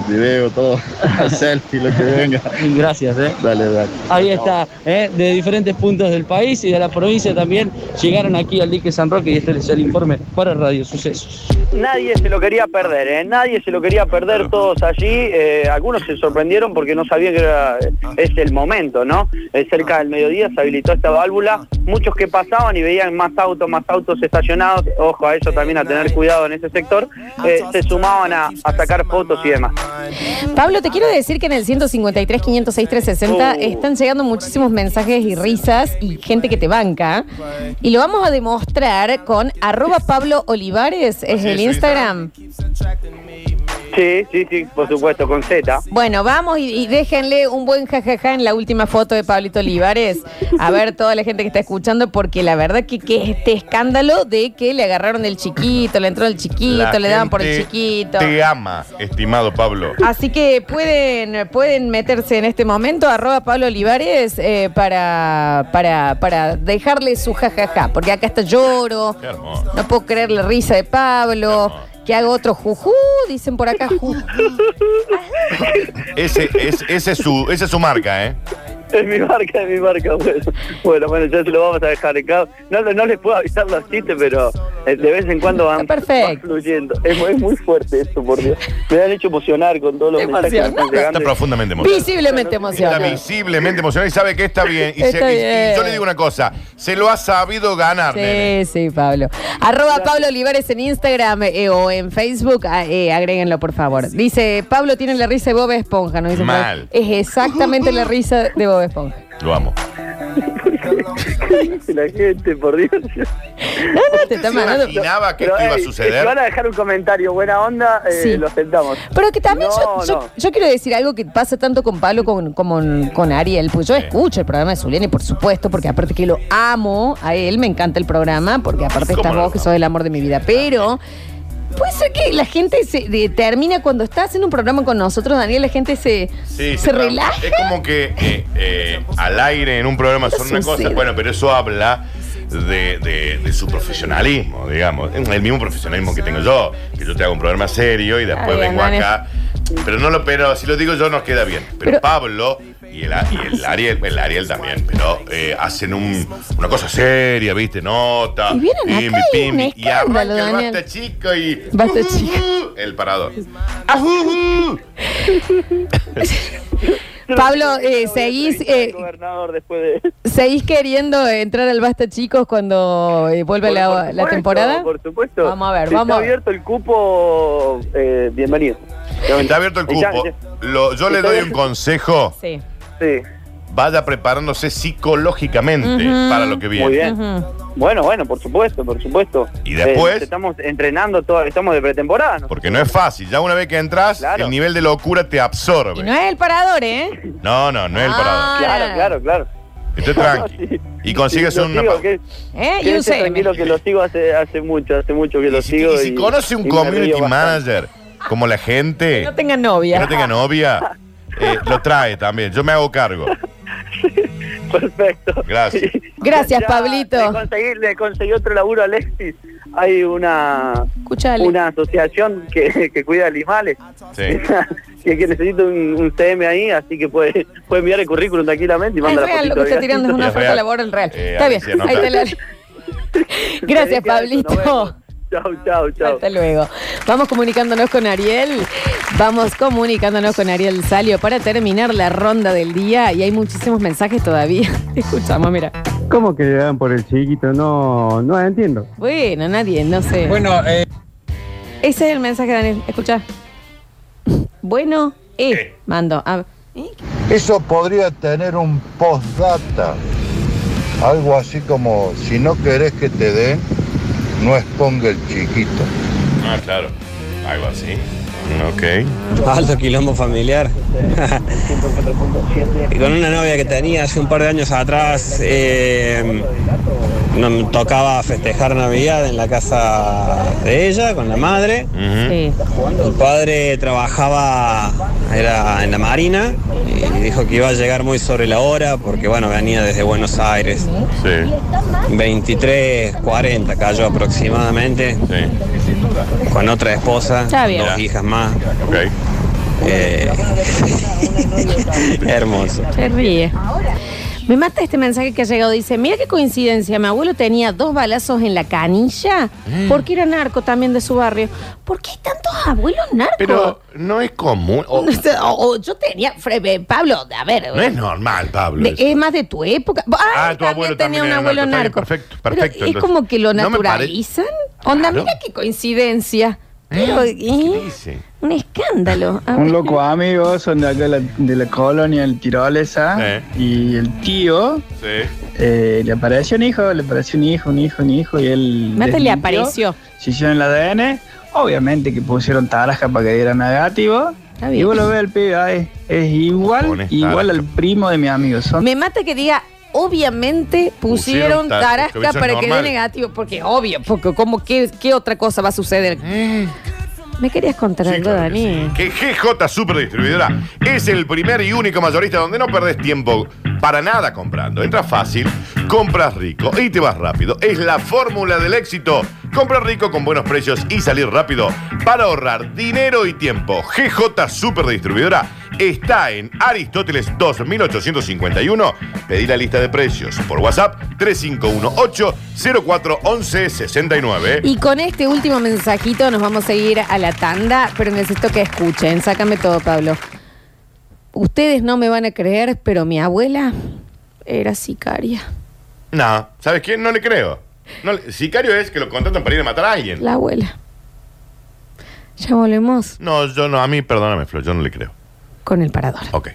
Speaker 15: Sí, video, todo. Selfie, lo que venga.
Speaker 26: Gracias, eh.
Speaker 15: Dale, dale.
Speaker 26: Ahí está, ¿eh? de diferentes puntos del país y de la provincia también llegaron aquí al dique San Roque y este es el informe para Radio Sucesos.
Speaker 4: Nadie se lo quería perder, ¿eh? nadie se lo quería perder todos allí. eh, algunos se sorprendieron porque no sabían que era
Speaker 15: Ah.
Speaker 4: es el momento, ¿no? Eh, cerca del mediodía se habilitó esta
Speaker 15: Ah.
Speaker 4: válvula. Muchos que pasaban y veían más autos, más autos estacionados, ojo a eso
Speaker 15: Eh,
Speaker 4: también a tener cuidado en ese sector, eh, se sumaban a, a sacar fotos y demás.
Speaker 2: Pablo, te quiero decir que en el 153 506 360
Speaker 3: Oh.
Speaker 2: están llegando muchísimos mensajes y risas y gente que te banca. Y lo vamos a demostrar con arroba Pablo Olivares, es el Instagram.
Speaker 4: Sí, sí, sí, por supuesto, con Z.
Speaker 2: Bueno, vamos y, y déjenle un buen jajaja en la última foto de Pablito Olivares. A ver toda la gente que está escuchando, porque la verdad que, que es este escándalo de que le agarraron el chiquito, le entró el chiquito,
Speaker 3: La
Speaker 2: le daban por el
Speaker 3: gente
Speaker 2: chiquito.
Speaker 3: Te ama, estimado Pablo.
Speaker 2: Así que pueden, pueden meterse en este momento, arroba Pablo Olivares, eh, para, para, para dejarle su jajaja. Porque acá está lloro,
Speaker 3: Qué hermoso.
Speaker 2: no puedo creer la risa de Pablo, que hago otro jujú, dicen por acá jujú.
Speaker 3: Ese, es, ese es su, esa es su marca, ¿eh?
Speaker 4: Es mi marca, es mi marca. Bueno, bueno, bueno, ya se lo vamos a dejar en claro. No, no, no les puedo avisar los chistes, pero eh, de vez en cuando van, van fluyendo. Es, muy- es muy fuerte esto, por Dios. Me han hecho emocionar con todos los mensajes que me están llegando.
Speaker 3: Está profundamente emocionado.
Speaker 2: Visiblemente
Speaker 3: Está
Speaker 2: emocionado.
Speaker 3: visiblemente emocionado y sabe que está bien. Y, se-
Speaker 2: Está
Speaker 3: y- y
Speaker 2: bien.
Speaker 3: yo le digo una cosa, se lo ha sabido ganar, nene.
Speaker 2: Sí, sí, Pablo. Arroba Pablo Olivares en Instagram eh, o en Facebook, ah, eh, agréguenlo por favor. Dice, Pablo tiene la risa de Bob Esponja, ¿no? Dice,
Speaker 3: Mal.
Speaker 2: Pablo. Es exactamente la risa de Bob Esponja.
Speaker 3: Lo amo.
Speaker 4: ¿Qué dice la gente, por Dios? No,
Speaker 2: no, te está mandando-
Speaker 3: imaginaba que esto iba a suceder?
Speaker 4: eh, Si van a dejar un comentario, buena onda, eh,
Speaker 2: Sí.
Speaker 4: lo aceptamos.
Speaker 2: Pero que también
Speaker 4: No,
Speaker 2: yo, yo-
Speaker 4: no.
Speaker 2: yo quiero decir algo que pasa tanto con Pablo con- como con, Ariel. Pues yo escucho el programa de Zuleni, por supuesto, porque aparte que lo amo a él, me encanta el programa, porque aparte
Speaker 25: ¿Cómo
Speaker 2: estás
Speaker 25: no?
Speaker 2: vos, que sos el amor de mi vida. Pero puede ser que la gente se determina cuando está haciendo un programa con nosotros, Daniel, la gente se,
Speaker 3: Sí,
Speaker 2: se
Speaker 3: tra-
Speaker 2: relaja.
Speaker 3: Es como que eh, eh, al aire en un programa son una cosa,
Speaker 2: Sucede.
Speaker 3: bueno, pero eso habla de, de- de su profesionalismo, digamos. Es El mismo profesionalismo que tengo yo, que yo te hago un programa serio y después
Speaker 2: bien,
Speaker 3: vengo
Speaker 2: Dani.
Speaker 3: acá. Pero no lo, pero si lo digo yo nos queda bien. Pero,
Speaker 2: Pero-
Speaker 3: Pablo y el, y el Ariel, el Ariel también, pero eh, hacen un- una cosa seria, viste, nota,
Speaker 2: Y vienen acá
Speaker 3: pimbi,
Speaker 2: y hay un
Speaker 3: pimbi, y arranca
Speaker 2: escándalo,
Speaker 3: el
Speaker 2: Daniel.
Speaker 3: basta chico y Uh,
Speaker 2: Basta chico.
Speaker 3: el parador.
Speaker 2: Pablo, eh, seguís, eh,
Speaker 4: Gobernador, después de...
Speaker 2: seguís queriendo entrar al Basta Chicos cuando eh, vuelva la, la
Speaker 4: supuesto,
Speaker 2: temporada.
Speaker 4: Por supuesto.
Speaker 2: Vamos a ver,
Speaker 4: Si
Speaker 2: vamos a
Speaker 4: Está
Speaker 2: ver.
Speaker 4: abierto el cupo, eh, bienvenido.
Speaker 3: Está abierto el
Speaker 4: Ya,
Speaker 3: cupo.
Speaker 4: ya.
Speaker 3: Lo- yo le doy un consejo.
Speaker 2: Sí.
Speaker 4: Sí.
Speaker 3: Vaya preparándose psicológicamente
Speaker 4: Ujú.
Speaker 3: para lo que viene.
Speaker 4: Muy bien. Bueno, bueno, por supuesto, por supuesto.
Speaker 3: Y después-
Speaker 4: Eh, estamos entrenando toda, estamos de pretemporada, ¿no?
Speaker 3: Porque no es fácil. Ya una vez que entras, el nivel de locura te absorbe.
Speaker 2: Y no es el parador, ¿eh?
Speaker 3: No, no, no es el
Speaker 2: Ah.
Speaker 3: parador.
Speaker 4: Claro, claro, claro.
Speaker 3: Esté tranqui. Y consigues
Speaker 4: lo
Speaker 3: un una.
Speaker 4: sigo,
Speaker 3: pa-
Speaker 4: que-
Speaker 2: ¿Eh? Y
Speaker 4: quédese
Speaker 2: un CM.
Speaker 4: tranquilo que lo sigo hace, hace mucho, hace mucho que lo sigo.
Speaker 3: Y si conoce un
Speaker 4: y me río
Speaker 3: community
Speaker 4: bastante.
Speaker 3: manager como la gente,
Speaker 2: No tenga novia.
Speaker 3: que no tenga novia, eh, lo trae también. Yo me hago cargo.
Speaker 4: Perfecto.
Speaker 3: Gracias.
Speaker 2: Gracias,
Speaker 4: Ya
Speaker 2: Pablito.
Speaker 4: Le conseguí, le conseguí otro laburo a Alexis. Hay una,
Speaker 2: Escuchale.
Speaker 4: una asociación que, que cuida animales.
Speaker 3: Sí.
Speaker 4: Y que, que necesito un, un CM ahí, así que puede, puede enviar el currículum tranquilamente y
Speaker 2: Es
Speaker 4: manda la
Speaker 2: real,
Speaker 4: fotito
Speaker 2: lo que está
Speaker 4: de gatito.
Speaker 2: tirando es una oferta laboral real.
Speaker 4: Eh,
Speaker 2: Está bien,
Speaker 4: Alicia, no
Speaker 2: ahí te la...
Speaker 4: está.
Speaker 2: Gracias, Pablito.
Speaker 4: Chau, chau, chau.
Speaker 2: Hasta luego. Vamos comunicándonos con Ariel. Vamos comunicándonos con Ariel Salio para terminar la ronda del día. Y hay muchísimos mensajes todavía. Te escuchamos, mira.
Speaker 29: ¿Cómo que le dan por el chiquito? No, no entiendo.
Speaker 2: Bueno, nadie, no sé.
Speaker 29: Bueno, eh.
Speaker 2: Ese es el mensaje, Daniel. Escucha. Bueno, eh, mando. A- ¿Eh?
Speaker 1: Eso podría tener un postdata. Algo así como, si no querés que te den, no exponga el chiquito.
Speaker 3: Ah, claro. Algo así.
Speaker 16: Ok. Alto quilombo familiar. Y Con una novia que tenía hace un par de años atrás, eh, no- tocaba festejar Navidad en la casa de ella, con la madre. El padre trabajaba, era en la marina, y dijo que iba a llegar muy sobre la hora, porque bueno, venía desde Buenos Aires. Sí. 23.40 cayó aproximadamente. Con otra esposa,
Speaker 2: Está bien.
Speaker 16: dos hijas más. Eh, hermoso.
Speaker 2: Se ríe. Me mata este mensaje que ha llegado. Dice, mira qué coincidencia, mi abuelo tenía dos balazos en la canilla
Speaker 3: Mm.
Speaker 2: porque era narco también de su barrio. ¿Por qué hay tantos abuelos narcos?
Speaker 3: Pero no es común. o-
Speaker 2: O- o yo tenía, Fre- eh, Pablo, a ver,
Speaker 3: no es normal, Pablo.
Speaker 2: de-
Speaker 3: eso.
Speaker 2: es más de tu época. Ah,
Speaker 3: tu abuelo
Speaker 2: tenía un
Speaker 3: era
Speaker 2: abuelo
Speaker 3: está bien,
Speaker 2: narco.
Speaker 3: Perfecto,
Speaker 2: Pero
Speaker 3: perfecto.
Speaker 2: es
Speaker 3: entonces,
Speaker 2: como que lo
Speaker 3: no me parece-
Speaker 2: naturalizan. Onda, mira qué coincidencia. Pero, ¿eh? Un escándalo. A
Speaker 23: Un
Speaker 2: ver.
Speaker 23: loco amigo, son de acá de la, de la colonia, el tirolesa. Y el tío eh, le apareció un hijo, le apareció un hijo, un hijo, un hijo. Y él.
Speaker 2: Mate le
Speaker 23: desmintió.
Speaker 2: apareció.
Speaker 23: Se hicieron el ADN. Obviamente que pusieron tarasca para que diera negativo.
Speaker 2: Está bien.
Speaker 23: Y vos lo ves al pibe, ay, es igual, igual al primo de mi amigo. Son
Speaker 2: Me mata que diga, obviamente pusieron,
Speaker 23: Pusieron tarasca,
Speaker 2: tarasca
Speaker 23: que eso es
Speaker 2: para que dé
Speaker 23: normal.
Speaker 2: negativo, porque obvio, porque como que, ¿qué otra cosa va a suceder? ¿Me querías contar algo, Dani?
Speaker 3: Eh. Que GJ Super Distribuidora es el primer y único mayorista donde no perdés tiempo para nada comprando. Entra fácil, compras rico y te vas rápido. Es la fórmula del éxito. Comprar rico con buenos precios y salir rápido para ahorrar dinero y tiempo. GJ Super Distribuidora está en Aristóteles 2851. Pedí la lista de precios por WhatsApp 3518 041169
Speaker 2: Y con este último mensajito nos vamos a ir a la tanda, pero necesito que escuchen. Sácame todo, Pablo. Ustedes no me van a creer, pero mi abuela era sicaria.
Speaker 3: No, ¿sabes quién? No le creo. No le- sicario es que lo contratan para ir a matar a alguien.
Speaker 2: La abuela. Ya volvemos
Speaker 3: No, yo no, a mí, perdóname, Flo, yo no le creo.
Speaker 2: con el parador.
Speaker 3: Ok.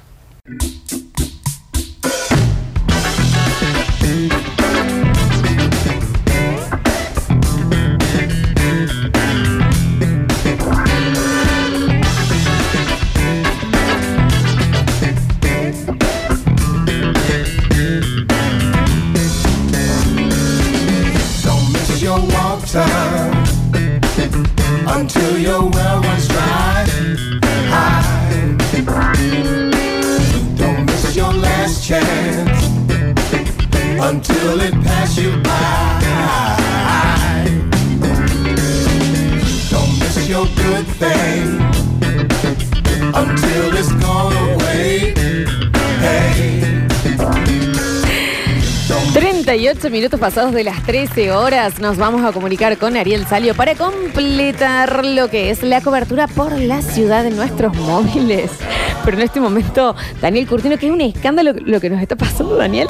Speaker 10: Don't miss your water until your well runs dry. Don't miss your last chance until it passes you by. Don't miss your good thing until it's gone away. Hey.
Speaker 2: 38 minutos pasados de las 13 horas nos vamos a comunicar con Ariel Salio para completar lo que es la cobertura por la ciudad de nuestros móviles. Pero en este momento, Daniel Curtino, que es un escándalo lo que nos está pasando, Daniel.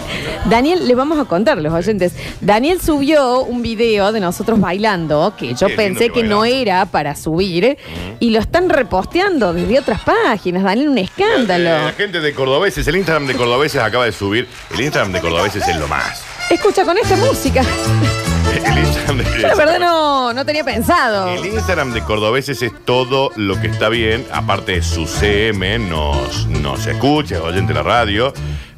Speaker 2: Daniel, le vamos a contar a los oyentes. Daniel subió un video de nosotros bailando, que
Speaker 10: Qué
Speaker 2: yo
Speaker 10: lindo
Speaker 2: pensé
Speaker 10: que
Speaker 2: que no era para subir, y lo están reposteando desde otras páginas. Daniel, un
Speaker 3: Eh, La
Speaker 2: escándalo.
Speaker 3: gente de Cordobeses, el Instagram de Cordobeses acaba de subir. El Instagram de Cordobeses es lo más.
Speaker 2: Escucha con esta música.
Speaker 3: El Instagram de,
Speaker 2: Yo la verdad no, no tenía pensado.
Speaker 3: el Instagram de Cordobeses es todo lo que está bien. Aparte de su CM, nos, nos escucha, es oyente de la radio.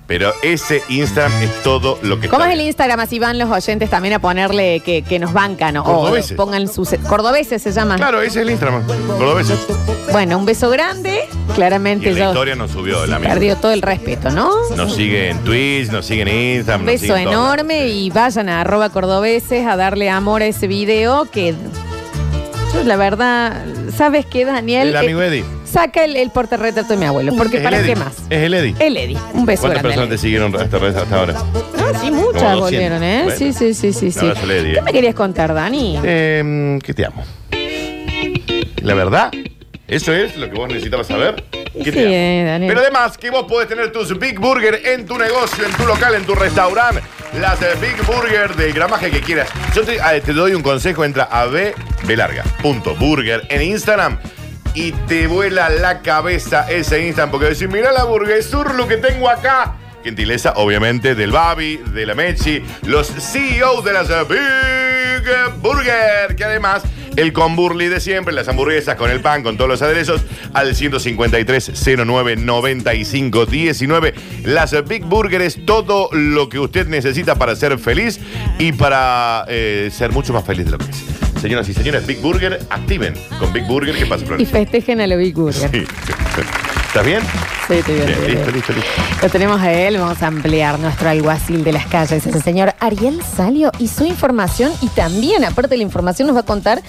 Speaker 3: Pero ese Instagram es todo lo que
Speaker 2: ¿Cómo
Speaker 3: está
Speaker 2: es el Instagram? Así van los oyentes también a ponerle que, que nos bancan o
Speaker 3: Cordobeses.
Speaker 2: o pongan sus... Cordobeses se llama.
Speaker 3: Claro, eh. ese es el Instagram. Cordobeses.
Speaker 2: Bueno, un beso
Speaker 3: Y
Speaker 2: grande. Claramente
Speaker 3: en la
Speaker 2: yo
Speaker 3: historia nos subió la misma.
Speaker 2: perdió todo el respeto, ¿no?
Speaker 3: Nos sigue en Twitch, nos sigue en Instagram.
Speaker 2: Un
Speaker 3: nos
Speaker 2: beso
Speaker 3: sigue en todo.
Speaker 2: enorme y vayan a arroba cordobeses a darle amor a ese video que... Yo, la verdad, ¿sabes qué, Daniel?
Speaker 3: El amigo
Speaker 2: Eh,
Speaker 3: Eddie.
Speaker 2: saca el, el portarretrato de mi abuelo. Porque
Speaker 3: Es
Speaker 2: ¿para
Speaker 3: el
Speaker 2: qué
Speaker 3: Eddy.
Speaker 2: más?
Speaker 3: Es el Eddy.
Speaker 2: El Eddy. Un beso
Speaker 3: ¿Cuántas
Speaker 2: grande.
Speaker 3: personas te siguieron hasta, hasta ahora?
Speaker 2: Ah, sí,
Speaker 3: Como
Speaker 2: muchas
Speaker 3: 200.
Speaker 2: volvieron, ¿eh?
Speaker 3: Bueno.
Speaker 2: Sí, sí, sí, sí.
Speaker 3: Un
Speaker 2: sí.
Speaker 3: abrazo, Lady.
Speaker 2: ¿Qué me querías contar, Dani?
Speaker 3: Eh, que te amo. La verdad, eso es lo que vos necesitabas saber. Que
Speaker 2: Sí,
Speaker 3: te amo.
Speaker 2: eh, Dani.
Speaker 3: Pero además que vos podés tener tus Big Burger en tu negocio, en tu local, en tu restaurante. Las eh, Big Burger del gramaje que quieras. Yo te, ah, te doy un consejo, entra a B, B larga, punto, burger en Instagram. Y te vuela la cabeza ese Instagram porque decís, mirá la burguesur lo que tengo acá. Gentileza, obviamente, del Babi, de la Mechi, los CEOs de las eh, Big Burger, que además el con burli de siempre, las hamburguesas con el pan, con todos los aderezos, al 153 09 95 19. Las Big Burger es todo lo que usted necesita para ser feliz y para eh, ser mucho más feliz de lo que es. Señoras y señores, Big Burger, activen con Big Burger. ¿Qué pasa,
Speaker 2: Y
Speaker 3: Florencia?
Speaker 2: festejen a la Big Burger.
Speaker 3: Sí. ¿Estás bien?
Speaker 2: Sí, estoy bien, estoy bien.
Speaker 3: listo, listo, listo.
Speaker 2: Lo tenemos a él, vamos a ampliar nuestro alguacil de las calles. El señor Ariel Salio y su información, y también, aparte de la información, nos va a contar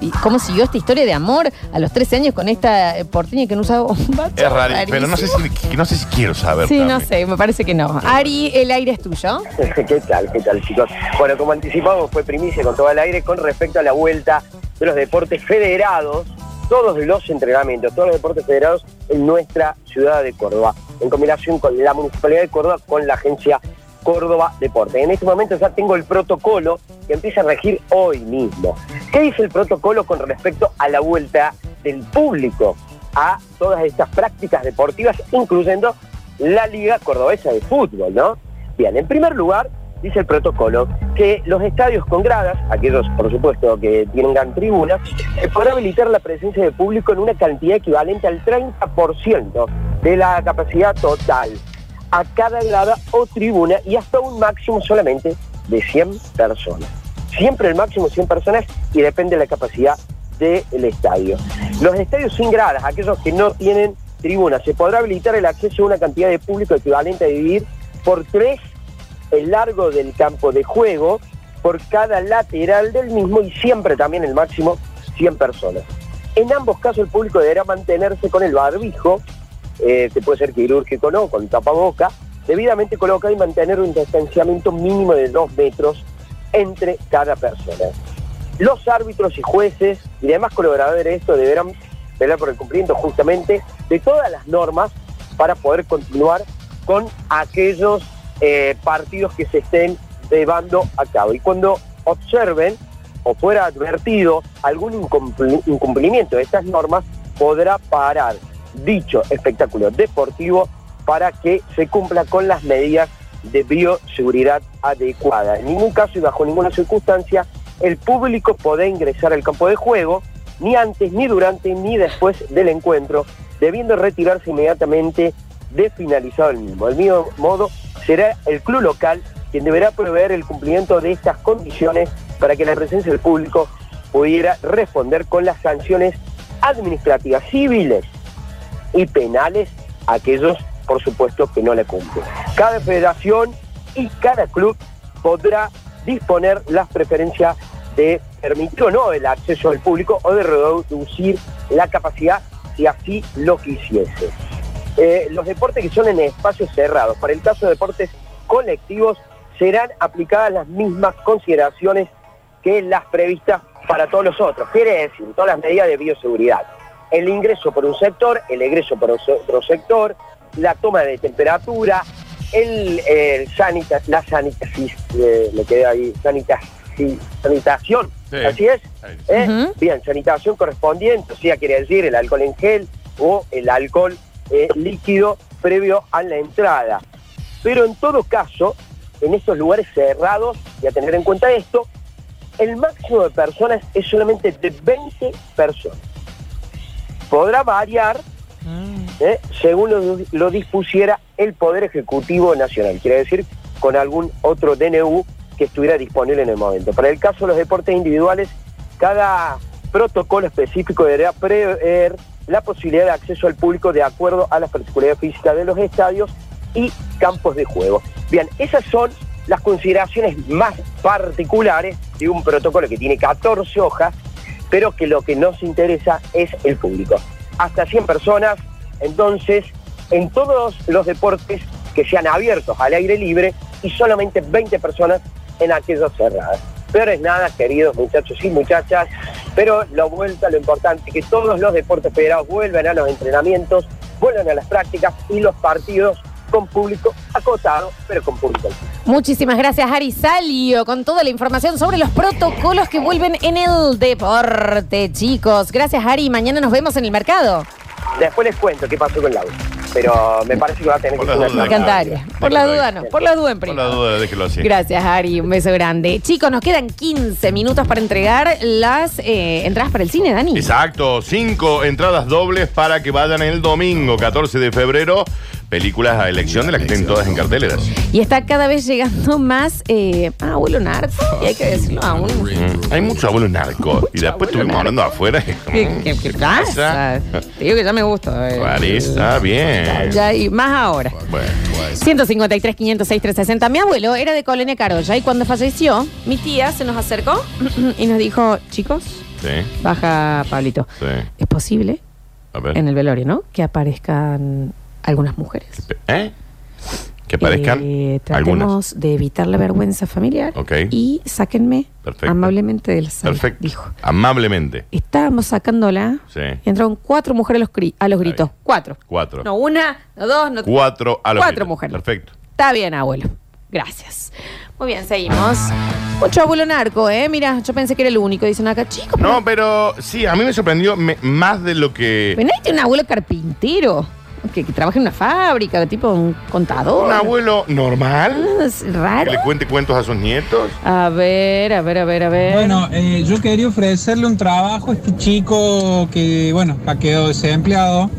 Speaker 2: y cómo siguió esta historia de amor a los 13 años con esta eh, porteña que no usaba un bacho.
Speaker 3: Es raro, pero no sé, si, no sé si quiero saber.
Speaker 2: Sí, no
Speaker 3: también.
Speaker 2: sé, me parece que no. Ari, el aire es tuyo.
Speaker 6: ¿Qué tal, qué tal, chicos? Bueno, como anticipamos, fue primicia con todo el aire con respecto a la vuelta de los deportes federados, todos los entrenamientos, todos los deportes federados en nuestra ciudad de Córdoba, en combinación con la Municipalidad de Córdoba, con la agencia Córdoba Deporte. En este momento ya tengo el protocolo que empieza a regir hoy mismo. ¿Qué dice el protocolo con respecto a la vuelta del público a todas estas prácticas deportivas, incluyendo la Liga Cordobesa de Fútbol, ¿no? Bien, en primer lugar, dice el protocolo que los estadios con gradas, aquellos por supuesto que tengan tribunas, eh, podrán habilitar la presencia de público en una cantidad equivalente al 30% de la capacidad total a cada grada o tribuna y hasta un máximo solamente de 100 personas. Siempre el máximo 100 personas y depende de la capacidad del estadio. Los estadios sin gradas, aquellos que no tienen tribunas, se podrá habilitar el acceso a una cantidad de público equivalente a dividir por tres el largo del campo de juego por cada lateral del mismo y siempre también el máximo 100 personas. En ambos casos el público deberá mantenerse con el barbijo, eh, que puede ser quirúrgico o no, con tapaboca, debidamente colocado y mantener un distanciamiento mínimo de dos metros entre cada persona. Los árbitros y jueces y demás colaboradores de esto deberán velar por el cumplimiento justamente de todas las normas para poder continuar con aquellos eh, partidos que se estén llevando a cabo. Y cuando observen o fuera advertido algún incumpli- incumplimiento de estas normas, podrá parar dicho espectáculo deportivo para que se cumpla con las medidas de bioseguridad adecuada. En ningún caso y bajo ninguna circunstancia el público podrá ingresar al campo de juego ni antes, ni durante, ni después del encuentro, debiendo retirarse inmediatamente de finalizado el mismo. Del mismo modo, será el club local quien deberá proveer el cumplimiento de estas condiciones para que la presencia del público pudiera responder con las sanciones administrativas civiles y penales a aquellos, por supuesto, que no le cumplen. Cada federación y cada club podrá disponer las preferencias de permitir o no el acceso al público o de reducir la capacidad si así lo quisiese. Eh, los deportes que son en espacios cerrados, para el caso de deportes colectivos, serán aplicadas las mismas consideraciones que las previstas para todos los otros. Quiere decir, todas las medidas de bioseguridad. El ingreso por un sector, el egreso por otro sector, la toma de temperatura, el, eh, sanita- la sanitasis, eh, me quedé ahí, sanitasi- sanitación,
Speaker 10: Sí.
Speaker 6: así es. ¿eh? Bien, sanitación correspondiente, o sea, quiere decir el alcohol en gel o el alcohol eh, líquido previo a la entrada. Pero en todo caso, en estos lugares cerrados, y a tener en cuenta esto, el máximo de personas es solamente de 20 personas. Podrá variar ¿eh? según lo, lo dispusiera el Poder Ejecutivo Nacional, quiere decir con algún otro DNU que estuviera disponible en el momento. Para el caso de los deportes individuales, cada protocolo específico deberá prever la posibilidad de acceso al público de acuerdo a las particularidades físicas de los estadios y campos de juego. Bien, esas son las consideraciones más particulares de un protocolo que tiene 14 hojas pero que lo que nos interesa es el público. hasta 100 personas. Entonces, en todos los deportes que sean abiertos al aire libre y solamente 20 personas en aquellos cerrados. Peor es nada, queridos muchachos y muchachas, pero la vuelta, lo importante, que todos los deportes federados vuelvan a los entrenamientos, vuelvan a las prácticas y los partidos con público acotado, pero con público.
Speaker 2: Muchísimas gracias, Ari Salio, con toda la información sobre los protocolos que vuelven en el deporte, chicos. Gracias, Ari. Mañana nos vemos en el mercado.
Speaker 6: Después les cuento qué pasó con Lau, pero me parece que va a tener que ser una
Speaker 2: Me encantaría. Por la duda no, por la duda en
Speaker 3: Por
Speaker 2: prima.
Speaker 3: la duda, déjelo así.
Speaker 2: Gracias, Ari. Un beso grande. Chicos, nos quedan 15 minutos para entregar las eh, entradas para el cine, Dani.
Speaker 3: Exacto, cinco entradas dobles para que vayan el domingo 14 de febrero. Películas a elección de las que estén todas en carteleras.
Speaker 2: Y está cada vez llegando más eh, ah, abuelo narco, y hay que decirlo aún.
Speaker 3: Mm, Hay mucho abuelo narco. Y después estuvimos hablando afuera.
Speaker 2: ¿Qué, qué- qué pasa? Te digo que ya me gusta. eh.
Speaker 3: Vale, Está
Speaker 2: Ya,
Speaker 3: bien.
Speaker 2: ya, y más ahora.
Speaker 3: Bueno,
Speaker 2: 153, 506, 360. Mi abuelo era de Colonia Carolla y cuando falleció, mi tía se nos acercó y nos dijo, chicos,
Speaker 3: sí,
Speaker 2: baja Pablito,
Speaker 3: sí.
Speaker 2: es posible
Speaker 3: A ver.
Speaker 2: en el velorio, ¿no? Que aparezcan algunas mujeres.
Speaker 3: ¿Eh? Que parezcan
Speaker 2: Eh, tratemos
Speaker 3: algunas.
Speaker 2: de evitar la vergüenza familiar
Speaker 3: Ok.
Speaker 2: y sáquenme
Speaker 3: Perfecto.
Speaker 2: amablemente de la sala.
Speaker 3: Perfecto. Amablemente.
Speaker 2: Estábamos sacándola
Speaker 3: Sí.
Speaker 2: y entraron cuatro mujeres a los, cri- a los gritos. Cuatro.
Speaker 3: Cuatro.
Speaker 2: No una, no dos, no
Speaker 3: Cuatro a los
Speaker 2: Cuatro
Speaker 3: gritos.
Speaker 2: mujeres.
Speaker 3: Perfecto.
Speaker 2: Está bien, abuelo. Gracias. Muy bien, seguimos. Mucho abuelo narco, ¿eh? Mira, yo pensé que era el único. Dicen acá, chicos,
Speaker 3: No, pero sí, a mí me sorprendió me- más de lo que.
Speaker 2: ven ahí tiene un abuelo carpintero que, que trabaja en una fábrica, tipo un contador.
Speaker 3: Un abuelo normal
Speaker 2: Ah, es
Speaker 3: que
Speaker 2: raro.
Speaker 3: le cuente cuentos a sus nietos.
Speaker 2: A ver, a ver, a ver, a ver.
Speaker 11: Bueno, eh, yo quería ofrecerle un trabajo a este chico que, bueno, ha quedado desempleado.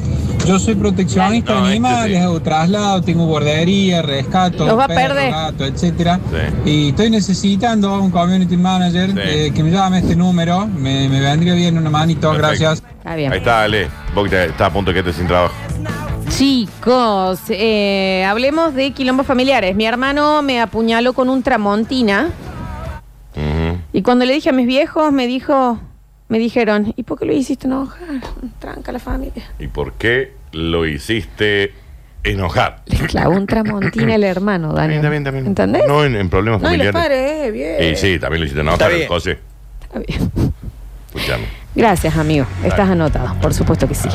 Speaker 11: Yo soy proteccionista de animales, hago traslado, tengo guardería, rescato,
Speaker 2: Los va a
Speaker 11: perros,
Speaker 2: perder.
Speaker 11: gatos, etcétera. Y estoy necesitando un community manager eh, que me llame este número. Me, me vendría bien una manito, gracias.
Speaker 2: Está bien.
Speaker 3: Ahí está, Ale. Vos que te- estás a punto de quedarte sin trabajo.
Speaker 2: Chicos, eh, hablemos de quilombos familiares. Mi hermano me apuñaló con un tramontina
Speaker 3: Ujú.
Speaker 2: y cuando le dije a mis viejos me dijo, me dijeron, ¿y por qué lo hiciste enojar? Tranca la familia.
Speaker 3: ¿Y por qué lo hiciste enojar?
Speaker 2: Clavó un tramontina el hermano, Dani. ¿Entendés?
Speaker 3: No en, en problemas
Speaker 2: No, y los
Speaker 3: familiares.
Speaker 2: padres, eh, bien.
Speaker 3: Y sí, también lo hiciste
Speaker 2: Está
Speaker 3: enojar,
Speaker 2: bien.
Speaker 3: José.
Speaker 2: Está bien.
Speaker 3: Escuchame.
Speaker 2: Gracias, amigo. Estás
Speaker 3: Dale.
Speaker 2: anotado, por supuesto que sí.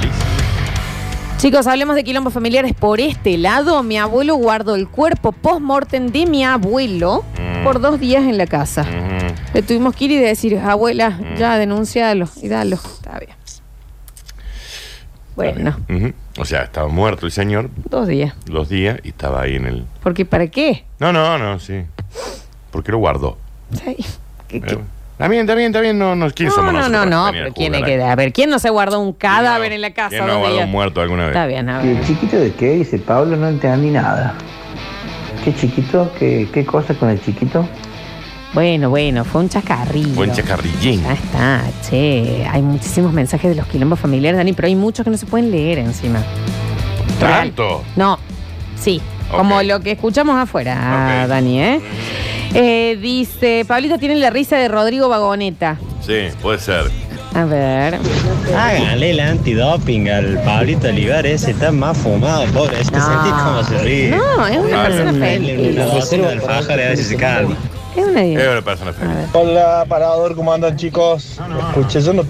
Speaker 2: Chicos, hablemos de quilombos familiares. Por este lado, mi abuelo guardó el cuerpo post-mortem de mi abuelo
Speaker 3: Mm. Mm-hmm.
Speaker 2: por dos días en la casa.
Speaker 3: Ujú.
Speaker 2: Le tuvimos que ir y decir, abuela,
Speaker 3: Mm.
Speaker 2: ya denuncialo y dalo. Está bien. Bueno,
Speaker 3: Ujú. O sea, estaba muerto el señor
Speaker 2: dos días.
Speaker 3: los días y estaba ahí en el.
Speaker 2: Porque ¿para qué?
Speaker 3: No, no, no, sí. ¿Por qué lo guardó?
Speaker 2: Sí. ¿Qué- qué?
Speaker 3: Eh, Está bien, está bien, está bien. No, no, ¿Quién
Speaker 2: No,
Speaker 3: somos
Speaker 2: no,
Speaker 3: nosotros
Speaker 2: no,
Speaker 3: para
Speaker 2: no,
Speaker 3: venir a
Speaker 2: pero ¿quién
Speaker 3: juzgar
Speaker 2: le queda? A ver, ¿quién no se guardó un cadáver en la
Speaker 3: a-
Speaker 2: casa?
Speaker 3: ¿Quién no ha
Speaker 2: dos
Speaker 3: guardado
Speaker 2: días?
Speaker 3: un muerto alguna vez?
Speaker 2: Está bien, a ver.
Speaker 13: ¿Qué chiquito de qué? Dice Pablo, no entendí nada. ¿Qué chiquito? ¿Qué, qué cosa con el chiquito?
Speaker 2: Bueno, bueno, fue un chacarrillo.
Speaker 3: Buen chacarrillín.
Speaker 2: Ya está, che. Hay muchísimos mensajes de los quilombos familiares, Dani, pero hay muchos que no se pueden leer encima.
Speaker 3: Tanto.
Speaker 2: No, sí. Como lo que escuchamos afuera, Dani, ¿eh? Eh, Dice, Pablito tiene la risa de Rodrigo Vagoneta.
Speaker 3: Sí, puede ser.
Speaker 2: A ver.
Speaker 11: Háganle el antidoping al Pablito Olivares, está más fumado, pobre. Es que sentís como se ríe.
Speaker 2: No, es una persona feliz.
Speaker 11: Una dosis de alfajor, a ver si se calma.
Speaker 2: Es una idea.
Speaker 3: una persona feliz.
Speaker 14: Hola, parador, ¿cómo andan chicos? Escuché, yo no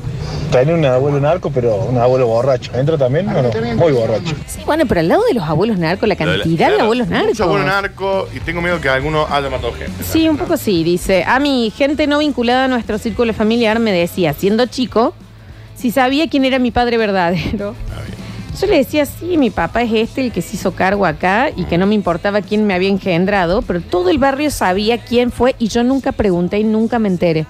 Speaker 14: tenía un abuelo narco, pero un abuelo borracho. ¿Entra también o no? Muy borracho.
Speaker 2: Sí, bueno, pero al lado de los abuelos narcos, la cantidad de
Speaker 3: Claro,
Speaker 2: abuelos narcos.
Speaker 3: Mucho abuelo narco y tengo miedo que alguno haya matado gente.
Speaker 2: Sí, un poco sí, dice. A mi gente no vinculada a nuestro círculo familiar me decía, siendo chico, si sabía quién era mi padre verdadero.
Speaker 3: Ah,
Speaker 2: Yo le decía, sí, mi papá es este, el que se hizo cargo acá, y que no me importaba quién me había engendrado, pero todo el barrio sabía quién fue y yo nunca pregunté y nunca me enteré.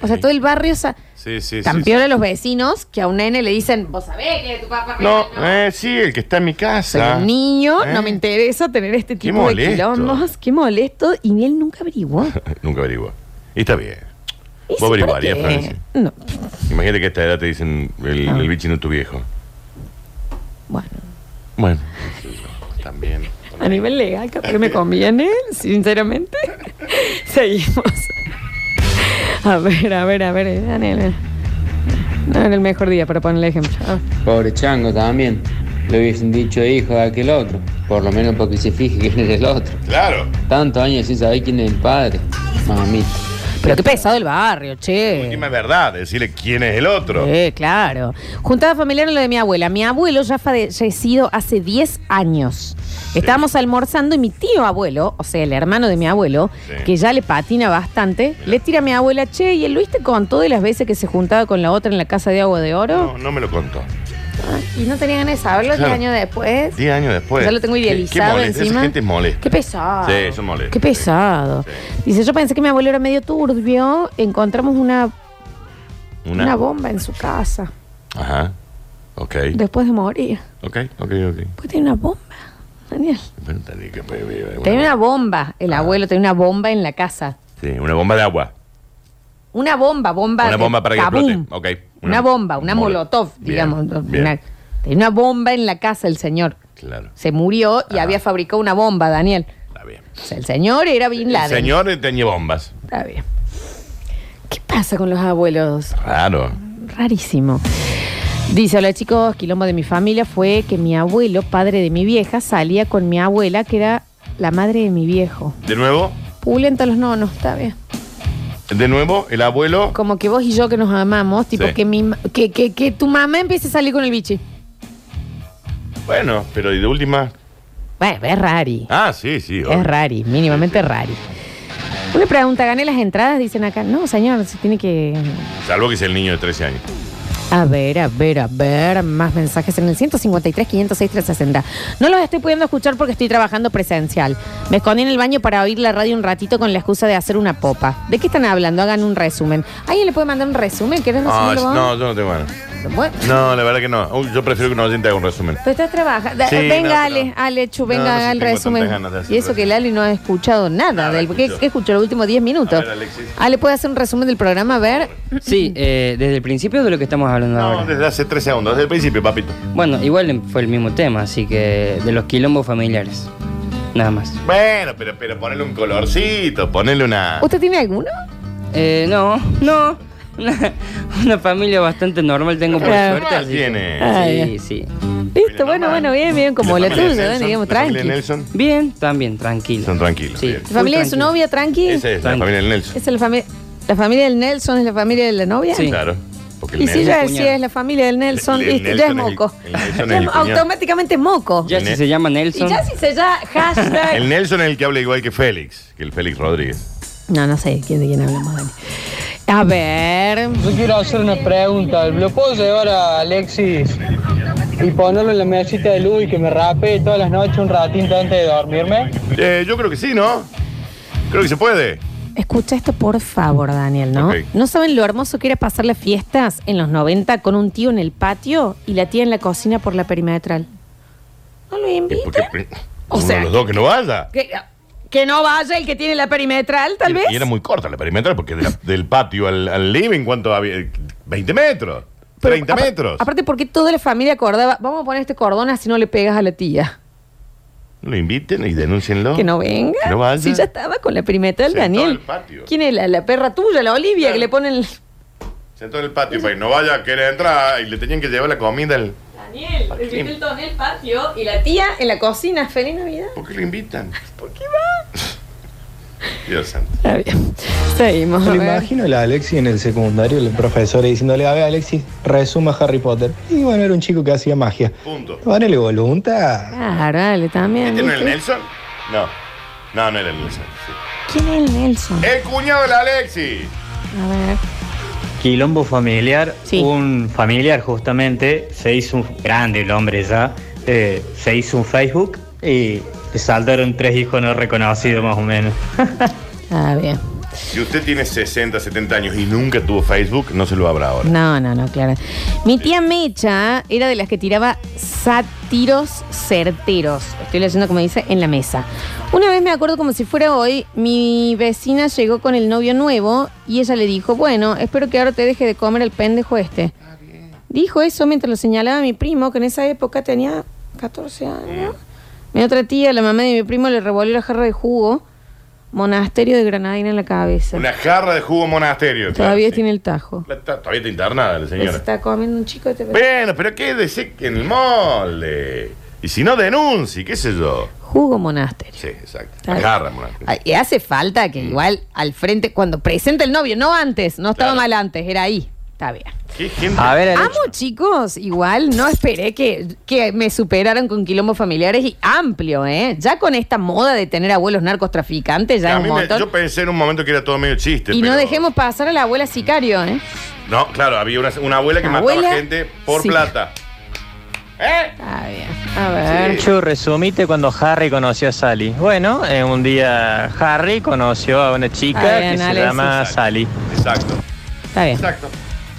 Speaker 2: O sea, todo el barrio sa
Speaker 3: Sí, sí, sí,
Speaker 2: campeona a los vecinos que a un nene le dicen, vos sabés que tu papá
Speaker 3: sí. No, eh, sí, el que está en mi
Speaker 2: soy
Speaker 3: casa.
Speaker 2: un niño,
Speaker 3: ¿Eh?
Speaker 2: no me interesa tener este tipo de
Speaker 3: molesto.
Speaker 2: quilombos, qué molesto, y él nunca averiguó.
Speaker 3: Nunca averiguó. Y está bien.
Speaker 2: ¿Y si
Speaker 3: Vos averiguarías,
Speaker 2: para qué?
Speaker 3: Francia.
Speaker 2: No,
Speaker 3: Imagínate que a esta edad te dicen el, el bichi no es tu viejo.
Speaker 2: Bueno.
Speaker 3: Bueno. También.
Speaker 2: A nivel legal, capaz que me conviene, sinceramente. Seguimos. A ver, a ver, a ver, Daniel. No era el mejor día para ponerle ejemplo. Ah.
Speaker 18: Pobre chango también. Le hubiesen dicho hijo de aquel otro. Por lo menos para que se fije quién es el otro.
Speaker 3: Claro.
Speaker 18: Tantos años sin saber quién es el padre. Mamita.
Speaker 2: Pero qué pesado el barrio, che.
Speaker 3: Dime verdad, decirle quién es el otro.
Speaker 2: Eh, claro. Juntada familiar en lo de mi abuela. Mi abuelo ya fallecido hace 10 años. Estábamos almorzando y mi tío abuelo, o sea, el hermano de mi abuelo,
Speaker 3: Sí.
Speaker 2: que ya le patina bastante, le tira a mi abuela, che, ¿y el Luis te contó de las veces que se juntaba con la otra en la casa de agua de oro?
Speaker 3: No, no me lo contó.
Speaker 2: Y no tenía ganas de saberlo
Speaker 3: Claro.
Speaker 2: 10 años después.
Speaker 3: Diez años después.
Speaker 2: Ya lo tengo
Speaker 3: Qué- qué
Speaker 2: idealizado
Speaker 3: molesta,
Speaker 2: encima.
Speaker 3: Esa gente es molesta.
Speaker 2: Qué pesado.
Speaker 3: Sí, eso molesta.
Speaker 2: Qué pesado. Dice, yo pensé que mi abuelo era medio turbio, encontramos una,
Speaker 3: Una.
Speaker 2: una bomba en su casa
Speaker 3: Ajá. Ok.
Speaker 2: después de morir.
Speaker 3: Ok, ok, ok.
Speaker 2: Pues tiene una bomba, Daniel.
Speaker 3: Bueno, tenía que- eh. una- Ah.
Speaker 2: Tenía una bomba, el abuelo tenía una bomba en la casa.
Speaker 3: Sí, una bomba de agua.
Speaker 2: Una bomba, bomba.
Speaker 3: Una
Speaker 2: de-
Speaker 3: bomba para que
Speaker 2: ¡Kabum!
Speaker 3: explote. Ok.
Speaker 2: Una, bomba, una
Speaker 3: mol-
Speaker 2: molotov, digamos.
Speaker 3: bien.
Speaker 2: Una, tenía una bomba en la casa el señor.
Speaker 3: Claro.
Speaker 2: Se murió y había fabricado una bomba, Daniel. O sea, el señor era Bin
Speaker 3: El
Speaker 2: Laden.
Speaker 3: señor tenía bombas.
Speaker 2: Está bien. ¿Qué pasa con los abuelos?
Speaker 3: Claro.
Speaker 2: Rarísimo. Dice, hola chicos, quilombo de mi familia fue que mi abuelo, padre de mi vieja, salía con mi abuela, que era la madre de mi viejo.
Speaker 3: De nuevo,
Speaker 2: Pulenta los nonos, está bien.
Speaker 3: de nuevo, el abuelo.
Speaker 2: Como que vos y yo que nos amamos, tipo
Speaker 3: Sí.
Speaker 2: que, mi, ma- que, que, que tu mamá empiece a salir con el bichi.
Speaker 3: Bueno, pero y de última.
Speaker 2: Bueno, es rari.
Speaker 3: Ah, sí, sí. obvio.
Speaker 2: Es rari, mínimamente rari. Una pregunta, ¿gané las entradas? Dicen acá. No, señor, se tiene que...
Speaker 3: Salvo que sea el niño de 13 años.
Speaker 2: A ver, a ver, a ver. Más mensajes en el 153, 506, 360. No los estoy pudiendo escuchar porque estoy trabajando presencial. Me escondí en el baño para oír la radio un ratito con la excusa de hacer una popa. ¿De qué están hablando? Hagan un resumen. ¿Alguien le puede mandar un resumen? ¿Querés
Speaker 3: Ah,
Speaker 2: resumirlo vos?
Speaker 3: no, yo no tengo ganas.
Speaker 2: Bueno,
Speaker 3: No, la verdad que no. Uy, yo prefiero que un oyente haga un resumen.
Speaker 2: Pero estás trabajando.
Speaker 3: Sí,
Speaker 2: venga,
Speaker 3: no,
Speaker 2: Ale, Ale, Chu, venga,
Speaker 3: No, no sé
Speaker 2: haga
Speaker 3: si
Speaker 2: el
Speaker 3: tengo
Speaker 2: resumen.
Speaker 3: tantas ganas de hacer
Speaker 2: Y eso que Lali no ha escuchado nada. del, ¿qué, qué escuchó los últimos 10 minutos?
Speaker 18: ver, Alexis.
Speaker 2: Ale, ¿puede hacer un resumen del programa? A ver.
Speaker 18: Sí, eh, desde el principio de lo que estamos hablando ahora.
Speaker 3: desde hace tres segundos, desde el principio, papito.
Speaker 18: Bueno, igual fue el mismo tema, así que de los quilombos familiares. Nada más.
Speaker 3: Bueno, pero, pero ponele un colorcito, ponele una.
Speaker 2: ¿Usted tiene alguno?
Speaker 18: Eh, no, no. Una, una familia bastante normal tengo por
Speaker 2: Claro.
Speaker 18: suerte. así que-
Speaker 3: tiene.
Speaker 2: Ah,
Speaker 18: Sí, sí.
Speaker 2: Listo, bueno, bueno, bien, bien, como la
Speaker 18: familia
Speaker 2: tuya,
Speaker 18: Nelson?
Speaker 2: digamos,
Speaker 18: ¿La familia
Speaker 2: tranqui. ¿La
Speaker 18: Nelson? Bien, también, tranquilo. Son
Speaker 3: tranquilos.
Speaker 18: Sí.
Speaker 2: familia de su novia, tranqui?
Speaker 3: Esa es la familia del Nelson.
Speaker 2: ¿Esa es la familia. ¿La familia del Nelson es la familia de la novia?
Speaker 3: Claro. Porque el
Speaker 2: Y si
Speaker 3: Nelson-
Speaker 2: ya si es la familia del Nelson,
Speaker 18: El- el
Speaker 2: listo, ya es
Speaker 18: Nelson es el-
Speaker 2: moco.
Speaker 18: el Nelson es
Speaker 2: Ya
Speaker 18: el
Speaker 2: es-
Speaker 18: cuñado.
Speaker 2: automáticamente es moco.
Speaker 18: Ya si se llama
Speaker 2: Y
Speaker 18: Nelson.
Speaker 2: ya si se ya hashtag.
Speaker 3: El Nelson es el que habla igual que Félix, que el Félix Rodríguez.
Speaker 2: No, no sé de quién, de quién hablamos, Dani. A ver.
Speaker 22: Yo quiero hacer una pregunta. ¿Lo puedo llevar a Alexis y ponerlo en la mesita de luz y que me rape todas las noches un ratito antes de dormirme?
Speaker 3: Eh, yo creo que sí, ¿no? Creo que se puede.
Speaker 2: Escucha esto, por favor, Daniel, ¿no?
Speaker 3: Ok.
Speaker 2: ¿No saben lo hermoso que era pasar las fiestas en los 90 con un tío en el patio y la tía en la cocina por la perimetral? ¿No lo invito?
Speaker 3: Porque
Speaker 2: O
Speaker 3: uno
Speaker 2: sea-
Speaker 3: de los dos que no vaya.
Speaker 2: Que, que no vaya el que tiene la perimetral, tal vez.
Speaker 3: Y era muy corta la perimetral, porque de la- del patio al, al living, ¿cuánto había? 20 metros. 30
Speaker 2: Apa-
Speaker 3: metros.
Speaker 2: Aparte, porque toda la familia acordaba, vamos a poner este cordón así no le pegas a la tía.
Speaker 3: Lo inviten y denúncienlo.
Speaker 2: Que no venga.
Speaker 3: Que no vaya.
Speaker 2: Si ya estaba con la perimetral,
Speaker 3: Sentado en
Speaker 2: Daniel.
Speaker 3: el patio.
Speaker 2: ¿Quién es la, la perra tuya, la Olivia, que le ponen el...
Speaker 3: Sentó en el patio para que no vaya a querer entrar y le tenían que llevar la comida al.
Speaker 2: Daniel, el Milton en el patio y la tía en la cocina. Feliz Navidad.
Speaker 3: ¿Por qué lo invitan? ¿Por qué va? Dios santo.
Speaker 2: Está bien. Seguimos.
Speaker 14: Me
Speaker 2: a
Speaker 14: lo
Speaker 2: ver.
Speaker 14: imagino el Alexis en el secundario, el profesor diciéndole, a ver Alexis, resuma Harry Potter. Y bueno, era un chico que hacía magia.
Speaker 3: Punto.
Speaker 14: Ponele voluntad.
Speaker 2: Claro, Ah, dale, también.
Speaker 3: ¿Este no era el
Speaker 2: ¿viste?
Speaker 3: Nelson? No. No, no era el Nelson. sí.
Speaker 2: ¿Quién es el Nelson?
Speaker 3: El cuñado del Alexis.
Speaker 2: A ver.
Speaker 20: Quilombo familiar, un familiar justamente, se hizo un grande el hombre ya, eh, se hizo un Facebook y le saltaron tres hijos no reconocidos más o menos.
Speaker 2: Ah, bien.
Speaker 3: Si usted tiene 60, 70 años y nunca tuvo Facebook, no se lo habrá ahora.
Speaker 2: No, no, no, claro. Mi tía Mecha era de las que tiraba sátiros certeros. Estoy leyendo como dice en la mesa. Una vez me acuerdo como si fuera hoy, mi vecina llegó con el novio nuevo y ella le dijo, bueno, espero que ahora te deje de comer el pendejo este.
Speaker 3: Ah,
Speaker 2: Dijo eso mientras lo señalaba mi primo, que en esa época tenía 14 años. Mi otra tía, la mamá de mi primo, le revolvió la jarra de jugo Monasterio de Granadina en la cabeza.
Speaker 3: Una jarra de jugo monasterio. claro.
Speaker 2: Todavía tiene el tajo.
Speaker 3: La- está- Todavía está internada la
Speaker 2: Se
Speaker 3: señora.
Speaker 2: está comiendo un chico de este-
Speaker 3: Bueno, pero ¿qué decir que en el molde? Y si no denuncie, qué sé yo.
Speaker 2: Jugo monasterio.
Speaker 3: Sí, exacto. La
Speaker 2: Está
Speaker 3: Mm.
Speaker 2: bien.
Speaker 3: jarra monasterio.
Speaker 2: Ah, Y hace falta que igual al frente, cuando presenta el novio, no antes, no estaba mal antes, era ahí. Está bien.
Speaker 3: A
Speaker 12: ver,
Speaker 2: Amo, chicos, igual no esperé que, que me superaran con quilombos familiares y amplio, ¿eh? Ya con esta moda de tener abuelos narcos traficantes, ya
Speaker 3: A
Speaker 2: es un
Speaker 3: mí me-
Speaker 2: montón.
Speaker 3: yo pensé en un momento que era todo medio chiste.
Speaker 2: y no
Speaker 3: pero-
Speaker 2: dejemos pasar a la abuela sicario, ¿eh?
Speaker 3: No, claro, había una, una abuela que
Speaker 2: Abuela,
Speaker 3: mataba gente por
Speaker 2: sí.
Speaker 3: plata. ¿Eh?
Speaker 2: Está bien. A ver.
Speaker 12: Chu, resumite cuando Harry conoció a Sally. Bueno, eh, un día Harry conoció a una chica
Speaker 2: Está bien,
Speaker 12: que se
Speaker 2: Alex.
Speaker 12: llama
Speaker 2: Exacto.
Speaker 12: Sally.
Speaker 3: Exacto.
Speaker 2: Está bien.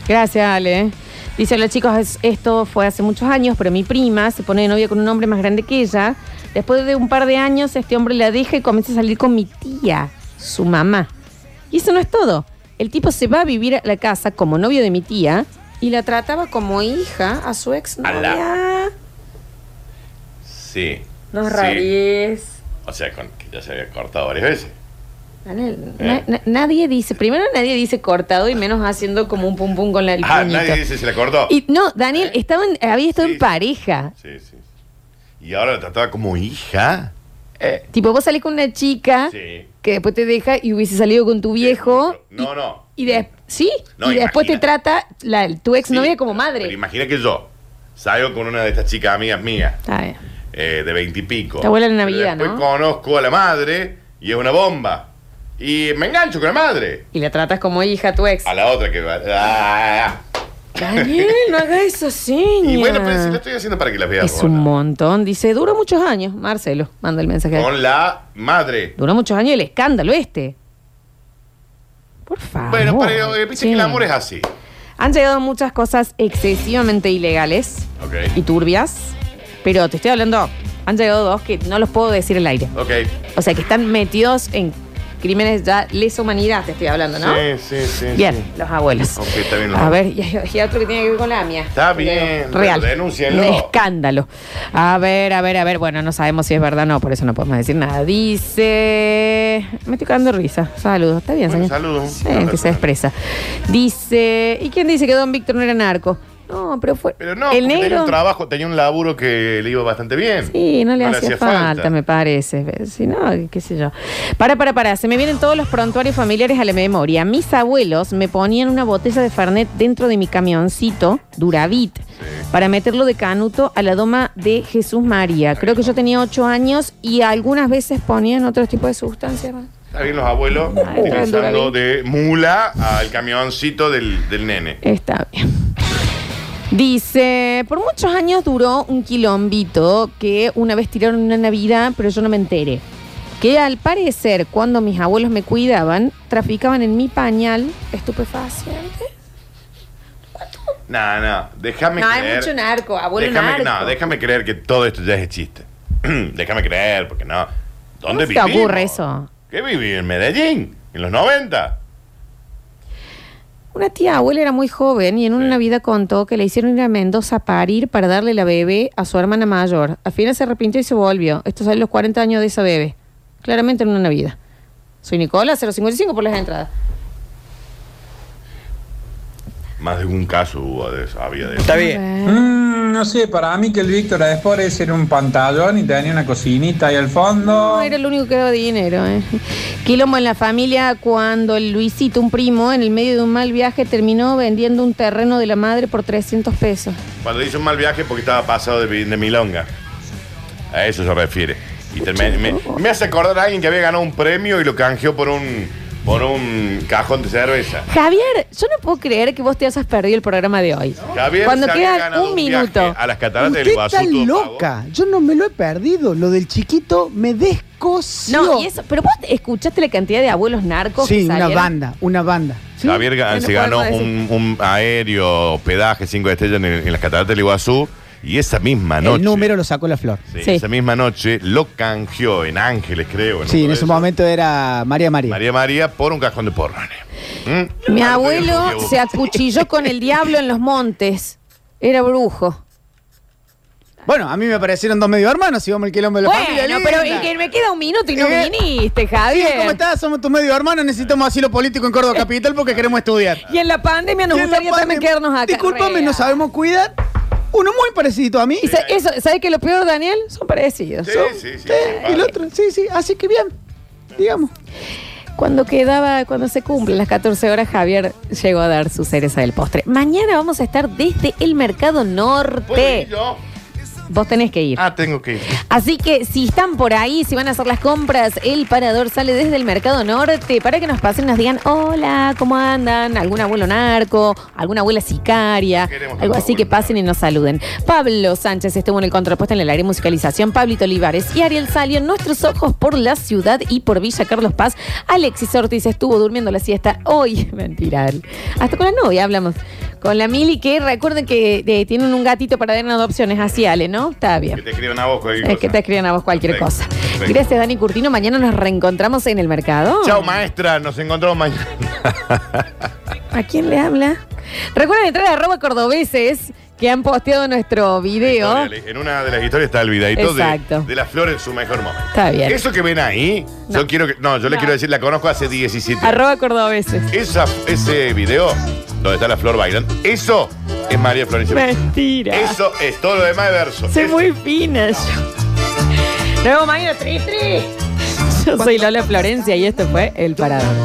Speaker 2: Gracias, Ale. Dice, hola chicos, es- esto fue hace muchos años, pero mi prima se pone de novia con un hombre más grande que ella. Después de un par de años, este hombre la deja y comienza a salir con mi tía, su mamá. Y eso no es todo. El tipo se va a vivir a la casa como novio de mi tía y la trataba como hija a su ex novia.
Speaker 3: Sí.
Speaker 2: No es
Speaker 3: Sí.
Speaker 2: raríes.
Speaker 3: O sea, con- que ya se había cortado varias veces.
Speaker 2: Daniel,
Speaker 3: Eh.
Speaker 2: na- na- nadie dice, primero nadie dice cortado y menos haciendo como un pum pum con la el
Speaker 3: ah,
Speaker 2: puñito.
Speaker 3: nadie dice se la cortó.
Speaker 2: Y no, Daniel, estaba en- había estado en pareja.
Speaker 3: Sí, sí. Y ahora la trataba como hija.
Speaker 2: Tipo, vos salís con una chica
Speaker 3: Sí.
Speaker 2: que después te deja y hubiese salido con tu viejo
Speaker 3: No, no.
Speaker 2: y de- sí,
Speaker 3: No,
Speaker 2: y después te trata la, tu exnovia como
Speaker 3: Pero
Speaker 2: madre.
Speaker 3: imagina que yo salgo con una de estas chicas amigas mías,
Speaker 2: Está bien.
Speaker 3: eh, de veintipico.
Speaker 2: Tu abuela en
Speaker 3: Pero
Speaker 2: Navidad,
Speaker 3: después
Speaker 2: ¿no?
Speaker 3: Pues conozco a la madre y es una bomba. Y me engancho con la madre.
Speaker 2: Y la tratas como hija a tu ex.
Speaker 3: A la otra que va. ah, ah, ah.
Speaker 2: Daniel, no hagas eso, seña.
Speaker 3: Y bueno, pero si lo estoy haciendo para que las veas.
Speaker 2: Es un montón. Dice, duró muchos años. Marcelo, manda el mensaje.
Speaker 3: Con la madre.
Speaker 2: Duró muchos años el escándalo este. Por favor.
Speaker 3: Bueno, pero eh, viste
Speaker 2: che.
Speaker 3: que el amor es así.
Speaker 2: Han llegado muchas cosas excesivamente ilegales
Speaker 3: Ok.
Speaker 2: y turbias, pero te estoy hablando, han llegado dos que no los puedo decir al aire.
Speaker 3: Ok.
Speaker 2: O sea, que están metidos en crímenes ya lesa humanidad, te estoy hablando, ¿no?
Speaker 3: Sí, sí, sí.
Speaker 2: Bien,
Speaker 3: sí.
Speaker 2: los abuelos.
Speaker 3: Ok, está bien. los
Speaker 2: A ver,
Speaker 3: abuelos.
Speaker 2: y, hay- y hay otro que tiene que ver con la mía.
Speaker 3: Está bien.
Speaker 2: Real.
Speaker 3: pero denúncienlo.
Speaker 2: Un escándalo. A ver, a ver, a ver. Bueno, no sabemos si es verdad o no, por eso no podemos decir nada. Dice. Me estoy cagando de risa. Saludos. Está bien,
Speaker 3: Bueno,
Speaker 2: señor.
Speaker 3: saludos.
Speaker 2: Sí, que se expresa. Dice. ¿Y quién dice que don Víctor no era narco? No, pero fue.
Speaker 3: Pero no,
Speaker 2: el
Speaker 3: porque tenía
Speaker 2: negro.
Speaker 3: un trabajo, tenía un laburo que le iba bastante bien.
Speaker 2: Sí, no le hacía, falta, me parece. Si no, qué sé yo. Para, para, para. Se me vienen todos los prontuarios familiares a la memoria. Mis abuelos me ponían una botella de Fernet dentro de mi camioncito, Duravit, para meterlo de canuto a la doma de Jesús María. Creo que yo tenía ocho años y algunas veces ponían otro tipo de sustancias. más.
Speaker 3: Está bien los abuelos
Speaker 2: Ay,
Speaker 3: utilizando
Speaker 2: Duravin.
Speaker 3: de mula al camioncito del, del nene.
Speaker 2: Está bien. Dice, por muchos años duró un quilombito que una vez tiraron una Navidad, pero yo no me enteré. Que al parecer, cuando mis abuelos me cuidaban, traficaban en mi pañal estupefaciente.
Speaker 3: No, no, déjame
Speaker 2: No, hay
Speaker 3: creer.
Speaker 2: mucho narco, abuelo
Speaker 3: déjame,
Speaker 2: narco.
Speaker 3: No, déjame creer que todo esto ya es chiste. déjame creer, porque no. ¿Dónde
Speaker 2: ¿Cómo se te
Speaker 3: vivimos?
Speaker 2: ocurre eso?
Speaker 3: ¿Qué viví? ¿En Medellín? ¿En los 90?
Speaker 2: Una tía abuela era muy joven y en una Navidad contó que le hicieron ir a Mendoza a parir para darle la bebé a su hermana mayor. Al final se arrepintió y se volvió. Esto sale a los 40 años de esa bebé. Claramente en una Navidad. Soy Nicola, 055 por las entradas.
Speaker 3: Más de un caso hubo de eso, había de eso.
Speaker 11: Está Mm, no sé, para mí que el Víctor es por ese era un pantallón y tenía una cocinita ahí al fondo.
Speaker 2: No, era el único que daba dinero. eh. Quilombo en la familia cuando el Luisito, un primo, en el medio de un mal viaje terminó vendiendo un terreno de la madre por 300 pesos.
Speaker 3: Cuando hizo un mal viaje porque estaba pasado de, de milonga. A eso se refiere. Y te- me, me- me hace acordar a alguien que había ganado un premio y lo canjeó por un, por un cajón de cerveza.
Speaker 2: Javier, yo no puedo creer que vos te hayas perdido el programa de hoy.
Speaker 3: Javier
Speaker 2: cuando
Speaker 3: se había
Speaker 2: queda
Speaker 3: ganado
Speaker 2: un
Speaker 3: un viaje
Speaker 2: minuto.
Speaker 3: A las cataratas del
Speaker 21: ¿Qué tan
Speaker 3: Guasuto.
Speaker 21: loca? Yo no me lo he perdido. Lo del chiquito me descoció.
Speaker 2: No, y eso, pero vos escuchaste la cantidad de abuelos narcos. que
Speaker 21: Sí, una
Speaker 2: salieron?
Speaker 21: banda, una banda.
Speaker 3: Javier ga-
Speaker 2: Bueno,
Speaker 3: se ganó
Speaker 2: podemos
Speaker 3: un, un aéreo hospedaje cinco estrellas en, el- en las cataratas del Iguazú y esa misma
Speaker 21: El
Speaker 3: noche,
Speaker 21: número lo sacó la flor.
Speaker 3: sí,
Speaker 21: Sí,
Speaker 3: esa misma noche lo canjeó en Ángeles, creo.
Speaker 21: Sí, en
Speaker 3: uno
Speaker 21: ese
Speaker 3: de esos.
Speaker 21: momento era María María.
Speaker 3: María María por un cajón de porrones. ¿Mm?
Speaker 2: Mi
Speaker 3: Ah, no te digo,
Speaker 2: abuelo
Speaker 3: Diego.
Speaker 2: se acuchilló con el diablo en los montes. Era brujo.
Speaker 28: Bueno, a mí me parecieron dos medio hermanos, si vamos el quilombo de la familia.
Speaker 2: Bueno, pero
Speaker 28: linda.
Speaker 2: es que me queda un minuto y no
Speaker 28: Eh,
Speaker 2: viniste,
Speaker 28: Sí, ¿Cómo
Speaker 2: Javier.
Speaker 28: estás? Somos tus medio hermanos, necesitamos asilo político en Córdoba Capital porque queremos estudiar.
Speaker 2: Y en la pandemia nos
Speaker 28: Y en la
Speaker 2: gustaría también
Speaker 28: pandemia,
Speaker 2: quedarnos acá.
Speaker 28: Disculpame, no sabemos cuidar. Uno muy parecido a mí.
Speaker 2: Y sa- eso, ¿Sabes que lo peor, Daniel? Son parecidos.
Speaker 28: Sí,
Speaker 2: Son-
Speaker 28: sí, sí, Y el otro, sí, sí. Así que bien, digamos.
Speaker 2: Cuando quedaba, cuando se cumplen las 14 horas, Javier llegó a dar su cereza del postre. Mañana vamos a estar desde el Mercado Norte. Vos tenés que ir.
Speaker 3: Ah, tengo que ir.
Speaker 2: Así que si están por ahí, si van a hacer las compras, el parador sale desde el Mercado Norte para que nos pasen, nos digan, hola, ¿cómo andan? ¿Algún abuelo narco? ¿Alguna abuela sicaria? Algo así que pasen y nos saluden. Pablo Sánchez estuvo en el contrapuesto en el área de musicalización, Pablito Olivares y Ariel Salio, nuestros ojos por la ciudad y por Villa Carlos Paz. Alexis Ortiz estuvo durmiendo la siesta hoy, mentira. Hasta con la novia hablamos. Con la Mili, que recuerden que eh, tienen un gatito para darnos adopciones, así Ale, ¿no? Está bien.
Speaker 3: Que te escriban a vos, cualquier
Speaker 2: Es que
Speaker 3: cosa.
Speaker 2: te escriban a vos cualquier cosa.
Speaker 3: perfecto.
Speaker 2: Gracias, Dani Curtino. Mañana nos reencontramos en el mercado.
Speaker 3: Chao, maestra. Nos encontramos mañana.
Speaker 2: ¿A quién le habla? Recuerden entrar a arroba cordobeses que han posteado nuestro video.
Speaker 3: En una de las historias está el videito de,
Speaker 2: Exacto.
Speaker 3: de la flor en su mejor momento.
Speaker 2: Está bien.
Speaker 3: Eso que ven ahí, yo quiero que. No, yo le quiero decir, la conozco hace 17 años.
Speaker 2: Arroba cordobeses.
Speaker 3: Esa- ese video donde está la flor bailando, eso es María Florencia.
Speaker 2: Mentira.
Speaker 3: Eso es todo lo demás de verso.
Speaker 2: Soy muy fina yo. Nos vemos mañana, tri, tri. Yo soy Lola Florencia y esto fue El Parador.